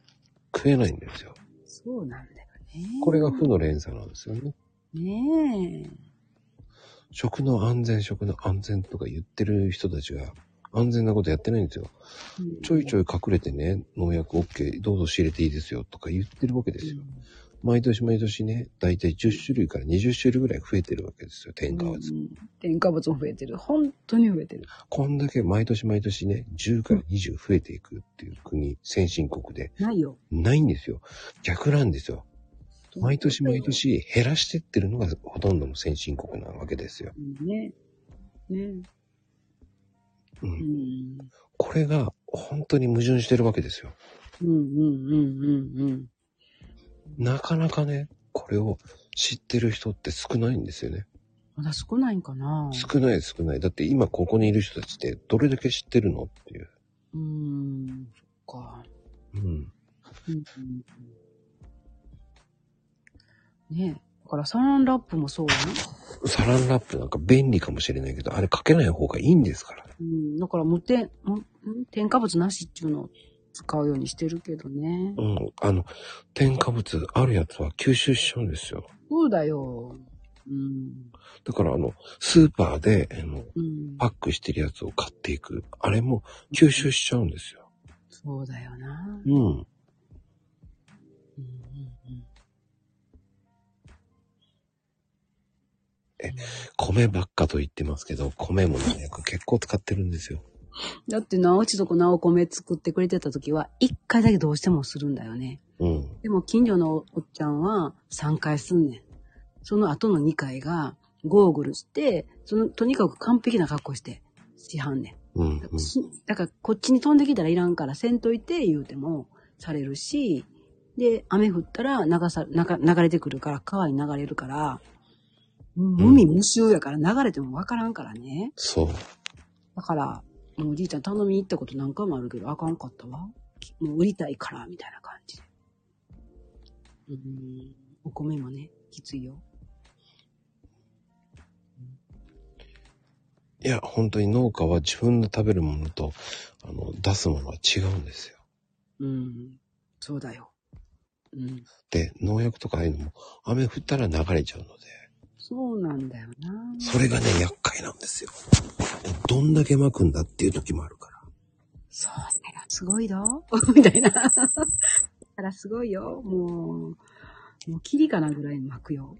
A: 食えないんですよ。
B: そうなんだよね。
A: これが負の連鎖なんですよね。
B: ねえ。
A: 食の安全、食の安全とか言ってる人たちが安全なことやってないんですよ。ちょいち
B: ょ
A: ょい隠れてね、農薬 OK、どうぞ仕入れていいですよとか言ってるわけですよ。毎年毎年ね、だいたい10種類から20種類ぐらい増えてるわけですよ、添加物。
B: うん添加物も増えてる。本当に増えてる。
A: こんだけ毎年毎年ね、10から20増えていくっていう国、先進国で
B: ないよ。
A: ないんですよ。逆なんですよ。毎年毎。年減らしてってるのがほとんどの先進国なわけですよ。
B: うんね。ね。
A: う、
B: うんん。
A: これが本当に矛盾してるわけですよ。
B: うんうんうんうんうん。
A: なかなかね、これを知ってる人って少ないんですよね。
B: まだ少ないんかな。
A: 少ない少ない。だって今ここにいる人たちってどれだけ知ってるのっていう。
B: うん。そっか。
A: うん。
B: うんうんうんねえ。だからサランラップもそうやな。
A: サランラップなんか便利かもしれないけど、あれかけない方がいいんですから。
B: うん。だから無添、無ん添加物なしっていうのを使うようにしてるけどね。
A: うん。あの、添加物あるやつは吸収しちゃうんですよ。
B: そうだよ。うん。
A: だからあの、スーパーで、あの、
B: うん。
A: パックしてるやつを買っていく。あれも吸収しちゃうんですよ。
B: そうだよな。
A: うん。
B: うん
A: え米ばっかと言ってますけど、米も農薬結構使ってるんですよ。
B: だってな、うちとこなお米作ってくれてた時は、一回だけどうしてもするんだよね。
A: うん。
B: でも近所のおっちゃんは3回すんねん。その後の2回が、ゴーグルして、その、とにかく完璧な格好して、しはんねん。
A: うん、うん。
B: しだからこっちに飛んできたらいらんからせんといて言うてもされるし、で、雨降ったら流さ、流流れてくるから、川に流れるから、海無臭やから流れてもわからんからね。
A: そう。
B: だから、もうおじいちゃん頼みに行ったこと何回もあるけど、あかんかったわ。もう売りたいから、みたいな感じで。うーん、お米もね、きついよ。
A: いや、本当に農家は自分の食べるものと、あの、出すものは違うんですよ。
B: うん、そうだよ。うん、
A: で、農薬とかああいうのも、雨降ったら流れちゃうので、
B: そうなんだよな。
A: それがね、厄介なんですよ。どんだけ巻くんだっていう時もあるから。
B: そうだよ、すごいよ、 みたいな。だからすごいよ、もう、もうキリかなぐらい巻くよ。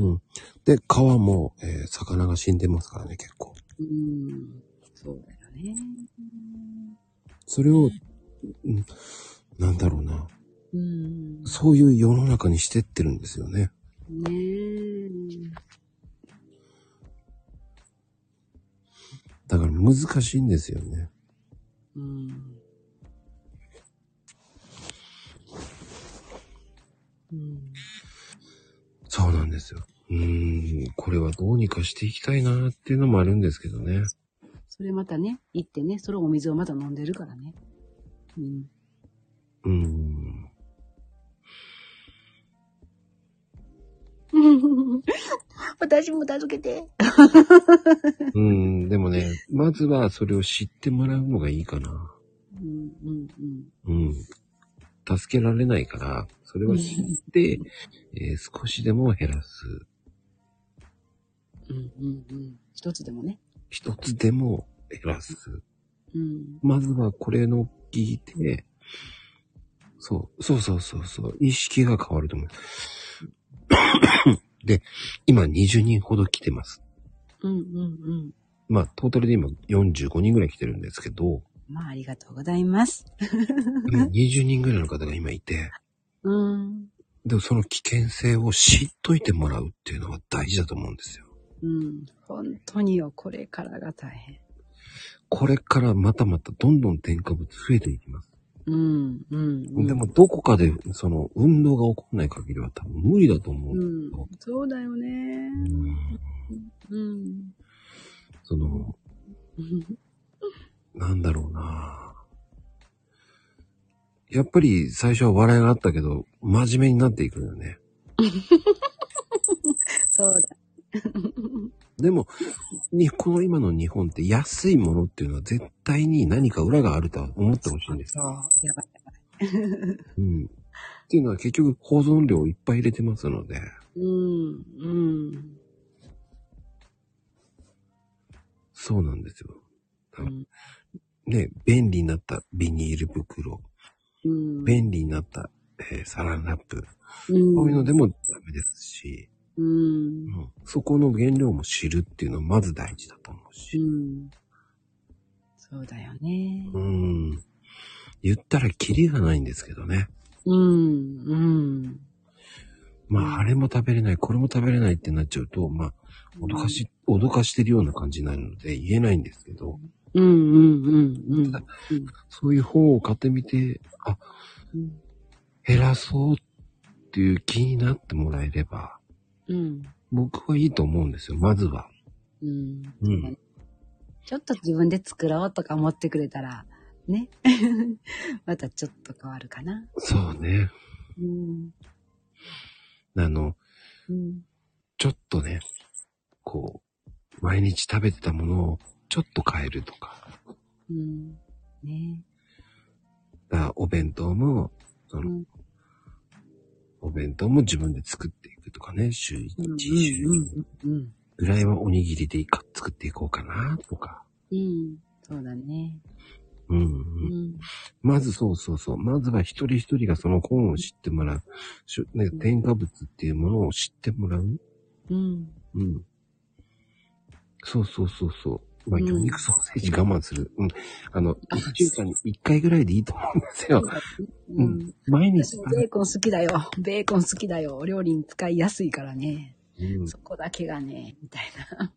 A: うん。で、皮も、えー魚が死んでますからね、結構。
B: うん、そうだよね。
A: それを、うん、なんだろうな。
B: うん、
A: そういう世の中にしてってるんですよね。
B: ねえ。
A: だから難しいんですよね。
B: うん。うん、
A: そうなんですよ。うーん、これはどうにかしていきたいなっていうのもあるんですけどね。
B: それまたね、行ってね、そのお水をまた飲んでるからね。うん。
A: うーん。
B: 私も助けて。
A: うーん、でもね、まずはそれを知ってもらうのがいいかな。
B: うんうんう
A: う
B: ん。
A: ん。助けられないから、それは知って、えー少しでも減らす。
B: うんうんうん。一つでもね。
A: 一つでも減らす。
B: うん。
A: まずはこれの聞いて、そう、そうそうそうそう、意識が変わると思う。で、今20人ほど来てます。
B: うんうんうん。
A: まあ、トータルで今45人ぐらい来てるんですけど、
B: まあ、ありがとうございます。
A: 今20人ぐらいの方が今いて、
B: うん。
A: でもその危険性を知っといてもらうっていうのは大事だと思うんですよ。
B: うん。本当によ、これからが大変。
A: これからまたまたどんどん添加物増えていきます。
B: うんうん、うん。
A: でも、どこかでその運動が起こらない限りは多分無理だと思う。
B: うん。そうだよね。
A: うん
B: うん。
A: その、なんだろうなやっぱり最初は笑いがあったけど、真面目になっていくのよね。
B: そうだ。
A: でも、にこの今の日本って安いものっていうのは絶対に何か裏があるとは思ってほしいんです。
B: そう。やばいやばい。
A: うん。っていうのは結局保存量をいっぱい入れてますので、
B: うん。うん。
A: そうなんですよ。
B: うん
A: ね、便利になったビニール袋、
B: うん。
A: 便利になった、えーサランラップ、
B: うん。
A: こういうのでもダメですし、
B: うん
A: う。ん、そこの原料も知るっていうのはまず大事だと思う
B: う
A: し、
B: ん。そうだよね。
A: うん、言ったらキリがないんですけどね。
B: うん。うん。
A: まあ、あれも食べれない、これも食べれないってなっちゃうと、まあ、脅かし、脅かしてるような感じになるので言えないんですけど、
B: うんうんうんうん。
A: そういう本を買ってみて、あ、
B: うん
A: 減らそうっていう気になってもらえれば、
B: うん。
A: 僕はいいと思うんですよ、まずは。
B: うん。
A: うん。
B: ちょっと自分で作ろうとか思ってくれたら、ね。またちょっと変わるかな。
A: そうね。
B: うん。
A: あの、
B: うん。
A: ちょっとね、こう、毎日食べてたものをちょっと変えるとか、
B: うん。ね。
A: あお弁当も、そうの
B: ん。
A: お弁当も自分で作っていくとかね、週1、
B: うん。
A: 週2
B: うん。
A: ぐらいはおにぎりでいいか作っていこうかなとか。
B: うん。そうだね。
A: うん、う。
B: うんん。
A: まずそうそうそう。まずは一人一人がその本を知ってもらう。しゅね、添加物っていうものを知ってもらう。
B: うん。
A: うん。そうそうそうそう。まあ、
B: うん
A: 魚肉ソーセージ我慢する。うん。あの、1週間に1回ぐらいでいいと思うんですよ。う
B: う
A: んん。毎日
B: 私もベーコン好きだよ。ベーコン好きだよ。お料理に使いやすいからね。
A: うん、
B: そこだけがね、みたいな。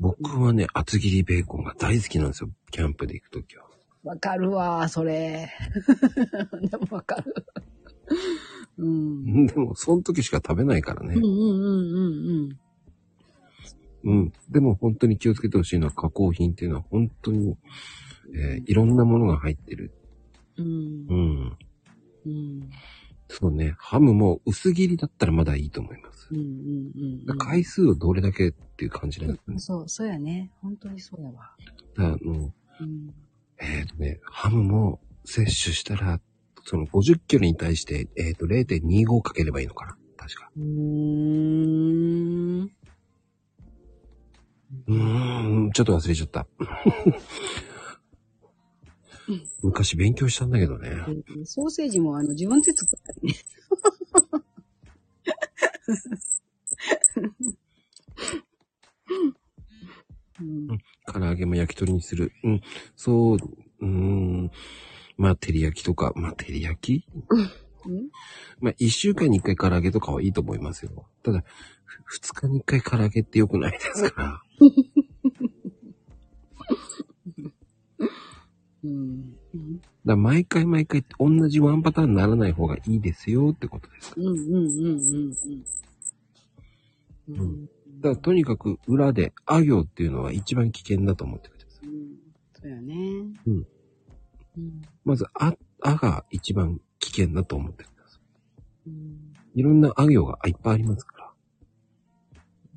A: 僕はね、厚切りベーコンが大好きなんですよ。キャンプで行くときは。
B: わかるわ、それ。でもわかる。うん。うん
A: でも、その時しか食べないから
B: うん
A: ね。
B: うんうんうん。
A: うん。でも、本当に気をつけてほしいのは、加工品っていうのは、本当に、えーいろんなものが入ってる。
B: うん
A: う。ん。
B: うん。
A: そうね。ハムも薄切りだったらまだいいと思います
B: うん。。うん。うん。
A: 回数をどれだけっていう感じなんですね。
B: そう、そうやね。本当にそうやわ。
A: だからあの、
B: うん。
A: えっ、とね、ハムも摂取したら、その50キロに対して、えっ、と、0.25かければいいのかな確か。
B: うーん。
A: うーん、ちょっと忘れちゃった。昔勉強したんだけどね。
B: でソーセージもあの自分で作ったりね。うん
A: 唐揚げも焼き鳥にする。うん、そう、うーん。まあ、照り焼きとか、まあ、照り焼き
B: うん
A: まあ、一週間に一回唐揚げとかはいいと思いますよ。ただ、ふ二日に一回唐揚げって良くないですから。
B: うんうん
A: だから毎回毎回同じワンパターンにならない方がいいですよってことです。
B: うんうんうんうんうん
A: う
B: う
A: んだからとにかく裏で、あ行っていうのは一番危険だと思ってください。
B: うんそうやね。
A: うん
B: うん
A: まず、あ、あが一番危険だと思ってくださ
B: うん
A: い。いろんなあ行がいっぱいありますから。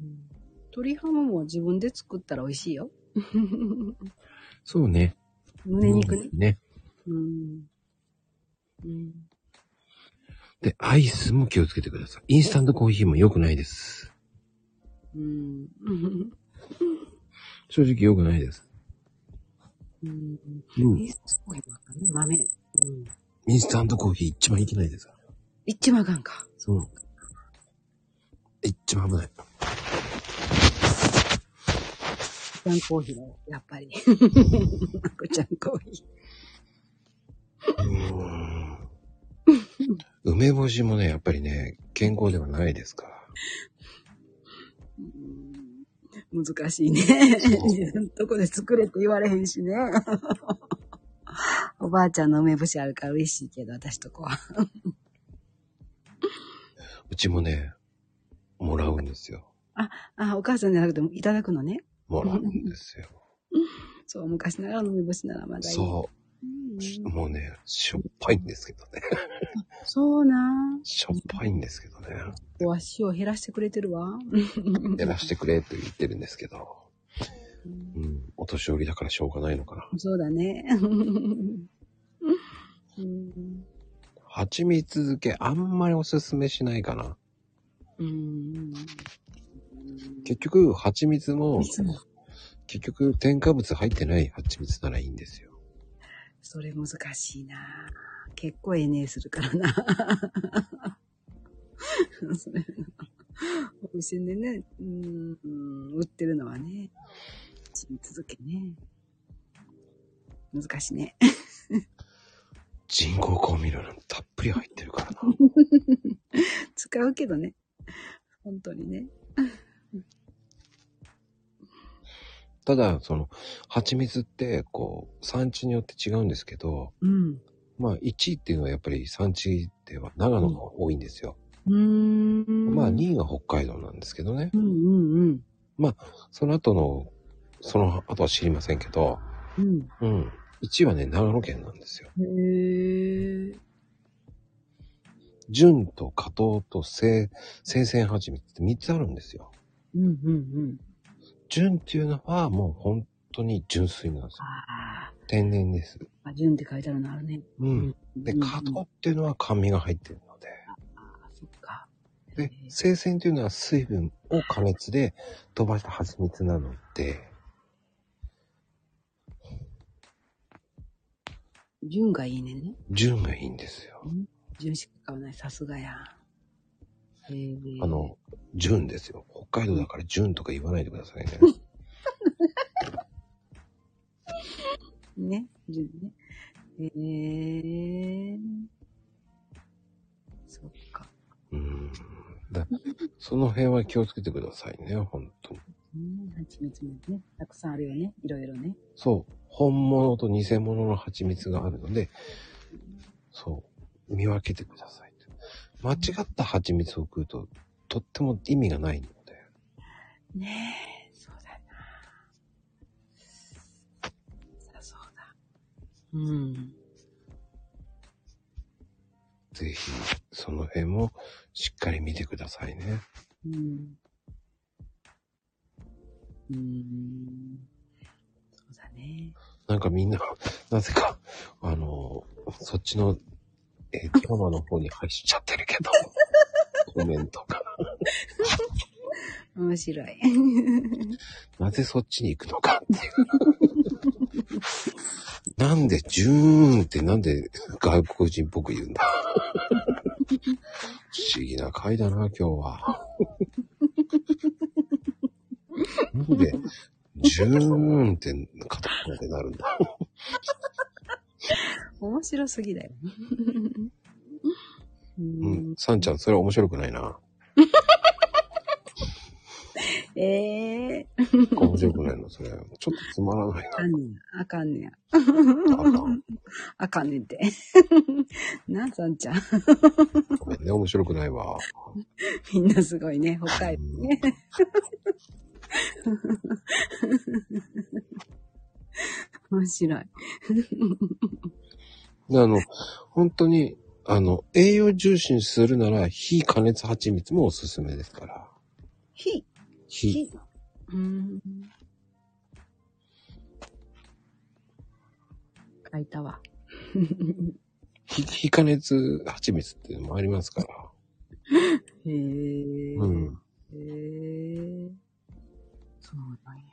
B: うん鶏ハムも自分で作ったら美味しいよ。
A: そうね。
B: 胸肉ね。
A: うんね。
B: うん。うん。
A: で、アイスも気をつけてください。インスタントコーヒーも良くないです。
B: うん。
A: 正直良くないです。
B: うん。
A: うん。
B: え、すごいわかんね。豆。うん。
A: インスタントコーヒー一番いけないです。
B: 一番あかんか。
A: そう。一番危ない。
B: ちゃんコーヒーだよ、やっぱり。 まこちゃんコーヒ
A: 梅干しもね、やっぱりね、健康ではないですから。
B: ー。うん難しいね。 自分のとこで作れって言われへんしね。 おばあちゃんの梅干しあるから嬉しいけど、私とこは。
A: うちもね、もらうんですよ。
B: あ、お母さんじゃなくていただくのね。
A: もらうんですよ。
B: そう、昔ながらの梅干しならまだいい。
A: そうう。
B: ん
A: もうね、しょっぱいんですけどね。
B: そうなん。
A: しょっぱいんですけどね。
B: おわしを減らしてくれてるわ。
A: やらしてくれと言ってるんですけど。
B: うん
A: うん。お年寄りだからしょうがないのかな。
B: そうだね。 うん。
A: 蜂蜜漬けあんまりおすすめしないかな。
B: うん。
A: 結局、蜂蜜も、
B: も
A: 結局、添加物入ってない蜂蜜ならいいんですよ。
B: それ難しいな。結構 NA するからな。 それお店でね、うん、うん売ってるのはね、死に続けね。難しいね。
A: 人工香味料なんてたっぷり入ってる からな。
B: 使うけどね。本当にね。
A: ただ、その、蜂蜜って、こう、産地によって違うんですけど、
B: うん。
A: まあ、1位っていうのはやっぱり産地では長野が多いんですよ。
B: うーん。
A: まあ、2位が北海道なんですけどね
B: う。んうんうん。
A: その後の、その後は知りませんけど、
B: うん。
A: うん。1位はね、長野県なんですよ。
B: へー
A: 純と加糖と生、生鮮蜂蜜って3つあるんですよ。
B: うんうんうん。
A: 純っていうのはもう本当に純粋なんですよ。
B: あ
A: 天然です。
B: あ、順って書いてあるのあるね。
A: うん。で、
B: うんうん
A: 加糖っていうのは甘味が入ってるので。
B: あそっか。
A: で
B: へ、ー
A: 生鮮というのは水分を加熱で飛ばした蜂蜜なので、
B: 順がいいねんね。
A: 純がいいんですよ。
B: 順しか買わない。さすがや。へえ。
A: あの、純ですよ。北海道だから純とか言わないでくださいね。
B: ね。順ね。へえ。そっか。
A: うん。だその辺は気をつけてくださいね、本当
B: うん、蜂蜜もね。たくさんあるよね。いろいろね。
A: そう。本物と偽物の蜂蜜があるので、そう。見分けてください。間違った蜂蜜を食うと、とっても意味がないので。
B: ねえ、そうだな。さそうだ。うん。
A: ぜひ、その辺もしっかり見てくださいね。
B: うん。うん。そうだね。
A: なんかみんな、 なぜか、あの、そっちの、えー、ドラマの方に入っちゃってるけど、コメントが。
B: 面白い。
A: なぜそっちに行くのか っていう。なんで、ジューンってなんで外国人っぽく言うんだ。不思議な回だな、今日は。なんで、ジューンって片方でなるんだ。
B: 面白すぎだよ。う
A: うん
B: ん、、
A: サンちゃん、それは面白くないな。
B: ええ
A: 面白くないな、それ。ちょっとつまらない
B: あかんねや。あかんね
A: な。
B: や。
A: あかん
B: あかんねんて。 なあ、さんちゃん。
A: ごめんね、面白くないわ。
B: みんなすごいね。北海道ね。 面白い。
A: で、あの、本当に、あの、栄養重視にするなら、非加熱蜂蜜もおすすめですから。
B: ひ、
A: 非。
B: うん。書いたわ。
A: 非、非加熱蜂蜜っていうのもありますから。
B: へえ。
A: うん。
B: へえ。そうなんや。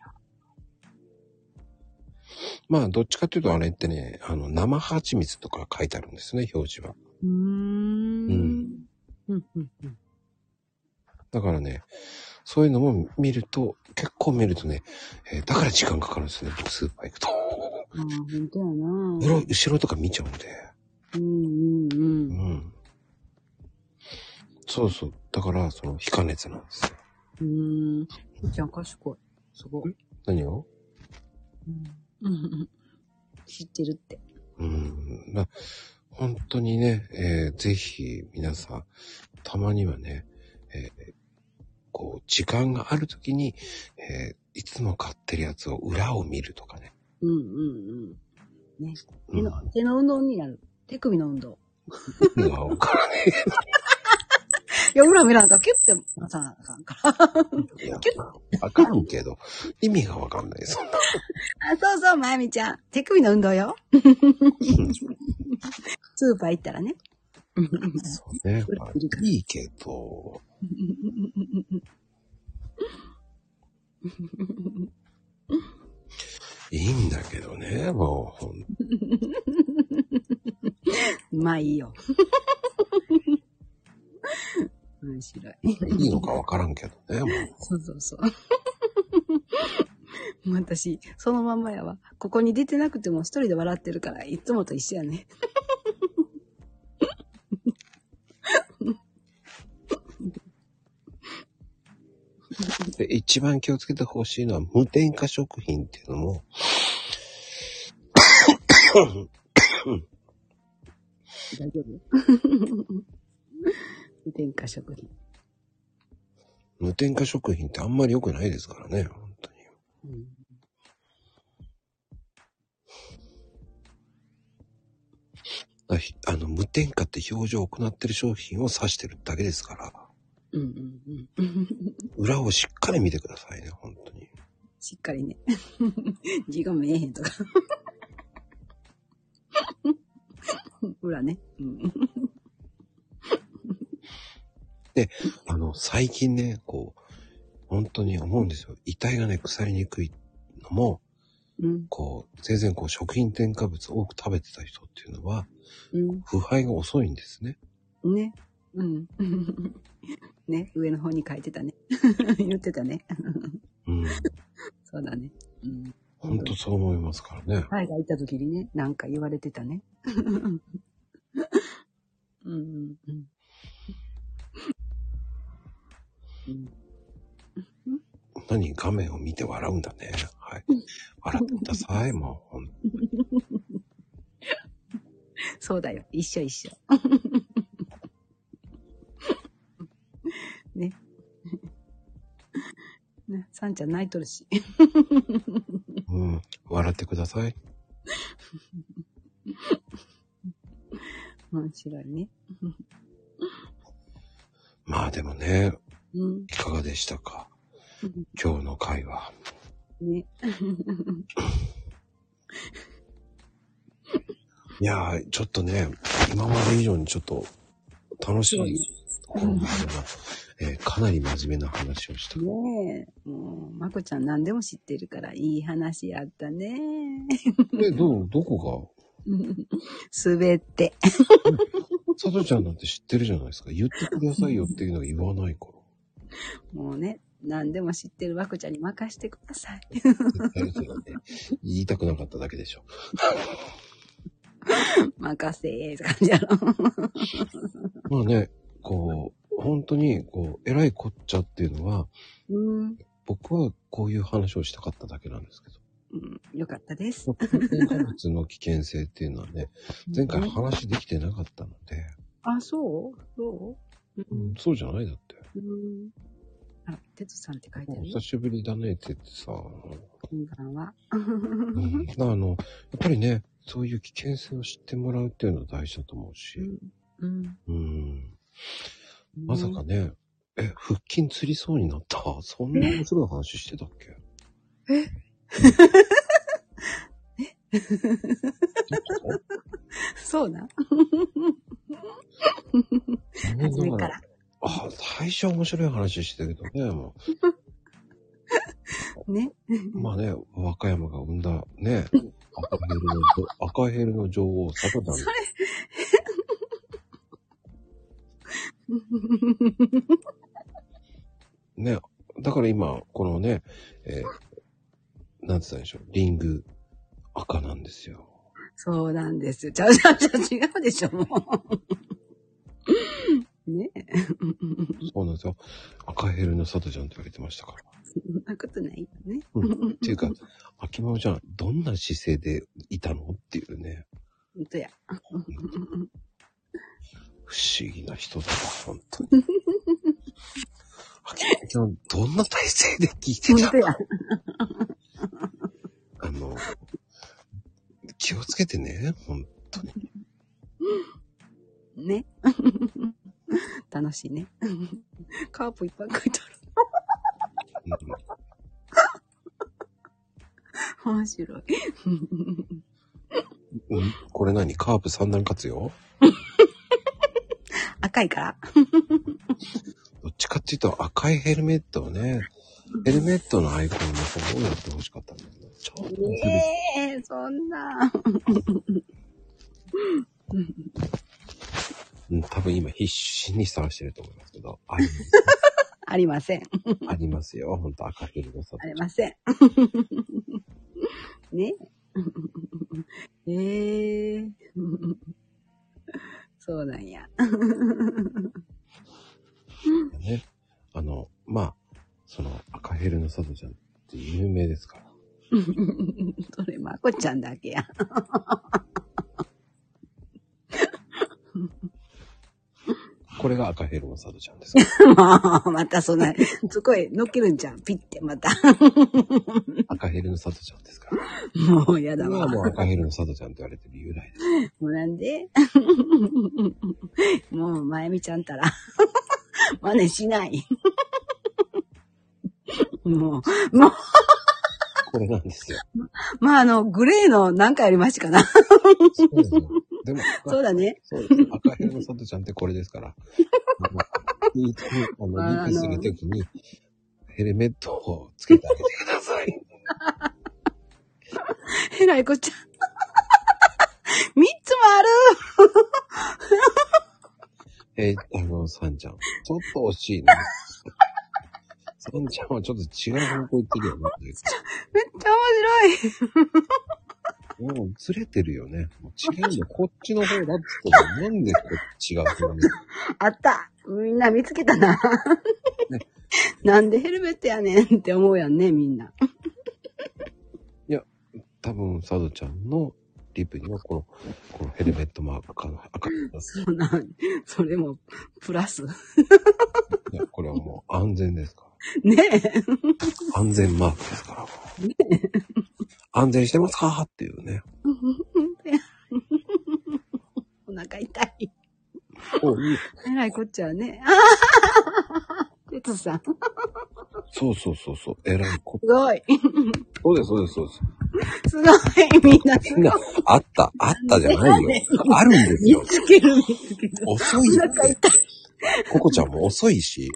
A: まあ、どっちかっていうとあれってね、あの、生蜂蜜とか書いてあるんですね、表示は。
B: うーん。うん、うん、うん。
A: だからね、そういうのも見ると、結構見るとね、えーだから時間かかるんですね、僕スーパー行くと。
B: ああ、ほんとやな。
A: 後ろ、後ろとか見ちゃうんで。
B: うん、うん、う。
A: うんん。そうそう。だから、その、非加熱なんですよ。
B: うーん。ひーちゃん賢い。すごい。
A: 何を
B: うんうん。知ってるって。
A: うん。まあ、本当にね、えーぜひ皆さん、たまにはね、えーこう、時間があるときに、えーいつも買ってるやつを裏を見るとかね。
B: うん、うん、うん。
A: う
B: 手
A: ん。
B: の、手の運動になる。手首の運動。
A: 意味がわからね
B: いや、裏見らんか、キュッて、まさあかんから。
A: え。い やわかるけど、意味がわかんない。そんな。
B: あ、そうそう、まゆみちゃん。手首の運動よ。スーパー行ったらね。
A: そうね。まあ、いいけど、いいんだけどね、もう、ほん
B: まあいいよ。面白い。
A: いいのかわからんけどね、もう。
B: そうそうそう。 もう私、そのまんまやわ。ここに出てなくても一人で笑ってるから、いつもと一緒やね。
A: で、一番気をつけてほしいのは無添加食品っていうのも、
B: 大丈夫 無添加食品。
A: 無添加食品ってあんまり良くないですからね、本当に。
B: うん
A: だひあの、無添加って表示を行ってる商品を指してるだけですから、
B: うんうんうん。
A: 裏をしっかり見てくださいね、本当に。
B: しっかりね。 字が見えへんとか。 裏ね。うん。
A: あの、最近ね、こう、本当に思うんですよ。遺体がね、腐りにくいのも、
B: うん。
A: こう、生前こう、食品添加物を多く食べてた人っていうのは、
B: う
A: 腐敗が遅いんですね。
B: ん。ね。うん。 ね。上の方に書いてたね。 言ってたね。
A: うん。
B: そうだね。うん。
A: 本当そう思いますからね。
B: 海外行った時にね、なんか言われてたね。うんうんうん。うん
A: 何画面を見て笑うんだね。はい。笑ってください、もう。ほん
B: そうだよ。一緒一緒。 ね。 ね、さんちゃん泣いとるし。
A: うん。笑ってください。
B: 面白いね。
A: まあでもね、
B: うん。
A: いかがでしたか今日の会話。
B: ね。
A: いやー、ちょっとね、今まで以上にちょっと楽しいところもあるな、えーかなり真面目な話をした。
B: ねえ。もう、まこちゃん何でも知ってるから、いい話やったね。
A: え、どう、どこ
B: 滑って。
A: がさとちゃんなんて知ってるじゃないですか。言ってくださいよっていうのは言わないか
B: もうね、何でも知ってるまこちゃんに任してください。
A: ら。絶対嘘だね言いたくなかっただけでしょ。
B: 任せーって感じやろ。
A: まあね、こう、本当に、こう、偉いこっちゃっていうのは、
B: うん。
A: 僕はこういう話をしたかっただけなんですけど。
B: うん、よかったです。
A: 爆発の危険性っていうのはね、前回
B: うん
A: 話できてなかったので、
B: あ、そうそうう。
A: うんん、そうじゃないだって。
B: うん。あ、てつさんって書いて
A: お
B: る
A: 久しぶりだねって言ってさ、
B: こんばんは。
A: うん、だからあの、やっぱりね、そういう危険性を知ってもらうっていうのは大事だと思うし、
B: うん。
A: うん、まさかね、え、腹筋つりそうになったそんな面白い話してたっけ
B: え そうなん
A: え
B: 初めから。
A: あ、最初は面白い話してたけどね、も
B: ね。
A: う。まあね、和歌山が生んだ、 ね、赤ヘルの、赤ヘルの女王、サトダン
B: それ。
A: ね、だから今、このね、えー、なんつったんでしょう、リング、赤なんですよ。
B: そうなんですよ。ちゃうちゃうちゃう違うでしょ、もう。 ねえ。
A: そうなんですよ。赤ヘルのサトちゃんって言われてましたから。
B: そんなことないよね。
A: うん。って いうか、秋物ちゃん、どんな姿勢でいたのっていうね、
B: 本当や。
A: 不思議な人だわ、本当に。秋物ちゃん、どんな体勢で聞いて
B: 本
A: た
B: 当や。
A: あの、気をつけてね、本当に。
B: ね。楽しいね。カープいっぱい書いてあ
A: うん
B: る。面白い。
A: うん、これ何カープ三段活用
B: 赤いから。
A: どっちかっていうと赤いヘルメットをね、ヘルメットのアイコンの方をやってほしかったんだけど、ちょっとずれ
B: ええそんな。
A: うん多分今必死に探してると思いますけど、あり
B: ありません。
A: ますありますよ、ほんと赤ヘルのさ
B: あ。りません。ね。ええそうなんや。
A: ね。あの、まあ、その赤ヘルのさとちゃんって有名ですから。
B: それ、まこちゃんだけ や。
A: これが赤ヘルのさとちゃん です。
B: もう、またそんな、すごい、のっけるんじゃん。ピッて、ま た。
A: 赤ヘルのさとちゃんですから。
B: もう、やだ
A: 今
B: わ。
A: は
B: も
A: もう赤ヘルのさとちゃんって言われてる由来です。
B: うなんで もう、まゆみちゃんたら。 真似しない。 もう、
A: これなん ですよ。
B: まあ、あの、グレーの何回ありましたかな。
A: そうですよ。でも、
B: そうだね。
A: そうです。赤ヘルのサトちゃんってこれですから。あ の、リートに、あの、
B: あー
A: リートするときに、ヘルメットをつけてあげてくださ い。
B: えらいこっちゃ。 三つも
A: えーあの、サンちゃん。ちょっと惜しいね。サンちゃんはちょっと違う方向行ってるよね。
B: あるめっちゃ面白い
A: もうずれてるよね。もう違うんだ よ。こっちの方だって言ったら、なんでこっち違う方に。
B: あったみんな見つけたな。なんでヘルメットやねんって思うやんね、みんな。
A: 多分、サドちゃんのリップにはこの、このヘルメットマークかな。赤いやつ
B: そんな、それも、プラス。
A: いや、これはもう安全ですから。
B: ねえ。
A: 安全マークです から。安全してますかっていうね。
B: ほんとやお腹痛い。
A: お、いい。
B: えらいこっちゃね。 てつさん。す
A: そうそうそうそう。えらいこ
B: ごい。
A: そうです、そうです、そうです。
B: すごい。みんなす
A: みん
B: ごい
A: な。、あった、あったじゃ ないよ
B: ね。
A: あるんですよ
B: 見。つける、見つける。
A: 遅いよ
B: お腹
A: って。ココちゃんも遅いし。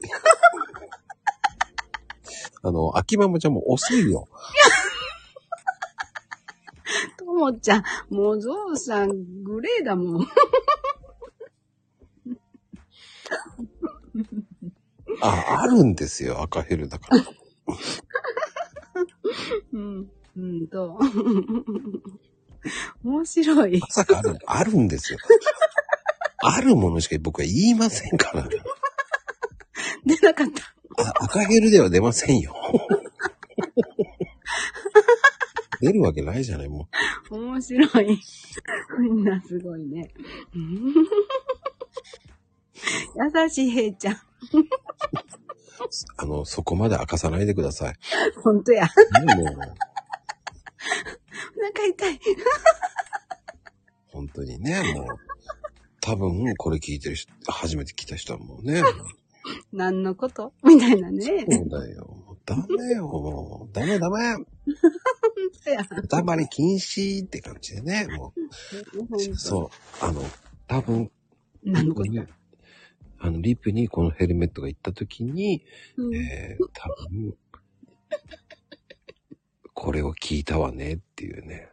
A: あの、秋ママちゃんも遅いよ。
B: ともちゃん、もうゾウさん、グレーだもん。
A: あ、あるんですよ、赤ヘルだから。
B: うん。うんと。面白い
A: ま。さかある、あるんですよ。あるものしか僕は言いませんから。
B: 出なかった。
A: あ赤ヘルでは出ませんよ。出るわけないじゃない、も
B: 面白い。みんなすごいね。うん優しいヘイちゃん。
A: う。あの、そこまで明かさないでください。
B: ほんとや。
A: もう、
B: お腹痛い。
A: 本当にね、もう。多分、これ聞いてる人、初めて来た人はもうね。
B: 何のことみたいなね。
A: そうだよ。もうダメよ、もう。ダメダメ。
B: ほんとや。
A: 歌まり禁止って感じでね。も
B: ほん
A: う、
B: と
A: そう。あの、多分、
B: 何のこと
A: ねあの、リップにこのヘルメットが行った時に、
B: うん
A: えー、多分、これを聞いたわねっていうね。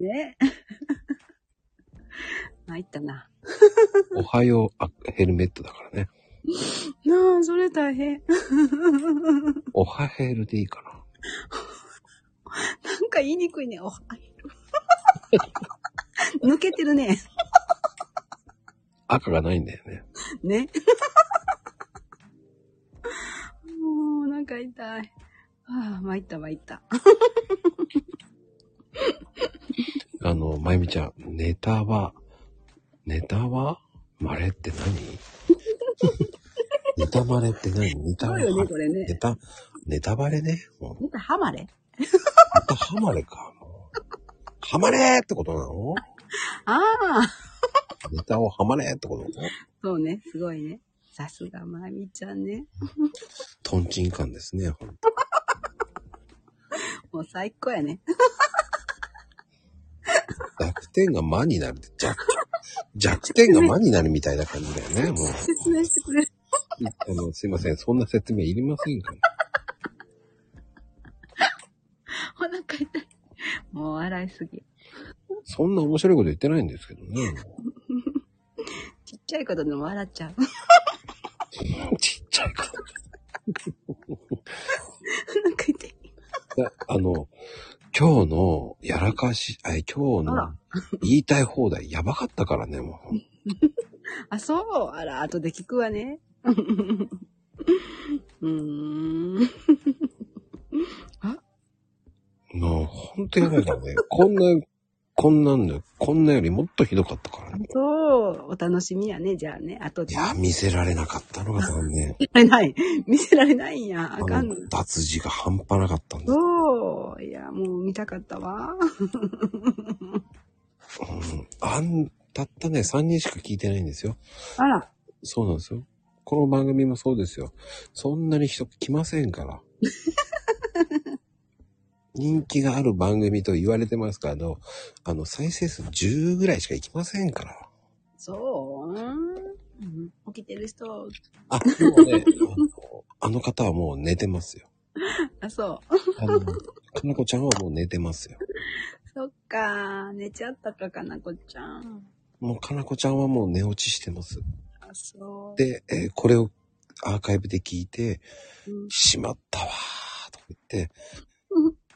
B: ね。 参ったな。
A: おはようあ、ヘルメットだからね。
B: なあ、それ大変。な
A: おはヘルでいいかな。
B: んか言いにくいね。おはよう 抜けてるね。
A: 赤がないんだよね。
B: ね。もう、なんか痛い。ああ、参った参った。
A: あの、まゆみちゃん、ネタは、ネタはマレって 何ネタマレって何ネ
B: す
A: タ
B: ご
A: はい
B: よね、これね
A: ネ。タ、ネタバレね。もう、ネ
B: なんかハマれ
A: タハマレか。もうハマレーってことなの
B: ああ。
A: ネタをハマレーってことなの
B: そうね、すごいね。さすがまみちゃんね。
A: トンチンカンですね、ほんと
B: もう最高やね。
A: 弱点が魔になるって弱、弱点が魔になるみたいな感じだよね、もう。
B: 説明してくれる。
A: あの、すいません、そんな説明いりませんから。
B: お腹痛い。もう笑いすぎ。
A: そんな面白いこと言ってないんですけどね。
B: ちっちゃいことでも笑っちゃう。
A: ちっちゃいから。
B: なんか痛い。
A: いやあの、今日のやらかし、え、今日
B: あ
A: の
B: ら
A: 言いたい放題やばかったからね、もう。
B: あ、そう。あら、後で聞くわ ね。うーん。
A: もうほんとやばいからね。こんな、こんなんで、こんなよりもっとひどかったからね。
B: そう。お楽しみやね、じゃあね。後
A: い
B: でね。
A: や、見せられなかったのが残念。
B: 見せられない。 見せられないんや。あか
A: あ
B: んの
A: の。脱字が半端なかったんだ。
B: そう。いや、もう見たかったわ。
A: うん。あん、たったね、3人しか聞いてないんですよ。
B: あら。
A: そうなんですよ。この番組もそうですよ。そんなに人来ませんから。人気がある番組と言われてますからの、あの、再生数10ぐらいしか行きませんから。
B: そう。うん起きてる人。
A: あ、でもね、あのあの方はもう寝てますよ。
B: あ、そう。
A: あの、かなこちゃんはもう寝てますよ。
B: そっか、寝ちゃったかかなこちゃん。
A: もうかなこちゃんはもう寝落ちしてます。
B: あ、そう。
A: で、えーこれをアーカイブで聞いて、
B: うん
A: しまったわーとか言って、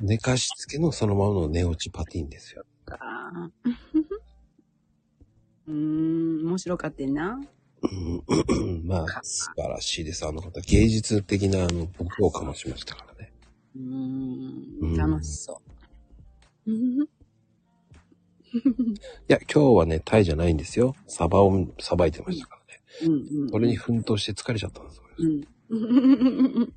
A: 寝かしつけのそのままの寝落ちパティーンですよ。
B: か。 うーん、面白かったな。
A: うんまあ、素晴らしいです。あの方、芸術的なあの僕をかましましたからね。
B: う
A: う
B: ー
A: ん
B: ん、楽しそう。うん
A: いや、今日はね、タイじゃないんですよ。サバをさばいてましたからね。
B: うん、うん。
A: それに奮闘して疲れちゃったんですよ。
B: うん。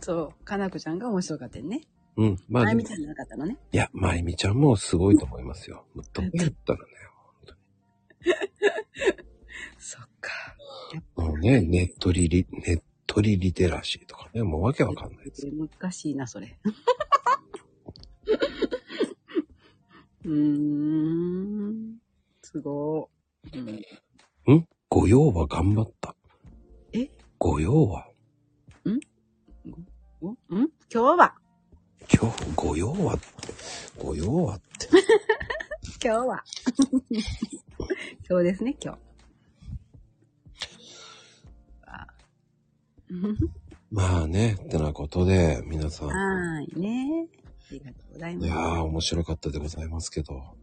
B: そう、かなこちゃんが面白かったね。
A: うん。まあ、
B: 前
A: でもい
B: みたいじゃなかったのね。
A: や、まゆみちゃんもすごいと思いますよ。どうやったらね。
B: そっか。
A: もうね、ネットリリ、ネットリリテラシーとかね、もうわけわかんないです。
B: 難しいな、それ。うーん。すごー。うん
A: ん御用は頑張った。
B: え
A: 御用は
B: おん今日は
A: 今日、御用は御用はって。
B: 今日は今日ですね、今日。あ
A: まあね、ってなことで、皆さん。
B: はーいね。ありがとうござい
A: いやー、
B: ま
A: 面白かったでございますけど。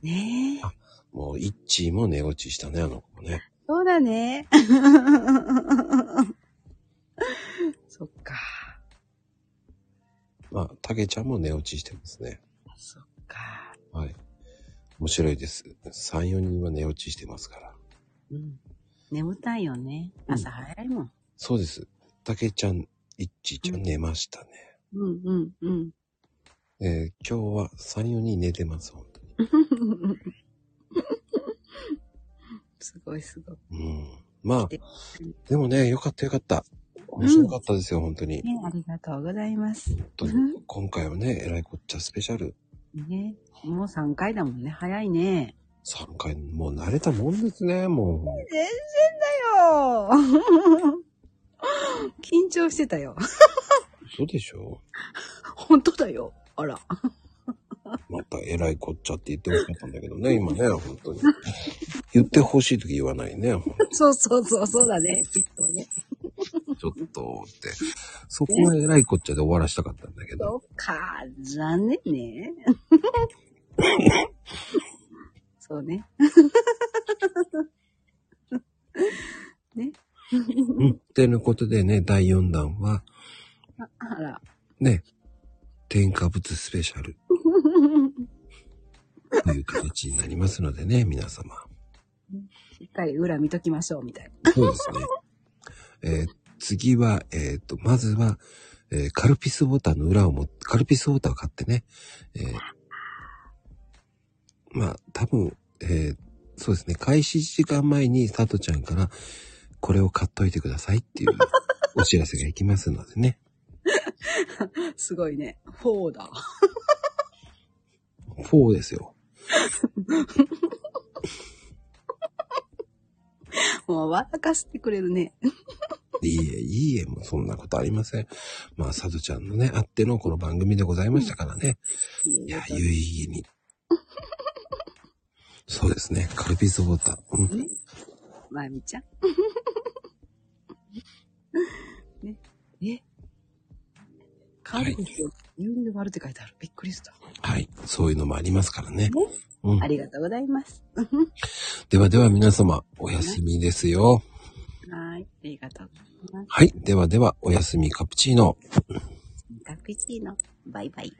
B: す。ねえ。
A: もう、イッチーも寝落ちしたね、あの子もね。
B: そうだね。 そっか。
A: まあ、たけちゃんも寝落ちしてますね。
B: そっか。
A: はい。面白いです。3、4人は寝落ちしてますから。
B: うん。眠たいよね。朝早いもん。
A: そうです。たけちゃん、いっちーちゃん寝ましたね。
B: うんうんうん。
A: えー今日は3、4人寝てます、本当に。
B: すごいすごい。
A: うん。まあ
B: で、
A: でもね、よかったよかった。面白かったですよ、本当に。
B: ね、ありがとうございます。
A: 本当に
B: う。
A: 今回はね、えらいこっちゃスペシャル。
B: ね。もう3回だもんね。早いね。
A: 3回、もう慣れたもんですね、も
B: 全然だよ 緊張してたよ。
A: う。そうでしょ
B: 本当だよ。あら。
A: またえらいこっちゃって言ってほしかったんだけどね、今ね、本当に。言ってほしいとき言わないね、ほん
B: そうそうそう、そう だね。きっとね。
A: ちょっとって。そこはえらいこっちゃで終わらしたかったんだけど。
B: そっか、残念 ね。そうね。ね。
A: うん。ってなことでね、第4弾は、
B: あら。
A: ね、添加物スペシャルという形になりますのでね、皆様。
B: しっかり裏見ときましょう、みたい
A: そうですね。えー次は、えっ、と、まずは、えーカルピスウォーターの裏をも、カルピスウォーターを買ってね、えーまあ、多分、えーそうですね、開始時間前にサトちゃんから、これを買っといてくださいっていう お知らせがいきますのでね。
B: な。すごいね。フォーだ。
A: 4ですよ。
B: もう笑かしてくれるね。
A: いいえ、いいえ、もうそんなことありません。まあ、サトちゃんのね、あってのこの番組でございましたからね。いや、有意義に。 そうですね。カルピスウォーター。うん。
B: まゆみちゃん。 ね、えカルピスを牛乳で割るって書いてある。びっくりした。
A: はい。そういうのもありますからね。うん
B: あ。りがとうございます。
A: ではでは皆様、おやすみですよ。
B: はい。ありがとうございます。
A: はい。ではでは、おやすみカプチーノ。
B: カプチーノ。バイバイ。